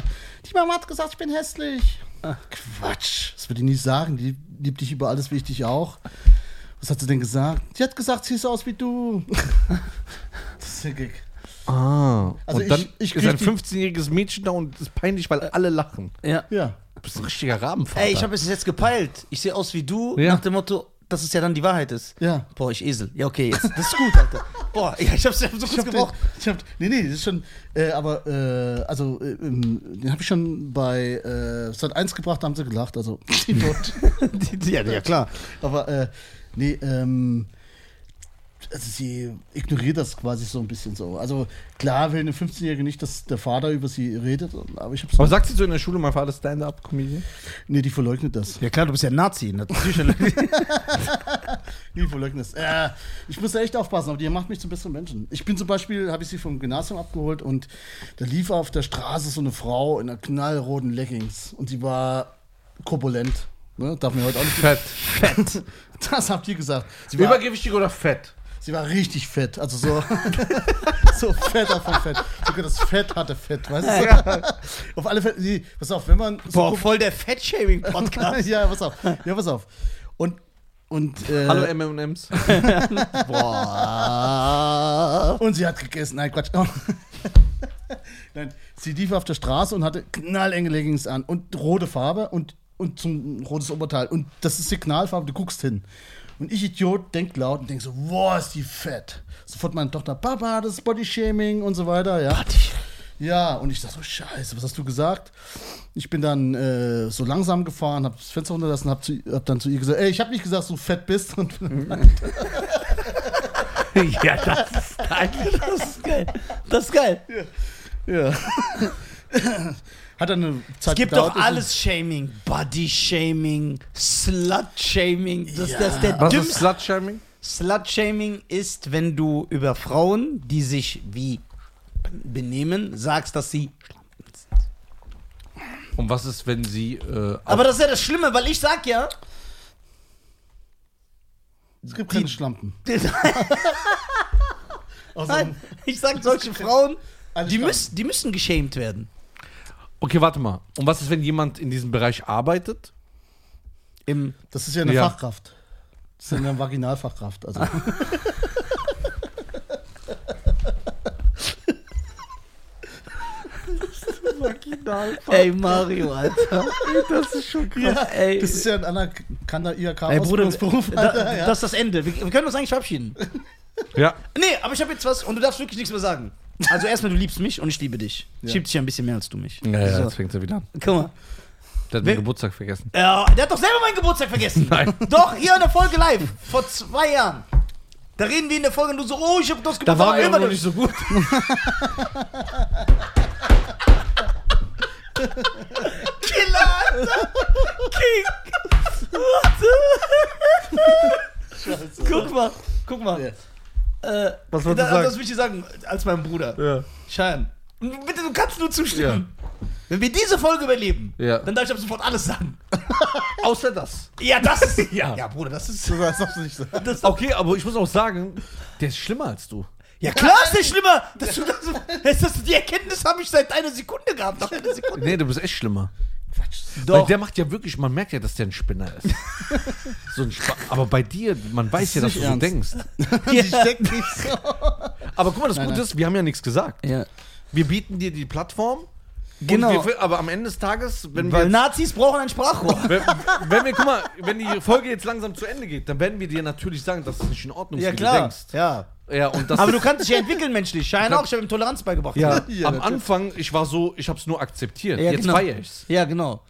S3: Die Mama hat gesagt, ich bin hässlich. Ach, Quatsch. Das würde die nicht sagen. Die liebt dich über alles, wie ich dich auch. Was hat sie denn gesagt? Sie hat gesagt, siehst aus wie du. das ist der Gag.
S2: Ah.
S3: Also
S2: und dann
S3: ich- ich
S2: ist ein
S3: krieg die-
S2: 15-jähriges Mädchen da und ist peinlich, weil alle lachen.
S1: Ja.
S3: Ja.
S2: Du bist ein richtiger Rabenvater.
S1: Ey, ich habe es jetzt gepeilt. Ich sehe aus wie du,
S2: Ja.
S1: nach dem Motto, dass es ja dann die Wahrheit ist.
S3: Ja.
S1: Boah, ich Esel. Ja, okay, jetzt. Das ist gut, Alter. Boah, ja, ich hab's, ich hab's so
S3: Ich
S1: kurz
S3: hab, den,
S1: gebraucht.
S3: ich hab, nee, nee, das ist schon, äh, aber, äh, also, äh, ähm, den habe ich schon bei äh, Sat 1 gebracht, da haben sie gelacht, also, die dort.
S1: Die- die- ja,
S3: ja,
S1: ja, klar.
S3: klar, aber, äh, nee, ähm, also sie ignoriert das quasi so ein bisschen so. Also, klar will eine 15-Jährige nicht, dass der Vater über sie redet, aber ich
S2: Aber
S3: hab's,
S2: sagt sie so in der Schule, mein Vater ist Stand-Up-Comedian?
S3: nee, die verleugnet das.
S1: Ja, klar, du bist ja Nazi. Natürlich.
S3: Die verleugnet das. Äh, ich muss da echt aufpassen, aber die macht mich zum besseren Menschen. Ich bin zum Beispiel, habe ich sie vom Gymnasium abgeholt und da lief auf der Straße so eine Frau in einer knallroten Leggings und sie war korpulent. Ne? Darf mir heute auch nicht.
S2: Fett.
S3: Das habt ihr gesagt. Sie war,
S2: Übergewichtig oder fett?
S3: sie war richtig fett. Also so, so fetter von Fett. Sogar das Fett hatte Fett, weißt du? Auf alle Fälle, sie- pass auf, wenn man. So
S1: Boah, voll der Fettshaming-Podcast.
S3: ja, pass auf. Ja, pass auf. Und. und äh,
S2: Hallo M&M's.
S3: Boah. Und sie hat gegessen. Nein, Quatsch. Nein, sie lief auf der Straße und hatte knallenge Leggings an und rote Farbe und, und so ein rotes Oberteil. Und das ist Signalfarbe, du guckst hin. Und ich, Idiot, denk laut und denk so, boah, ist die fett. Sofort meine Tochter, Papa, das ist Bodyshaming und so weiter, ja. Ja, und ich dachte so, scheiße, was hast du gesagt? Ich bin dann äh, so langsam gefahren, hab das Fenster runterlassen, hab, zu, hab dann zu ihr gesagt, ey, ich hab nicht gesagt, dass du fett bist. Und
S1: ja, das ist geil. Das ist geil. Das ist geil.
S3: Ja. Hat dann eine Zeit
S1: Es gibt
S3: gedauert,
S1: doch
S3: ist-
S1: alles Shaming. Body-Shaming, Slut-Shaming. Das, das ist der
S2: Was ist
S1: dümmste.
S2: Slutshaming?
S1: Slut-Shaming ist, wenn du über Frauen, die sich wie benehmen, sagst, dass sie
S2: Und was ist, wenn sie... Äh,
S1: Aber das ist ja das Schlimme, weil ich sag ja.
S3: Es gibt keine Schlampen. Außer-
S1: Nein, ich sag solche Frauen,
S3: Alles
S1: die
S3: klar.
S1: müssen, die müssen geschämt werden.
S2: Okay, warte mal. Und was ist, wenn jemand in diesem Bereich arbeitet?
S1: Im
S3: Das ist ja eine
S2: Ja.
S3: Fachkraft. Das ist ja eine Vaginalfachkraft. Also.
S1: Ey, Mario, Alter.
S2: Das ist schon krass.
S1: Ja, ey.
S3: Das ist ja ein anerkannter ihk
S1: Ey, Bruder,
S3: Ausbildungsberuf,
S1: da,
S3: Alter, ja.
S1: das ist das Ende. Wir, wir können uns eigentlich verabschieden.
S2: Ja.
S1: Nee, aber ich habe jetzt was und du darfst wirklich nichts mehr sagen. Also erstmal, du liebst mich und ich liebe dich. Ich
S3: Ja.
S1: liebe dich ja ein bisschen mehr als du mich.
S2: Ja, ja, jetzt
S1: so.
S2: fängt er wieder an.
S1: Guck mal.
S2: Der
S1: Wenn-
S2: hat den Geburtstag vergessen.
S1: Ja, der hat doch selber meinen Geburtstag vergessen.
S2: Nein.
S1: Doch, hier in der Folge live. Vor zwei Jahren. Da reden wir in der Folge und du so, oh, ich hab das Geburtstag
S2: waren wir
S1: immer
S2: aber noch
S1: nicht so
S2: gut.
S1: Killer, Alter. King.
S3: Scheiße.
S1: Guck mal, guck mal.
S3: Ja.
S1: Äh,
S2: Was wolltest du
S1: da-
S2: sagen?
S1: Das will ich dir sagen, als mein Bruder.
S2: Ja.
S1: Schein. Bitte, du kannst nur zustimmen. Wenn wir diese Folge überleben,
S2: Ja.
S1: dann darf ich ab sofort alles sagen.
S2: Außer das.
S1: Ja, das ist.
S2: Ja.
S1: ja Bruder, das ist.
S3: So, das darfst du nicht sagen.
S1: Das,
S2: Okay, aber ich muss auch sagen, der ist schlimmer als du.
S1: ja, klar ist nicht schlimmer. Dass du das, das, die Erkenntnis habe ich seit einer Sekunde gehabt. Nach einer Sekunde.
S2: Nee, du bist echt schlimmer.
S3: Quatsch.
S2: Weil
S1: Doch,
S2: der macht ja wirklich, man merkt ja, dass der ein Spinner ist. so ein Spa aber bei dir, man weiß ja, dass du
S3: nicht
S2: so denkst.
S3: Ich denke nicht so.
S2: Aber guck mal, das
S3: Nein,
S2: Gute
S3: nein.
S2: ist, wir haben ja nichts gesagt.
S1: ja.
S2: Wir bieten dir die Plattform.
S1: Genau.
S2: Und wir, aber am Ende des Tages, wenn wir,
S1: Weil Nazis brauchen ein Sprachrohr.
S2: wenn, wenn wir, guck mal, wenn die Folge jetzt langsam zu Ende geht, dann werden wir dir natürlich sagen, dass es nicht in Ordnung ist,
S1: ja,
S2: wie
S1: klar.
S2: du denkst.
S1: Ja.
S2: Ja, und das
S1: Aber du kannst dich ja entwickeln menschlich. Schein auch, ich habe ihm Toleranz beigebracht.
S2: ja,
S3: Ja,
S2: am
S3: natürlich.
S2: Anfang, ich war so, ich hab's nur akzeptiert.
S1: Ja,
S2: jetzt
S1: genau.
S2: feier ich's. Also
S1: Ja, genau.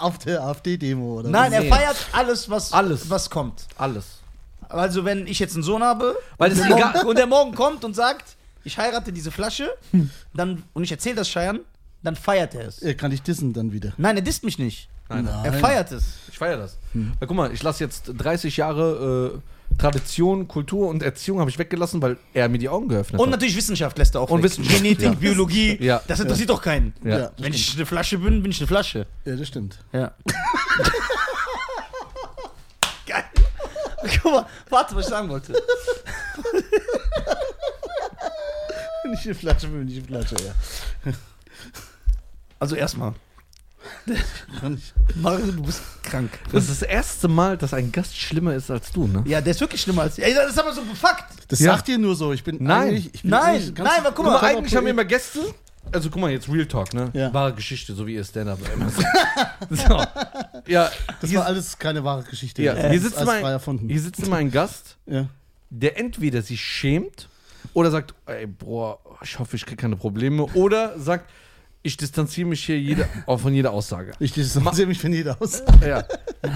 S3: Auf der AfD-Demo oder
S1: Nein, er
S2: Nee.
S1: feiert alles, was,
S2: Alles.
S1: was kommt.
S2: Alles.
S1: Also, wenn ich jetzt einen Sohn habe
S2: Weil
S1: und,
S2: es
S1: der
S2: egal-
S1: morgen, und der morgen kommt und sagt, ich heirate diese Flasche dann, und ich erzähle das Scheiern, dann feiert er es.
S3: was? Er Äh, kann dich dissen dann wieder.
S1: Nein, er disst mich nicht.
S2: Nein,
S1: Er feiert es.
S2: Ich feiere das. Weil guck mal, ich lasse jetzt 30 Jahre äh, Tradition, Kultur und Erziehung habe ich weggelassen, weil er mir die Augen geöffnet
S1: Und
S2: hat.
S1: natürlich Wissenschaft lässt er auch
S2: Also. Und
S1: weg.
S2: Wissenschaft,
S1: Genetik,
S2: ja.
S1: Biologie,
S2: Ja.
S1: das interessiert doch keinen.
S2: Ja.
S3: Ja,
S1: Wenn ich eine Flasche bin, bin ich eine Flasche.
S3: ja, das stimmt.
S1: Ja. Geil. Guck mal, warte, was ich sagen wollte.
S3: Wenn ich eine Flasche bin, bin ich eine Flasche, ja.
S1: Also erstmal,
S3: Kann ich.
S1: Mario, du bist krank.
S2: Das ist das erste Mal, dass ein Gast schlimmer ist als du, ne?
S1: Ja, der ist wirklich schlimmer als. Ey, das ist aber so ein Fakt.
S3: Das
S2: Ja.
S3: sagt ihr nur so. Ich bin
S2: Nein.
S3: eigentlich. Ich bin
S1: Nein,
S3: eigentlich ganz-
S1: nein, aber guck
S2: Guck mal,
S1: mal.
S2: eigentlich haben wir immer Gäste. Also guck mal, jetzt Real Talk, ne?
S3: Ja.
S2: Wahre Geschichte, so wie ihr Stand-Up immer sagt. so. Ja,
S3: Das
S2: hier,
S3: war alles keine wahre Geschichte.
S2: ja.
S3: Das
S2: hier,
S3: ist
S2: sitzt
S3: alles frei
S2: immer ein,
S3: erfunden.
S2: hier sitzt immer ein Gast,
S3: ja.
S2: der entweder sich schämt oder sagt, ey, boah, ich hoffe, ich kriege keine Probleme. Oder sagt, ich distanziere mich hier jede, auch von jeder Aussage.
S3: Ich distanziere mich von jeder aus.
S2: Ja.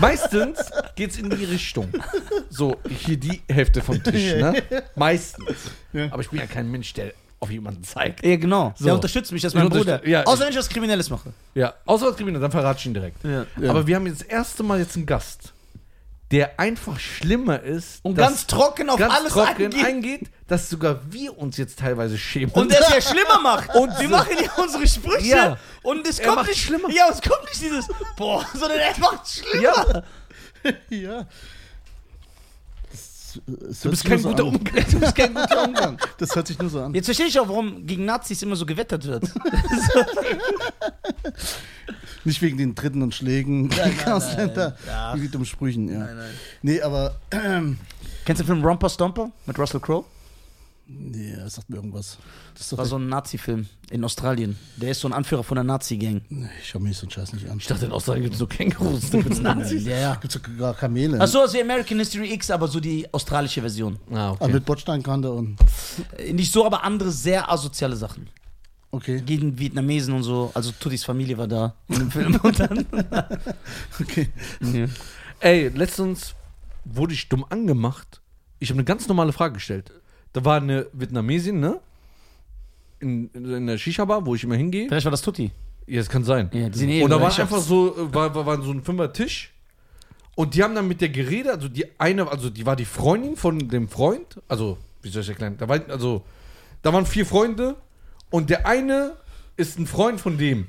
S2: Meistens geht's in die Richtung. So, hier die Hälfte vom Tisch, ne? Meistens.
S3: Ja.
S2: Aber ich bin ja kein Mensch, der auf jemanden zeigt.
S1: Ja, genau.
S2: So.
S1: Der unterstützt mich, das ist mein
S2: Der
S1: Bruder.
S2: unterstützt- ja.
S1: Außer wenn ich was Kriminelles mache.
S2: Ja, außer als Kriminal, dann verrate ich ihn direkt.
S3: Ja.
S2: Aber wir haben jetzt das erste Mal jetzt einen Gast, der einfach schlimmer ist.
S1: Und
S2: dass-
S1: ganz trocken auf
S2: ganz
S1: alles
S2: trocken
S1: eingeht.
S2: eingeht. dass sogar wir uns jetzt teilweise schämen.
S1: und der es ja schlimmer macht. Und wir machen ja unsere Sprüche.
S2: Ja.
S1: Und es
S2: Er
S1: kommt
S2: macht's
S1: nicht
S2: schlimmer.
S1: Ja, es kommt nicht dieses Boah, sondern er macht schlimmer.
S2: ja,
S3: Ja. Das,
S2: du bist kein guter
S3: Umgang.
S2: Umgang. Du bist kein guter Umgang.
S3: Das hört sich nur so an.
S1: Jetzt verstehe ich auch, warum gegen Nazis immer so gewettert wird.
S3: Nicht wegen den Dritten und Schlägen. Ausländer.
S1: Ja.
S3: Die dummen Sprüchen, ja.
S1: Nein, nein.
S3: Nee, aber. Ähm,
S1: Kennst du den Film Romper Stomper mit Russell Crowe?
S3: nee, das sagt mir irgendwas. Das ist doch
S1: War so ein Nazi-Film in Australien. Der ist so ein Anführer von einer Nazi-Gang.
S3: nee, ich schau mir nicht so einen Scheiß nicht an.
S2: Ich dachte, in Australien gibt es nur Kängurus, da gibt's Nazis.
S1: Ja, ja.
S3: Gibt's doch gar Kamele.
S1: Achso, also American History X, aber so die australische Version.
S2: Ah,
S3: Ah, mit Bordsteinkante und.
S1: Äh, Nicht so, aber andere sehr asoziale Sachen.
S3: Okay,
S1: Gegen Vietnamesen und so. Also Tutis Familie war da in dem Film. Und dann,
S3: okay.
S2: Ey, letztens wurde ich dumm angemacht. Ich habe eine ganz normale Frage gestellt. Da war eine Vietnamesin, ne? In, in der Shisha-Bar, wo ich immer hingehe.
S1: vielleicht war das Tutti.
S2: Ja, das kann sein.
S1: Ja, die sind eh
S2: und da war
S1: Gesellschafts-
S2: einfach so, äh, war, war, war so ein Fünfer-Tisch. Und die haben dann mit der geredet, also die eine, also die war die Freundin von dem Freund. Also, wie soll ich erklären? Da, war, also, da waren vier Freunde und der eine ist ein Freund von dem.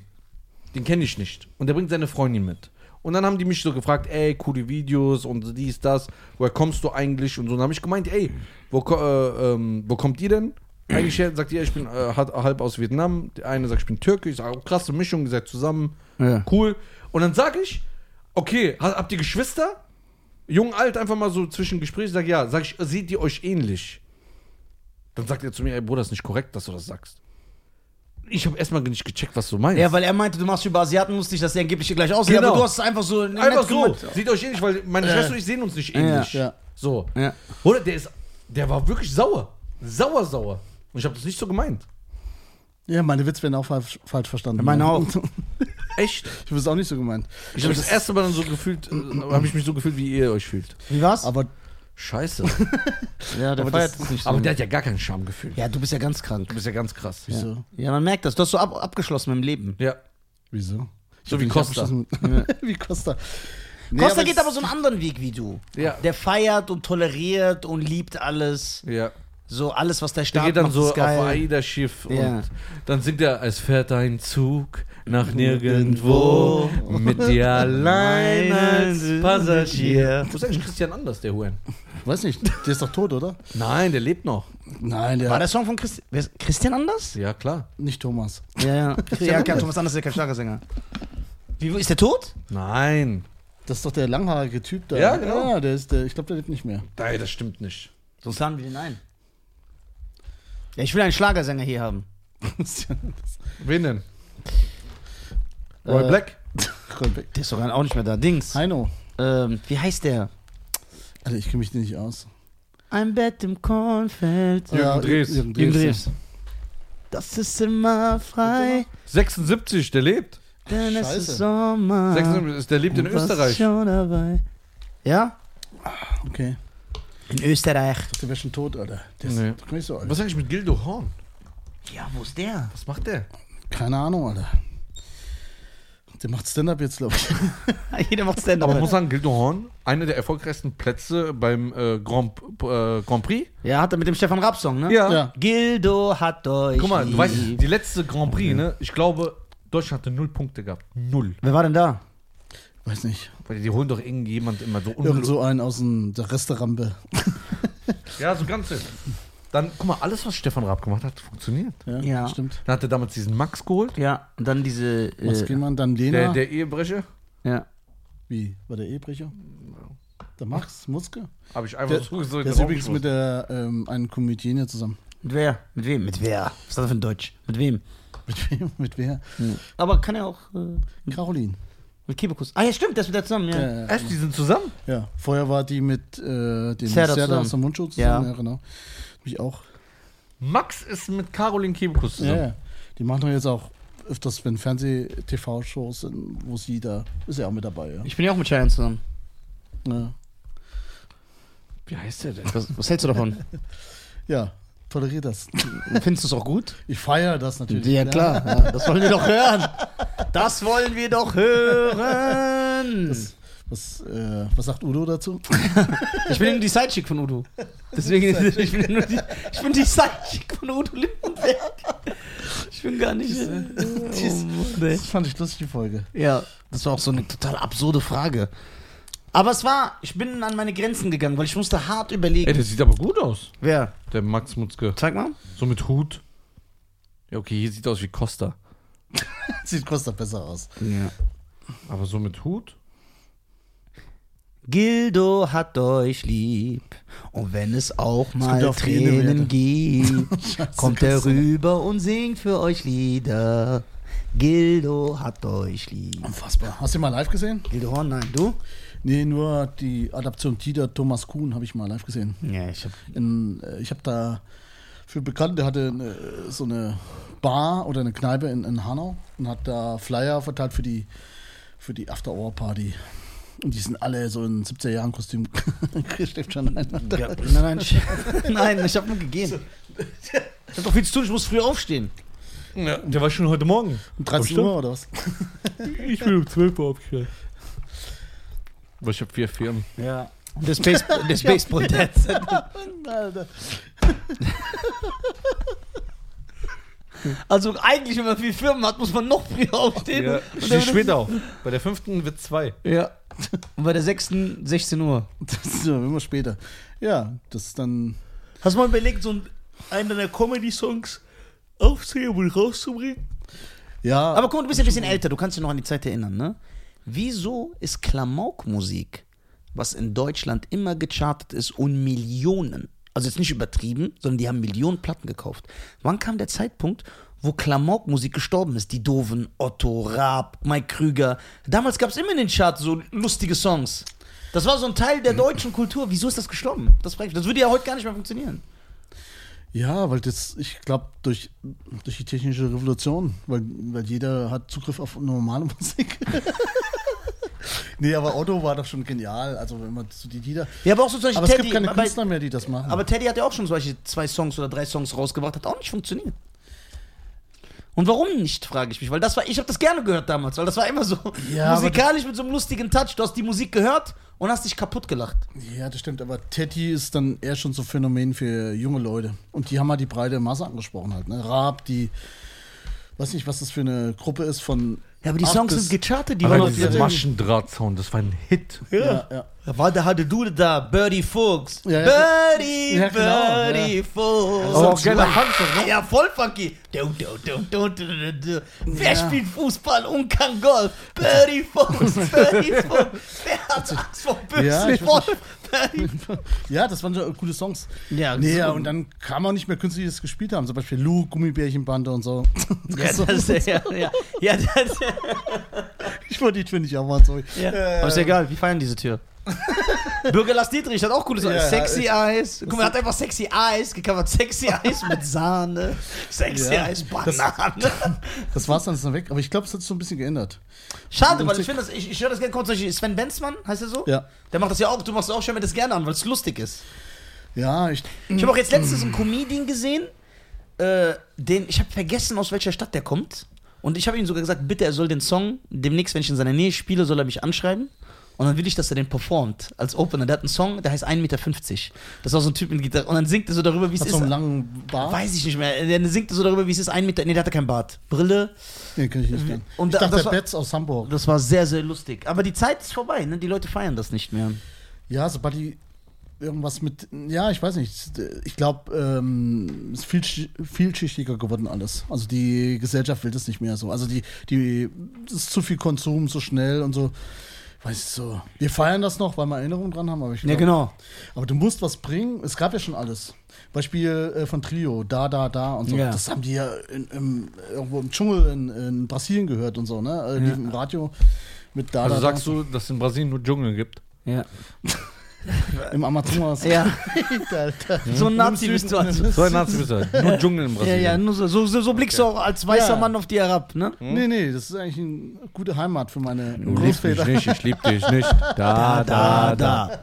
S2: Den kenne ich nicht. Und der bringt seine Freundin mit. Und dann haben die mich so gefragt, ey, coole Videos und dies, das, woher kommst du eigentlich? Und so, dann habe ich gemeint, ey, wo, ko- äh, ähm, wo kommt ihr denn? Eigentlich her, sagt ihr, ich bin äh, hat- halb aus Vietnam. Der eine sagt, ich bin Türke. Ich sage, oh, krasse Mischung, ihr seid zusammen.
S3: Ja.
S2: Cool. Und dann sage ich, okay, ha- habt ihr Geschwister? Jung, alt, einfach mal so zwischen Gesprächen. Sag ja, sag ich, seht ihr euch ähnlich? Dann sagt er zu mir, ey, Bruder, ist nicht korrekt, dass du das sagst. Ich habe erstmal nicht gecheckt, was du meinst.
S1: Ja, weil er meinte, du machst über Asiaten lustig, dass der angeblich gleich aussieht.
S2: Genau.
S1: Aber du hast es einfach so.
S2: Einfach
S1: nett
S2: so.
S1: gemacht.
S2: Seht euch ähnlich, weil meine Schwester und ich sehen uns nicht
S1: Ja,
S2: ähnlich.
S3: ja.
S2: So.
S1: Ja.
S2: Oder der ist, der war wirklich sauer. Sauer, sauer. Und ich habe das nicht so gemeint.
S3: Ja, meine Witze werden auch falsch, falsch verstanden.
S1: Meine
S3: Ja.
S1: auch.
S2: Echt?
S3: Ich habe es auch nicht so gemeint.
S2: Ich habe das erste Mal dann so gefühlt, äh, habe ich mich so gefühlt, wie ihr euch fühlt.
S1: Wie war's?
S3: Aber
S2: Scheiße.
S1: ja, der
S3: aber
S1: feiert
S3: das-
S1: es nicht so.
S2: Aber der hat ja gar kein Schamgefühl.
S1: ja, du bist ja ganz krank.
S2: Du bist ja ganz krass. Ja.
S3: wieso?
S1: Ja, man merkt das. Du hast so ab, abgeschlossen mit dem Leben.
S3: Wieso? Ich
S2: So
S3: hab
S2: wie
S3: nicht
S2: Costa.
S3: abgeschlossen. wie Costa. Nee,
S1: Costa
S3: es-
S1: geht aber so einen anderen Weg wie du.
S2: Ja.
S1: Der feiert und toleriert und liebt alles.
S2: ja.
S1: So alles, was der Staat
S2: Der geht dann
S1: macht,
S2: so
S1: ist
S2: auf
S1: geil.
S2: AIDA-Schiff
S1: Ja.
S2: und dann singt er, es fährt ein Zug nach nirgendwo mit dir allein als Passagier. Wo ist eigentlich Christian Anders, der Huren?
S3: Weiß nicht, der ist doch tot, oder?
S2: Nein, der lebt noch.
S3: Nein, der
S1: War der Song von Christi wer ist- Christian Anders?
S2: Ja, klar.
S3: nicht Thomas.
S1: Ja, ja. ja Thomas Anders ist ja kein starker Sänger. Wie, ist der tot?
S2: Nein.
S3: Das ist doch der langhaarige Typ da.
S2: Ja, genau.
S3: der ist, der, ich glaube, der lebt nicht mehr.
S2: Nein, das stimmt nicht.
S1: Sonst laden wir den ein. Ja, ich will einen Schlagersänger hier haben.
S2: Wen denn?
S3: Äh.
S2: Roy Black?
S3: Röllbeck.
S1: Der ist doch auch nicht mehr da. Dings.
S3: Heino.
S1: Ähm, wie heißt der?
S3: Alter, ich kenne mich nicht aus. Ah,
S1: Ein Bett im Kornfeld.
S2: Jürgen Drees.
S3: Jürgen Drees.
S1: Jürgen Drews. Das ist immer frei,
S2: 76, der lebt.
S1: denn es
S3: Scheiße.
S1: ist
S3: Ah.
S1: Sommer.
S2: 76, der lebt in
S1: Und was ist
S2: Österreich.
S1: Schon dabei. Ja?
S3: ja. Okay.
S1: In Österreich.
S3: Der wäre schon tot, Alter. Der
S2: Nee.
S3: ist doch nicht so alt.
S2: Was ist eigentlich mit Gildo Horn?
S1: Ja, wo ist der?
S2: Was macht der?
S3: Keine Ahnung, Alter. Der macht Stand-up jetzt, glaube ich.
S1: Jeder macht Stand-up.
S2: Aber man muss sagen, Gildo Horn, einer der erfolgreichsten Plätze beim äh, Grand, äh, Grand Prix.
S1: Ja, hat er mit dem Stefan Raab-Song, ne?
S3: ja.
S1: Gildo hat euch.
S2: Guck mal, du
S1: lieb.
S2: weißt, die letzte Grand Prix, ne? Ich glaube, Deutschland hatte null Punkte gehabt. Null.
S1: Wer war denn da?
S3: Weiß nicht.
S2: Weil die holen doch irgendjemand immer so
S3: Irgend so einen aus dem, der Resterampe.
S2: Ja, so ganz. hin. Dann, guck mal, alles, was Stefan Raab gemacht hat, hat funktioniert.
S3: Ja,
S1: Ja.
S3: Stimmt.
S2: Dann hat er damals diesen Max geholt, Genau.
S1: Ja, und dann diese.
S3: Max
S1: Äh,
S3: Gehmann, dann Lena.
S2: der, der Ehebrecher.
S1: ja.
S3: Wie? War der Ehebrecher? Der Max Mutzke?
S2: Habe ich einfach
S3: Der,
S2: so gesagt.
S3: der ist übrigens mit der, ähm, einem Komödienne zusammen.
S1: Mit wer? Mit wem? Mit wer? Was ist das für ein Deutsch? Mit wem?
S3: Mit wem? Mit wer?
S1: Aber kann er auch äh,
S3: Caroline.
S1: mit Kibekus. Ah ja, stimmt, der ist mit der zusammen, ja.
S3: Ja, ja.
S2: Echt, die sind zusammen?
S3: ja. Vorher war die mit äh, dem
S1: Serdar
S3: Serda
S1: zusammen.
S3: aus dem Mundschutz
S1: Ja.
S3: zusammen. Ja, genau. Mich auch.
S2: Max ist mit Caroline Kebekus
S3: Ja,
S2: zusammen.
S3: ja. Die machen doch jetzt auch öfters, wenn Fernseh-TV-Shows sind, wo sie da ist, ja auch mit dabei. Ja.
S1: Ich bin ja auch mit Cheyenne zusammen.
S3: ja.
S2: Wie heißt der denn?
S1: Was, was hältst du davon?
S3: ja toleriert das.
S1: Findest du es auch gut?
S3: Ich feiere das natürlich.
S1: Ja, klar. Ja, das wollen wir doch hören. Das wollen wir doch hören.
S3: Was, äh, was sagt Udo dazu?
S1: Ich bin nur die Sidechick von Udo. Deswegen, ich bin, nur die, ich bin die Sidechick von Udo Lindenberg. Ich bin gar nicht. äh,
S3: Dies-
S1: oh, nee.
S3: Das fand ich lustig, die Folge.
S1: Ja, das war auch so eine total absurde Frage. Aber es war, ich bin an meine Grenzen gegangen, weil ich musste hart überlegen.
S2: Ey, der sieht aber gut aus,
S1: Wer?
S2: der Max Mutzke.
S1: Zeig mal.
S2: So mit Hut. Ja, okay, hier sieht er aus wie Costa.
S3: Sieht Costa besser aus.
S1: Ja.
S2: Aber so mit Hut?
S1: Gildo hat euch lieb. Und wenn es auch mal
S3: gibt auch
S1: Tränen
S3: Tränen
S1: gibt, kommt er
S3: Christa.
S1: rüber und singt für euch Lieder. Gildo hat euch lieb.
S3: Unfassbar. Hast du ihn mal live gesehen?
S1: Gildo Horn, nein, du?
S3: Nee, nur die Adaption Dieter Thomas Kuhn habe ich mal live gesehen.
S1: Ja, ich hab.
S3: In, äh, ich habe da für Bekannte, der hatte eine, äh, so eine Bar oder eine Kneipe in, in Hanau und hat da Flyer verteilt für die, für die After-Hour-Party. Und die sind alle so in 70er Jahren Kostüm. Steckt schon rein.
S1: Ja, nein, nein, ich, nein, ich hab nur gegeben. Ich hab doch viel zu tun, ich muss früh aufstehen.
S2: Ja, der war schon heute Morgen.
S3: Um 13 Uhr oder was?
S2: Ich bin um 12 Uhr aufgestellt. Aber ich hab vier Firmen.
S1: Ja. Der Space, der Space
S3: Alter.
S1: Also eigentlich, wenn man viel Firmen hat, muss man noch früher aufstehen.
S2: Ja,
S1: Und
S2: ich
S1: dann-
S2: stehe später auf. Bei der fünften wird zwei.
S1: Ja. Und bei der sechsten 16 Uhr.
S3: Das ist ja immer später. Ja, das ist dann.
S1: Hast du mal überlegt, so einen deiner Comedy-Songs aufzuheben und rauszubringen?
S3: Ja,
S1: Aber guck mal, du bist ja ein bisschen älter, du kannst dich noch an die Zeit erinnern, ne? Wieso ist Klamauk-Musik, was in Deutschland immer gechartet ist, und Millionen, also jetzt nicht übertrieben, sondern die haben Millionen Platten gekauft. Wann kam der Zeitpunkt, wo Klamauk-Musik gestorben ist? Die Doven, Otto, Raab, Mike Krüger. Damals gab es immer in den Charts so lustige Songs. Das war so ein Teil der deutschen Kultur. Wieso ist das gestorben? Das, frag ich mich. das würde ja heute gar nicht mehr funktionieren.
S3: Ja, weil das, ich glaube, durch, durch die technische Revolution, weil, weil jeder hat Zugriff auf normale Musik. nee, aber Otto war doch schon genial. Also wenn man zu die Lieder.
S1: Ja, aber auch so zum Beispiel
S3: Aber es gibt keine
S1: bei,
S3: Künstler mehr, die das machen.
S1: Aber Teddy hat ja auch schon zum Beispiel zwei Songs oder drei Songs rausgebracht, hat auch nicht funktioniert. Und warum nicht, frage ich mich, weil das war, ich habe das gerne gehört damals, weil das war immer so
S3: Ja, aber
S1: musikalisch mit so einem lustigen Touch. Du hast die Musik gehört und hast dich kaputt gelacht.
S3: ja, das stimmt. Aber Teddy ist dann eher schon so ein Phänomen für junge Leute. Und die haben halt die breite Masse angesprochen halt. Ne? Raab, die, weiß nicht, was das für eine Gruppe ist von
S1: Ja, aber die
S3: Acht
S1: Songs
S3: bis-
S1: sind gechartet, die
S2: Die
S1: waren
S2: Allein
S1: auf
S2: dieser
S1: jeden
S2: Maschendrahtsound, das war ein Hit.
S1: Ja.
S3: Ja, ja.
S1: Da war der hatte Dude da, Birdie Fuchs.
S3: Ja, ja.
S1: Birdie,
S3: Ja, genau,
S1: Birdie Fuchs.
S2: Aber auch geiler Fangschlag,
S1: Ah ja, ja, voll funky. Du, du, du, du, du, du, du. Wer
S3: Ja.
S1: spielt Fußball und kann Golf? Birdie Fuchs, Birdie Fuchs. Wer hat Angst vor bösen
S3: Ja, ich weiß
S1: Wolf? Birdie
S3: ja, das waren so coole Songs.
S1: Ja,
S3: nee,
S1: Also so-
S3: ja, und dann kam auch nicht mehr künstlich, die das gespielt haben. Zum Beispiel Lou, Gummibärchenbande und so.
S1: Ja, das ist ja, ja, ja, das,
S3: Ich wollte die Twin nicht auch mal, sorry.
S1: ja.
S3: Äh,
S1: Aber ist egal, wir feiern diese Tür. Bürger Lars Dietrich hat auch gute Songs.
S3: Ja,
S1: Sexy Eyes. Guck mal, er hat einfach Sexy Eyes gecovert. Sexy Eyes mit Sahne. Sexy
S3: Ja,
S1: Eyes Banane.
S3: Das war's dann ist dann weg. Aber ich glaube, es hat sich so ein bisschen geändert.
S1: Schade, weil ich finde das, ich, ich höre das gerne kurz. zum Beispiel Sven Benzmann, heißt er so?
S3: Ja.
S1: Der macht das ja auch, du machst auch schon mir das gerne an, weil es lustig ist.
S3: Ja, ich.
S1: Ich habe auch jetzt letztens einen Comedian gesehen, äh, den ich habe vergessen, aus welcher Stadt der kommt. Und ich habe ihm sogar gesagt, bitte, er soll den Song demnächst, wenn ich in seiner Nähe spiele, soll er mich anschreiben. Und dann will ich, dass er den performt als Opener. Der hat einen Song, der heißt 1,50 Meter. Das ist auch so ein Typ mit Gitarre. Und dann singt er so darüber, wie es
S3: Hat
S1: ist.
S3: so einen langen Bart.
S1: Weiß ich nicht mehr. Der singt so darüber, wie es ist. 1 Meter. Nee, der hatte keinen Bart. Brille.
S3: Nee, kann ich nicht sagen.
S1: Und
S3: ich
S1: da-
S3: dachte,
S1: das
S3: der
S1: war-
S3: Betz aus Hamburg.
S1: Das war sehr, sehr lustig. Aber die Zeit ist vorbei, ne? Die Leute feiern das nicht mehr.
S3: Ja, sobald die irgendwas mit. Ja, ich weiß nicht. Ich glaube, ähm, es ist viel, sch- vielschichtiger geworden alles. Also die Gesellschaft will das nicht mehr so. Also die, die, es ist zu viel Konsum, so schnell und so. Weißt du, so. wir feiern das noch, weil wir Erinnerungen dran haben, aber
S2: ne?
S3: ich glaub-
S1: genau.
S3: Aber du musst was bringen. Es gab ja schon alles. Beispiel äh, von Trio, da, da, da und so.
S1: Ja.
S3: Das haben die ja in, im, irgendwo im Dschungel in, in Brasilien gehört und so, ne? Äh, lief im Radio mit da,
S2: Also
S3: da,
S2: sagst
S3: da.
S2: du, dass es in Brasilien nur Dschungel gibt?
S1: Ja.
S3: Im Amazonas.
S1: Ja.
S3: Alter.
S1: So ein Nazi bist du also.
S2: So ein Nazi bist du. halt. Nur Dschungel in
S1: Ja,
S2: Brasilien.
S1: ja, nur so, so, so, so blickst du auch als weißer
S3: Ja.
S1: Mann auf die herab, ne?
S3: Nee, nee, das ist eigentlich eine gute Heimat für meine
S2: Hm? Du liebst mich
S3: Großväter.
S2: nicht, ich lieb dich nicht. Da, da, da.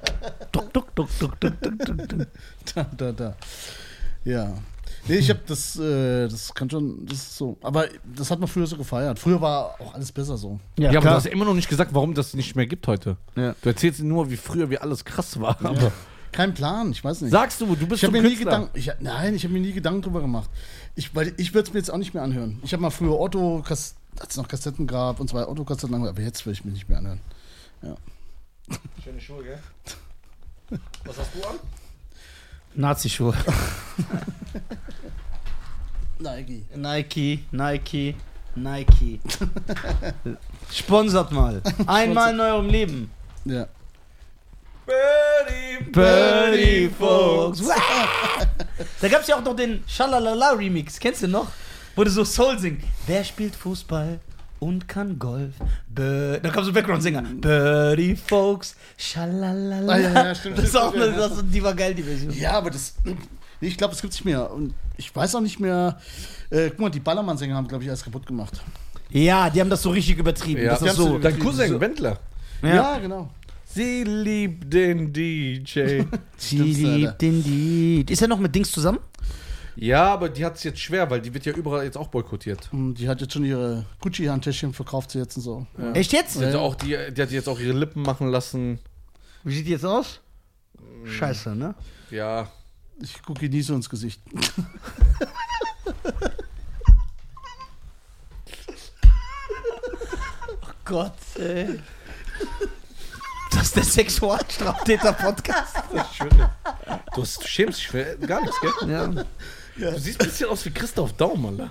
S1: Duck, duck, duck, duck, duck, duck, duck, duck.
S3: Da, da, da. Ja. Nee, ich hab das, äh, das kann schon, das ist so. Aber das hat man früher so gefeiert. Früher war auch alles besser so.
S2: Ja, aber
S1: klar.
S2: du hast ja immer noch nicht gesagt, warum das nicht mehr gibt heute.
S1: Ja.
S2: Du erzählst nur, wie früher wie alles krass war. Aber
S3: Kein Plan, ich weiß nicht.
S2: sagst du, du bist
S3: Ich habe
S2: so ein
S3: mir nie
S2: Künstler.
S3: Gedanken. Ich, nein, ich habe mir nie Gedanken drüber gemacht. Ich, weil ich würde es mir jetzt auch nicht mehr anhören. Ich habe mal früher Otto, als es noch Kassetten gab und zwei Otto-Kassetten, angehört, aber jetzt will ich mir nicht mehr anhören.
S2: Schöne Schuhe, gell? Was hast du an?
S1: Nazi-Schuhe.
S3: Nike.
S1: Nike, Nike, Nike. Sponsert mal. Einmal in eurem Leben.
S3: Ja.
S2: Birdie,
S1: Birdie Fox. da gab es ja auch noch den Schalalala Remix, kennst du noch? Wo du so Soul singst. Wer spielt Fußball und kann Golf? Bir da kam so ein Background-Sänger. Birdie Fox, Schalalala.
S3: Ah, ja, ja, stimmt,
S1: das ist
S3: stimmt,
S1: auch,
S3: stimmt, ja.
S1: das, die war geil, die Version.
S3: Ja, aber das. Nee, ich glaube, das gibt es nicht mehr. Und ich weiß auch nicht mehr. Äh, guck mal, die Ballermann-Sänger haben, glaube ich, alles kaputt gemacht.
S1: Ja, die haben das so richtig übertrieben.
S2: Ja,
S1: Das ist so.
S2: Dein Cousin, Wendler.
S1: Ja.
S3: genau.
S2: Sie liebt den DJ.
S1: Die
S3: Stimmt's, Alter.
S1: liebt den Lied. Ist er noch mit Dings zusammen?
S2: ja, aber die hat es jetzt schwer, weil die wird ja überall jetzt auch boykottiert.
S3: Und die hat jetzt schon ihre Gucci-Handtäschchen verkauft, sie jetzt und so.
S1: Echt jetzt?
S2: Die hat, ja auch die, die hat jetzt auch ihre Lippen machen lassen.
S1: Wie sieht die jetzt aus? Scheiße, ne?
S2: Ja.
S3: Ich gucke ihr nie so ins Gesicht.
S1: Gott, ey. Das ist der Sexualstraftäter-Podcast.
S2: Du, hast, du schämst dich für gar nichts, gell?
S1: Ja.
S2: Du siehst ein bisschen aus wie Christoph Daum, Alter.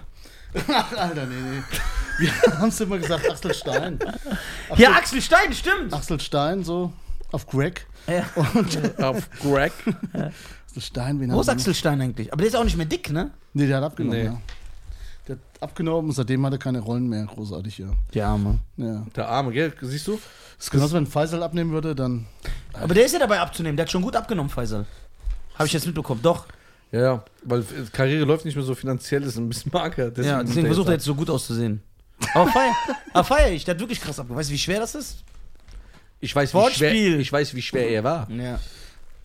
S3: Ach, Alter, nee, nee. Wir haben es immer gesagt, Axel Stein.
S1: ja, Axel Stein, stimmt.
S3: Axel Stein, so auf Greg.
S1: Ja.
S2: Auf Greg.
S3: Axel Stein, wen
S1: Wo ist
S3: haben wir
S1: Axel Stein eigentlich? Aber der ist auch nicht mehr dick, ne?
S3: noch? Nee, der hat abgenommen,
S2: Nee.
S3: ja. Der hat abgenommen und seitdem hat er keine Rollen mehr, großartig, ja.
S1: Der Arme.
S3: ja.
S2: Der Arme, gell? Siehst du?
S3: Das ist genauso, wenn Faisal abnehmen würde, dann.
S1: Aber der ist ja dabei abzunehmen. Der hat schon gut abgenommen, Faisal. Habe ich jetzt mitbekommen. Doch.
S2: Ja, ja. Weil äh, Karriere läuft nicht mehr so finanziell, ist ein bisschen mager.
S1: Ja, deswegen versucht er jetzt so gut auszusehen. Aber feier, aber feier ich. Der hat wirklich krass abgenommen. Weißt du, wie schwer das ist?
S2: Ich weiß, wie
S1: Wortspiel.
S2: schwer, ich weiß, wie schwer er war.
S3: Hm.
S1: Ja.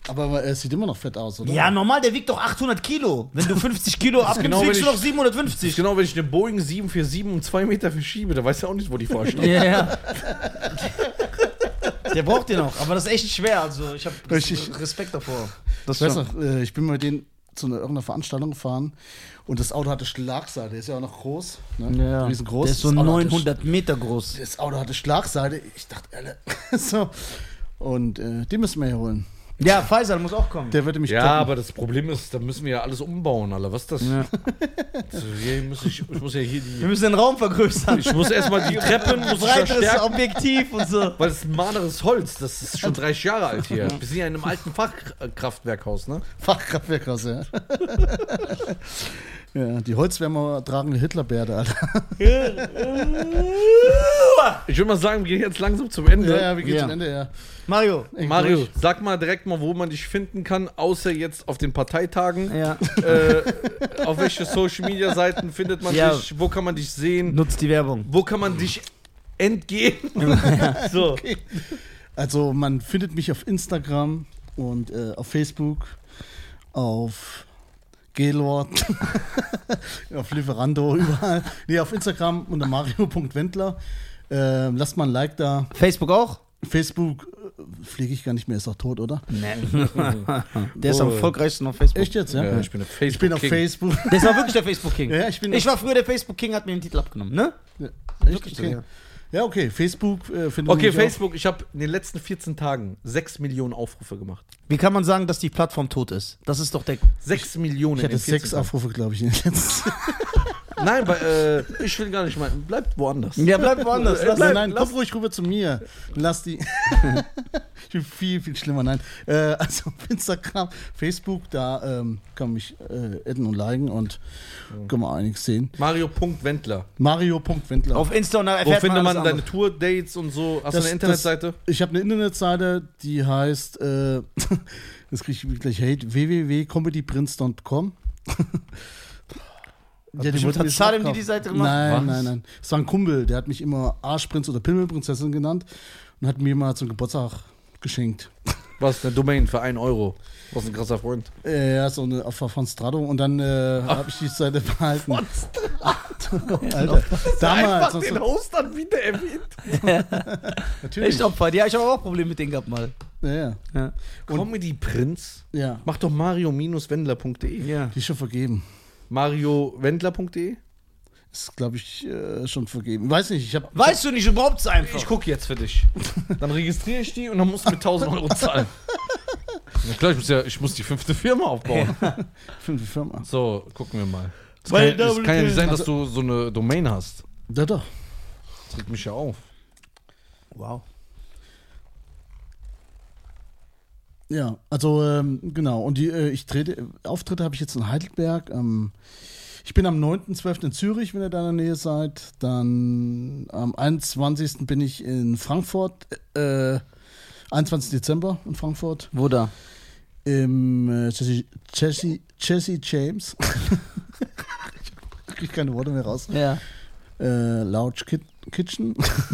S3: Aber er sieht immer noch fett aus, oder?
S1: Ja, normal, der wiegt doch 800 Kilo. Wenn du 50 Kilo abnimmst,
S2: genau,
S1: wiegst
S2: wenn
S1: du noch
S2: ich- Ist
S1: 750.
S2: genau, wenn ich eine Boeing 747 um zwei Meter verschiebe, da weiß er auch nicht, wo die vorsteht.
S1: Ja, ja. Der braucht den auch, aber das ist echt schwer. Also ich habe
S3: Richtig.
S1: Respekt davor.
S3: Das ich weiß noch, äh, ich bin mit denen zu einer, irgendeiner Veranstaltung gefahren und das Auto hatte Schlagseite. Der ist ja auch noch groß. Ne?
S1: Ja,
S3: Riesengroß.
S1: Der ist so
S3: Das Auto hatte
S1: 900 Meter groß.
S3: das Auto hatte Schlagseite. Ich dachte, alle. so. Und äh, die müssen wir hier holen.
S1: Ja, Faisal muss auch kommen.
S3: Der würde mich
S2: Ja,
S3: toppen.
S2: aber das Problem ist, da müssen wir ja alles umbauen, Alter. Was ist das?
S1: Ja.
S2: Also hier muss ich, ich muss ja hier
S1: Wir
S2: die.
S1: müssen den Raum vergrößern.
S2: Ich muss erstmal die Treppen muss ich
S1: Breiteres
S2: verstärken.
S1: Objektiv und so.
S2: Weil das ist ein maderes Holz, das ist schon 30 Jahre alt hier. Wir sind ja in einem alten Fachkraftwerkhaus, ne?
S3: Fachkraftwerk raus, ja. ja. Die Holzwärmer tragen die Hitlerbärde, Alter.
S2: Ich würde mal sagen, wir gehen jetzt langsam zum Ende.
S3: wie
S1: Ja.
S3: Ende, ja.
S1: Mario.
S3: Eng
S2: Mario,
S3: durch.
S2: sag mal direkt mal, wo man dich finden kann, außer jetzt auf den Parteitagen.
S1: Ja.
S2: Äh, auf welche Social Media Seiten findet man
S1: Ja.
S2: dich? Wo kann man dich sehen?
S1: Nutzt die Werbung.
S2: Wo kann man dich entgehen? so.
S3: Also, man findet mich auf Instagram und äh, auf Facebook, auf Gelord, auf Lieferando, überall. Nee, auf Instagram unter mario.wendler. Äh, lasst mal ein Like da.
S1: Facebook auch?
S3: Facebook äh, pflege ich gar nicht mehr, ist doch tot, oder?
S1: Der ist am
S2: Oh.
S1: erfolgreichsten auf Facebook.
S3: Echt jetzt, ja?
S2: Ja,
S3: ich,
S2: ich bin auf
S3: bin
S2: Facebook.
S3: auf
S2: King.
S3: Facebook.
S1: Der ist auch wirklich der Facebook King.
S3: Ja, ich bin
S1: Ich war früher der Facebook King, hat mir den Titel abgenommen, ne?
S3: Ja,
S1: Wirklich
S3: Echt?
S1: so,
S3: Okay.
S1: ja.
S3: Ja. okay, Facebook äh, findet man
S2: Okay,
S3: mich auch.
S2: Facebook, ich habe in den letzten 14 Tagen 6 Millionen Aufrufe gemacht.
S1: Wie kann man sagen, dass die Plattform tot ist? Das ist doch der.
S2: 6 Millionen
S3: Ich hatte
S2: in den 14
S3: sechs
S2: Tagen.
S3: Aufrufe, glaube ich, in den letzten.
S2: Nein, weil, äh, ich will gar nicht mal. Bleibt woanders.
S1: Ja, bleib woanders. Lass
S3: Also nein, nein, komm ruhig rüber zu mir. Lass die. ich bin viel, viel schlimmer. Nein. Äh, also auf Instagram, Facebook, da ähm, kann man mich äh, adden und liken und kann man einiges sehen.
S2: Mario.Wendler.
S3: Mario.wendler.
S1: Auf Insta und dann
S2: Wo
S1: erfährt
S2: findet
S1: man,
S2: man
S1: alles
S2: deine
S1: andere.
S2: Tour-Dates und so? Hast
S3: Das-
S2: du eine Internetseite?
S3: Das, ich habe eine Internetseite, die heißt, äh, das kriege ich gleich Hate, www.comedyprince.com. ja,
S1: bestimmt
S3: wollten
S1: hat
S3: mir
S1: Salim
S3: abkaufen.
S1: dir die Seite gemacht.
S3: Nein,
S2: Was?
S3: nein, nein. Es war ein Kumpel, der hat mich immer Arschprinz oder Pimmelprinzessin genannt und hat mir mal zum Geburtstag geschenkt.
S2: Was? Eine Domain für 1 Euro. Was ein krasser Freund.
S3: Äh, Ja, so eine Opfer von Strato und dann äh, habe ich die Seite behalten. Alter, damals. hast du-
S2: Host dann wieder erwähnt.
S3: Natürlich.
S1: Echt Opfer. Ja, ich habe auch Probleme mit denen gehabt mal.
S3: Ja, ja.
S1: Ja.
S2: Comedy Prinz?
S3: ja.
S2: Mach doch mario-wendler.de.
S1: ja.
S3: Die ist schon vergeben.
S2: Mario-wendler.de?
S3: Ist, glaube ich, äh, schon vergeben. Weiß nicht, ich habe
S1: Weißt du nicht, du brauchst es einfach.
S2: Ich guck jetzt für dich. Dann registriere ich die und dann musst du mit 1000 Euro zahlen. Na klar, ich muss, ja, ich muss die fünfte Firma aufbauen.
S3: Fünfte Firma.
S2: So, gucken wir mal. Es
S1: Weil
S2: kann, ja- es kann ja nicht sein, dass du so eine Domain hast.
S3: Da doch.
S2: Das regt mich ja auf.
S1: wow.
S3: Ja, also ähm, genau. Und die, äh, ich trete, Auftritte habe ich jetzt in Heidelberg. Ähm, ich bin am 9.12. in Zürich, wenn ihr da in der Nähe seid. Dann am 21. bin ich in Frankfurt. Äh, 21. Dezember in Frankfurt.
S1: Wo da?
S3: Im äh, Jesse, Jesse, Jesse James. ich kriege keine Worte mehr raus.
S1: Ja.
S3: Äh, Lounge Ki Kitchen.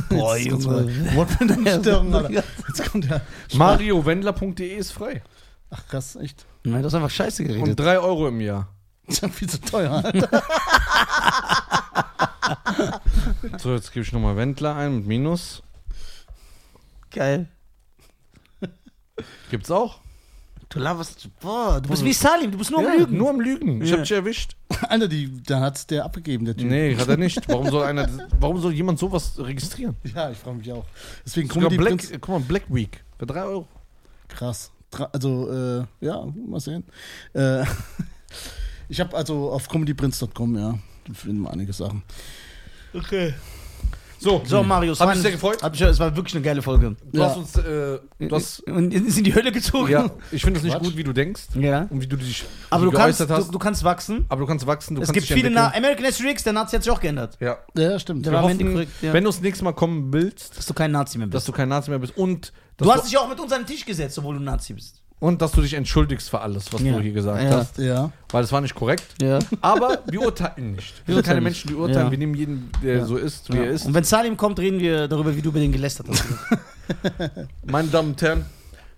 S1: Boah,
S3: Jetzt kommt
S1: Junge.
S3: mal Wortfindungsstörung, Alter. Jetzt kommt der.
S2: MarioWendler.de ist frei.
S3: Ach krass, echt.
S1: Nein, das ist einfach scheiße
S2: Und
S1: geredet.
S2: 3 Euro im Jahr.
S3: Ist ja viel zu teuer.
S2: So, jetzt gebe ich nochmal Wendler ein mit Minus.
S1: Geil.
S2: Gibt's auch.
S1: Du laberst. Boah, du bist wie Salim, du bist nur am Lügen.
S2: Nur am Lügen. Ich
S1: Ja.
S2: hab dich erwischt.
S3: Alter, die, da hat's der abgegeben, der Typ.
S2: Nee, hat er nicht. Warum soll einer, warum soll jemand sowas registrieren?
S3: Ja, ich frage mich auch. Deswegen
S2: Sogar
S3: kommen die
S2: Black,
S3: Prinz
S2: guck mal, Black Week. Für 3 Euro.
S3: krass. Tra- Also, äh, ja, mal sehen. Äh, ich habe also auf comedyprinz.com, ja, da finden wir einige Sachen.
S1: Okay.
S2: So,
S1: So, Marius.
S2: Hab
S1: war
S2: mich
S1: ein-
S2: sehr gefreut.
S1: Hab ich, es war wirklich eine geile Folge.
S2: du
S3: Ja.
S2: hast uns, äh, du hast,
S1: Und ist in die Hölle gezogen.
S2: ja, ich finde es nicht
S3: Quatsch.
S2: gut, wie du denkst
S1: Ja.
S2: und wie du dich
S1: Aber du
S2: wie
S1: kannst, du,
S2: geäußert hast.
S1: du kannst wachsen.
S2: aber du kannst wachsen, du
S1: es
S2: kannst
S1: gibt
S2: dich
S1: viele Na
S2: entwickeln.
S1: American History X, der Nazi hat sich auch geändert.
S2: Ja.
S3: Ja, stimmt.
S1: Der
S2: Wir
S1: war am Ende
S2: hoffen,
S1: korrekt, ja.
S2: Wenn du das nächste Mal kommen willst,
S1: Dass du kein Nazi mehr
S2: dass
S1: bist.
S2: du kein Nazi mehr bist und dass
S1: Du hast dich auch mit uns an den Tisch gesetzt, obwohl du Nazi bist.
S2: und dass du dich entschuldigst für alles, was
S1: Ja.
S2: du hier gesagt
S1: Ja.
S2: hast,
S3: Ja,
S2: weil das war nicht korrekt.
S1: Ja.
S2: Aber wir urteilen nicht. Wir sind keine
S1: urteilen
S2: Menschen, die urteilen.
S1: Ja.
S2: Wir nehmen jeden, der
S3: Ja.
S2: so ist, wie er ist.
S1: Und wenn Salim kommt, reden wir darüber, wie du über den gelästert hast.
S2: Meine Damen und Herren,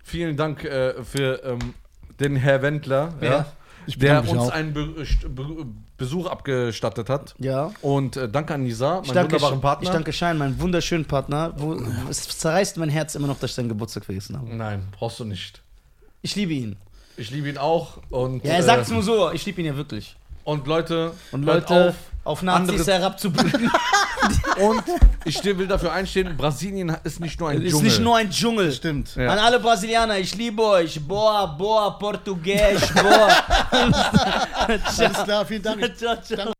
S2: vielen Dank äh, für ähm, den Herr Wendler,
S1: Ja.
S2: ja,
S3: ich
S2: der
S3: bedanke mich
S2: uns
S3: auch.
S2: einen Be Be Besuch abgestattet hat.
S1: ja.
S2: Und äh, danke an Nisa,
S1: Ich
S2: meinen
S1: danke,
S2: wunderbaren Partner.
S1: ich danke Schein, meinen wunderschönen Partner. Wo, es zerreißt mein Herz immer noch, dass ich deinen Geburtstag vergessen habe.
S2: Nein, brauchst du nicht.
S1: Ich liebe ihn.
S2: Ich liebe ihn auch. Und, äh,
S1: Ja, er sagt es nur so, ich liebe ihn ja wirklich.
S2: und Leute,
S1: Und
S2: hört
S1: Leute,
S2: auf.
S1: auf, Nazis
S2: andere-
S1: herabzublicken,
S2: Und ich steh- will dafür einstehen, Brasilien ist nicht nur ein
S1: ist
S2: Dschungel.
S1: nicht nur ein Dschungel.
S3: Stimmt.
S2: Ja.
S1: An alle Brasilianer, ich liebe euch. Boa, boa, Portugies, boa.
S3: Alles klar, vielen Dank. Ich
S1: ciao, ciao.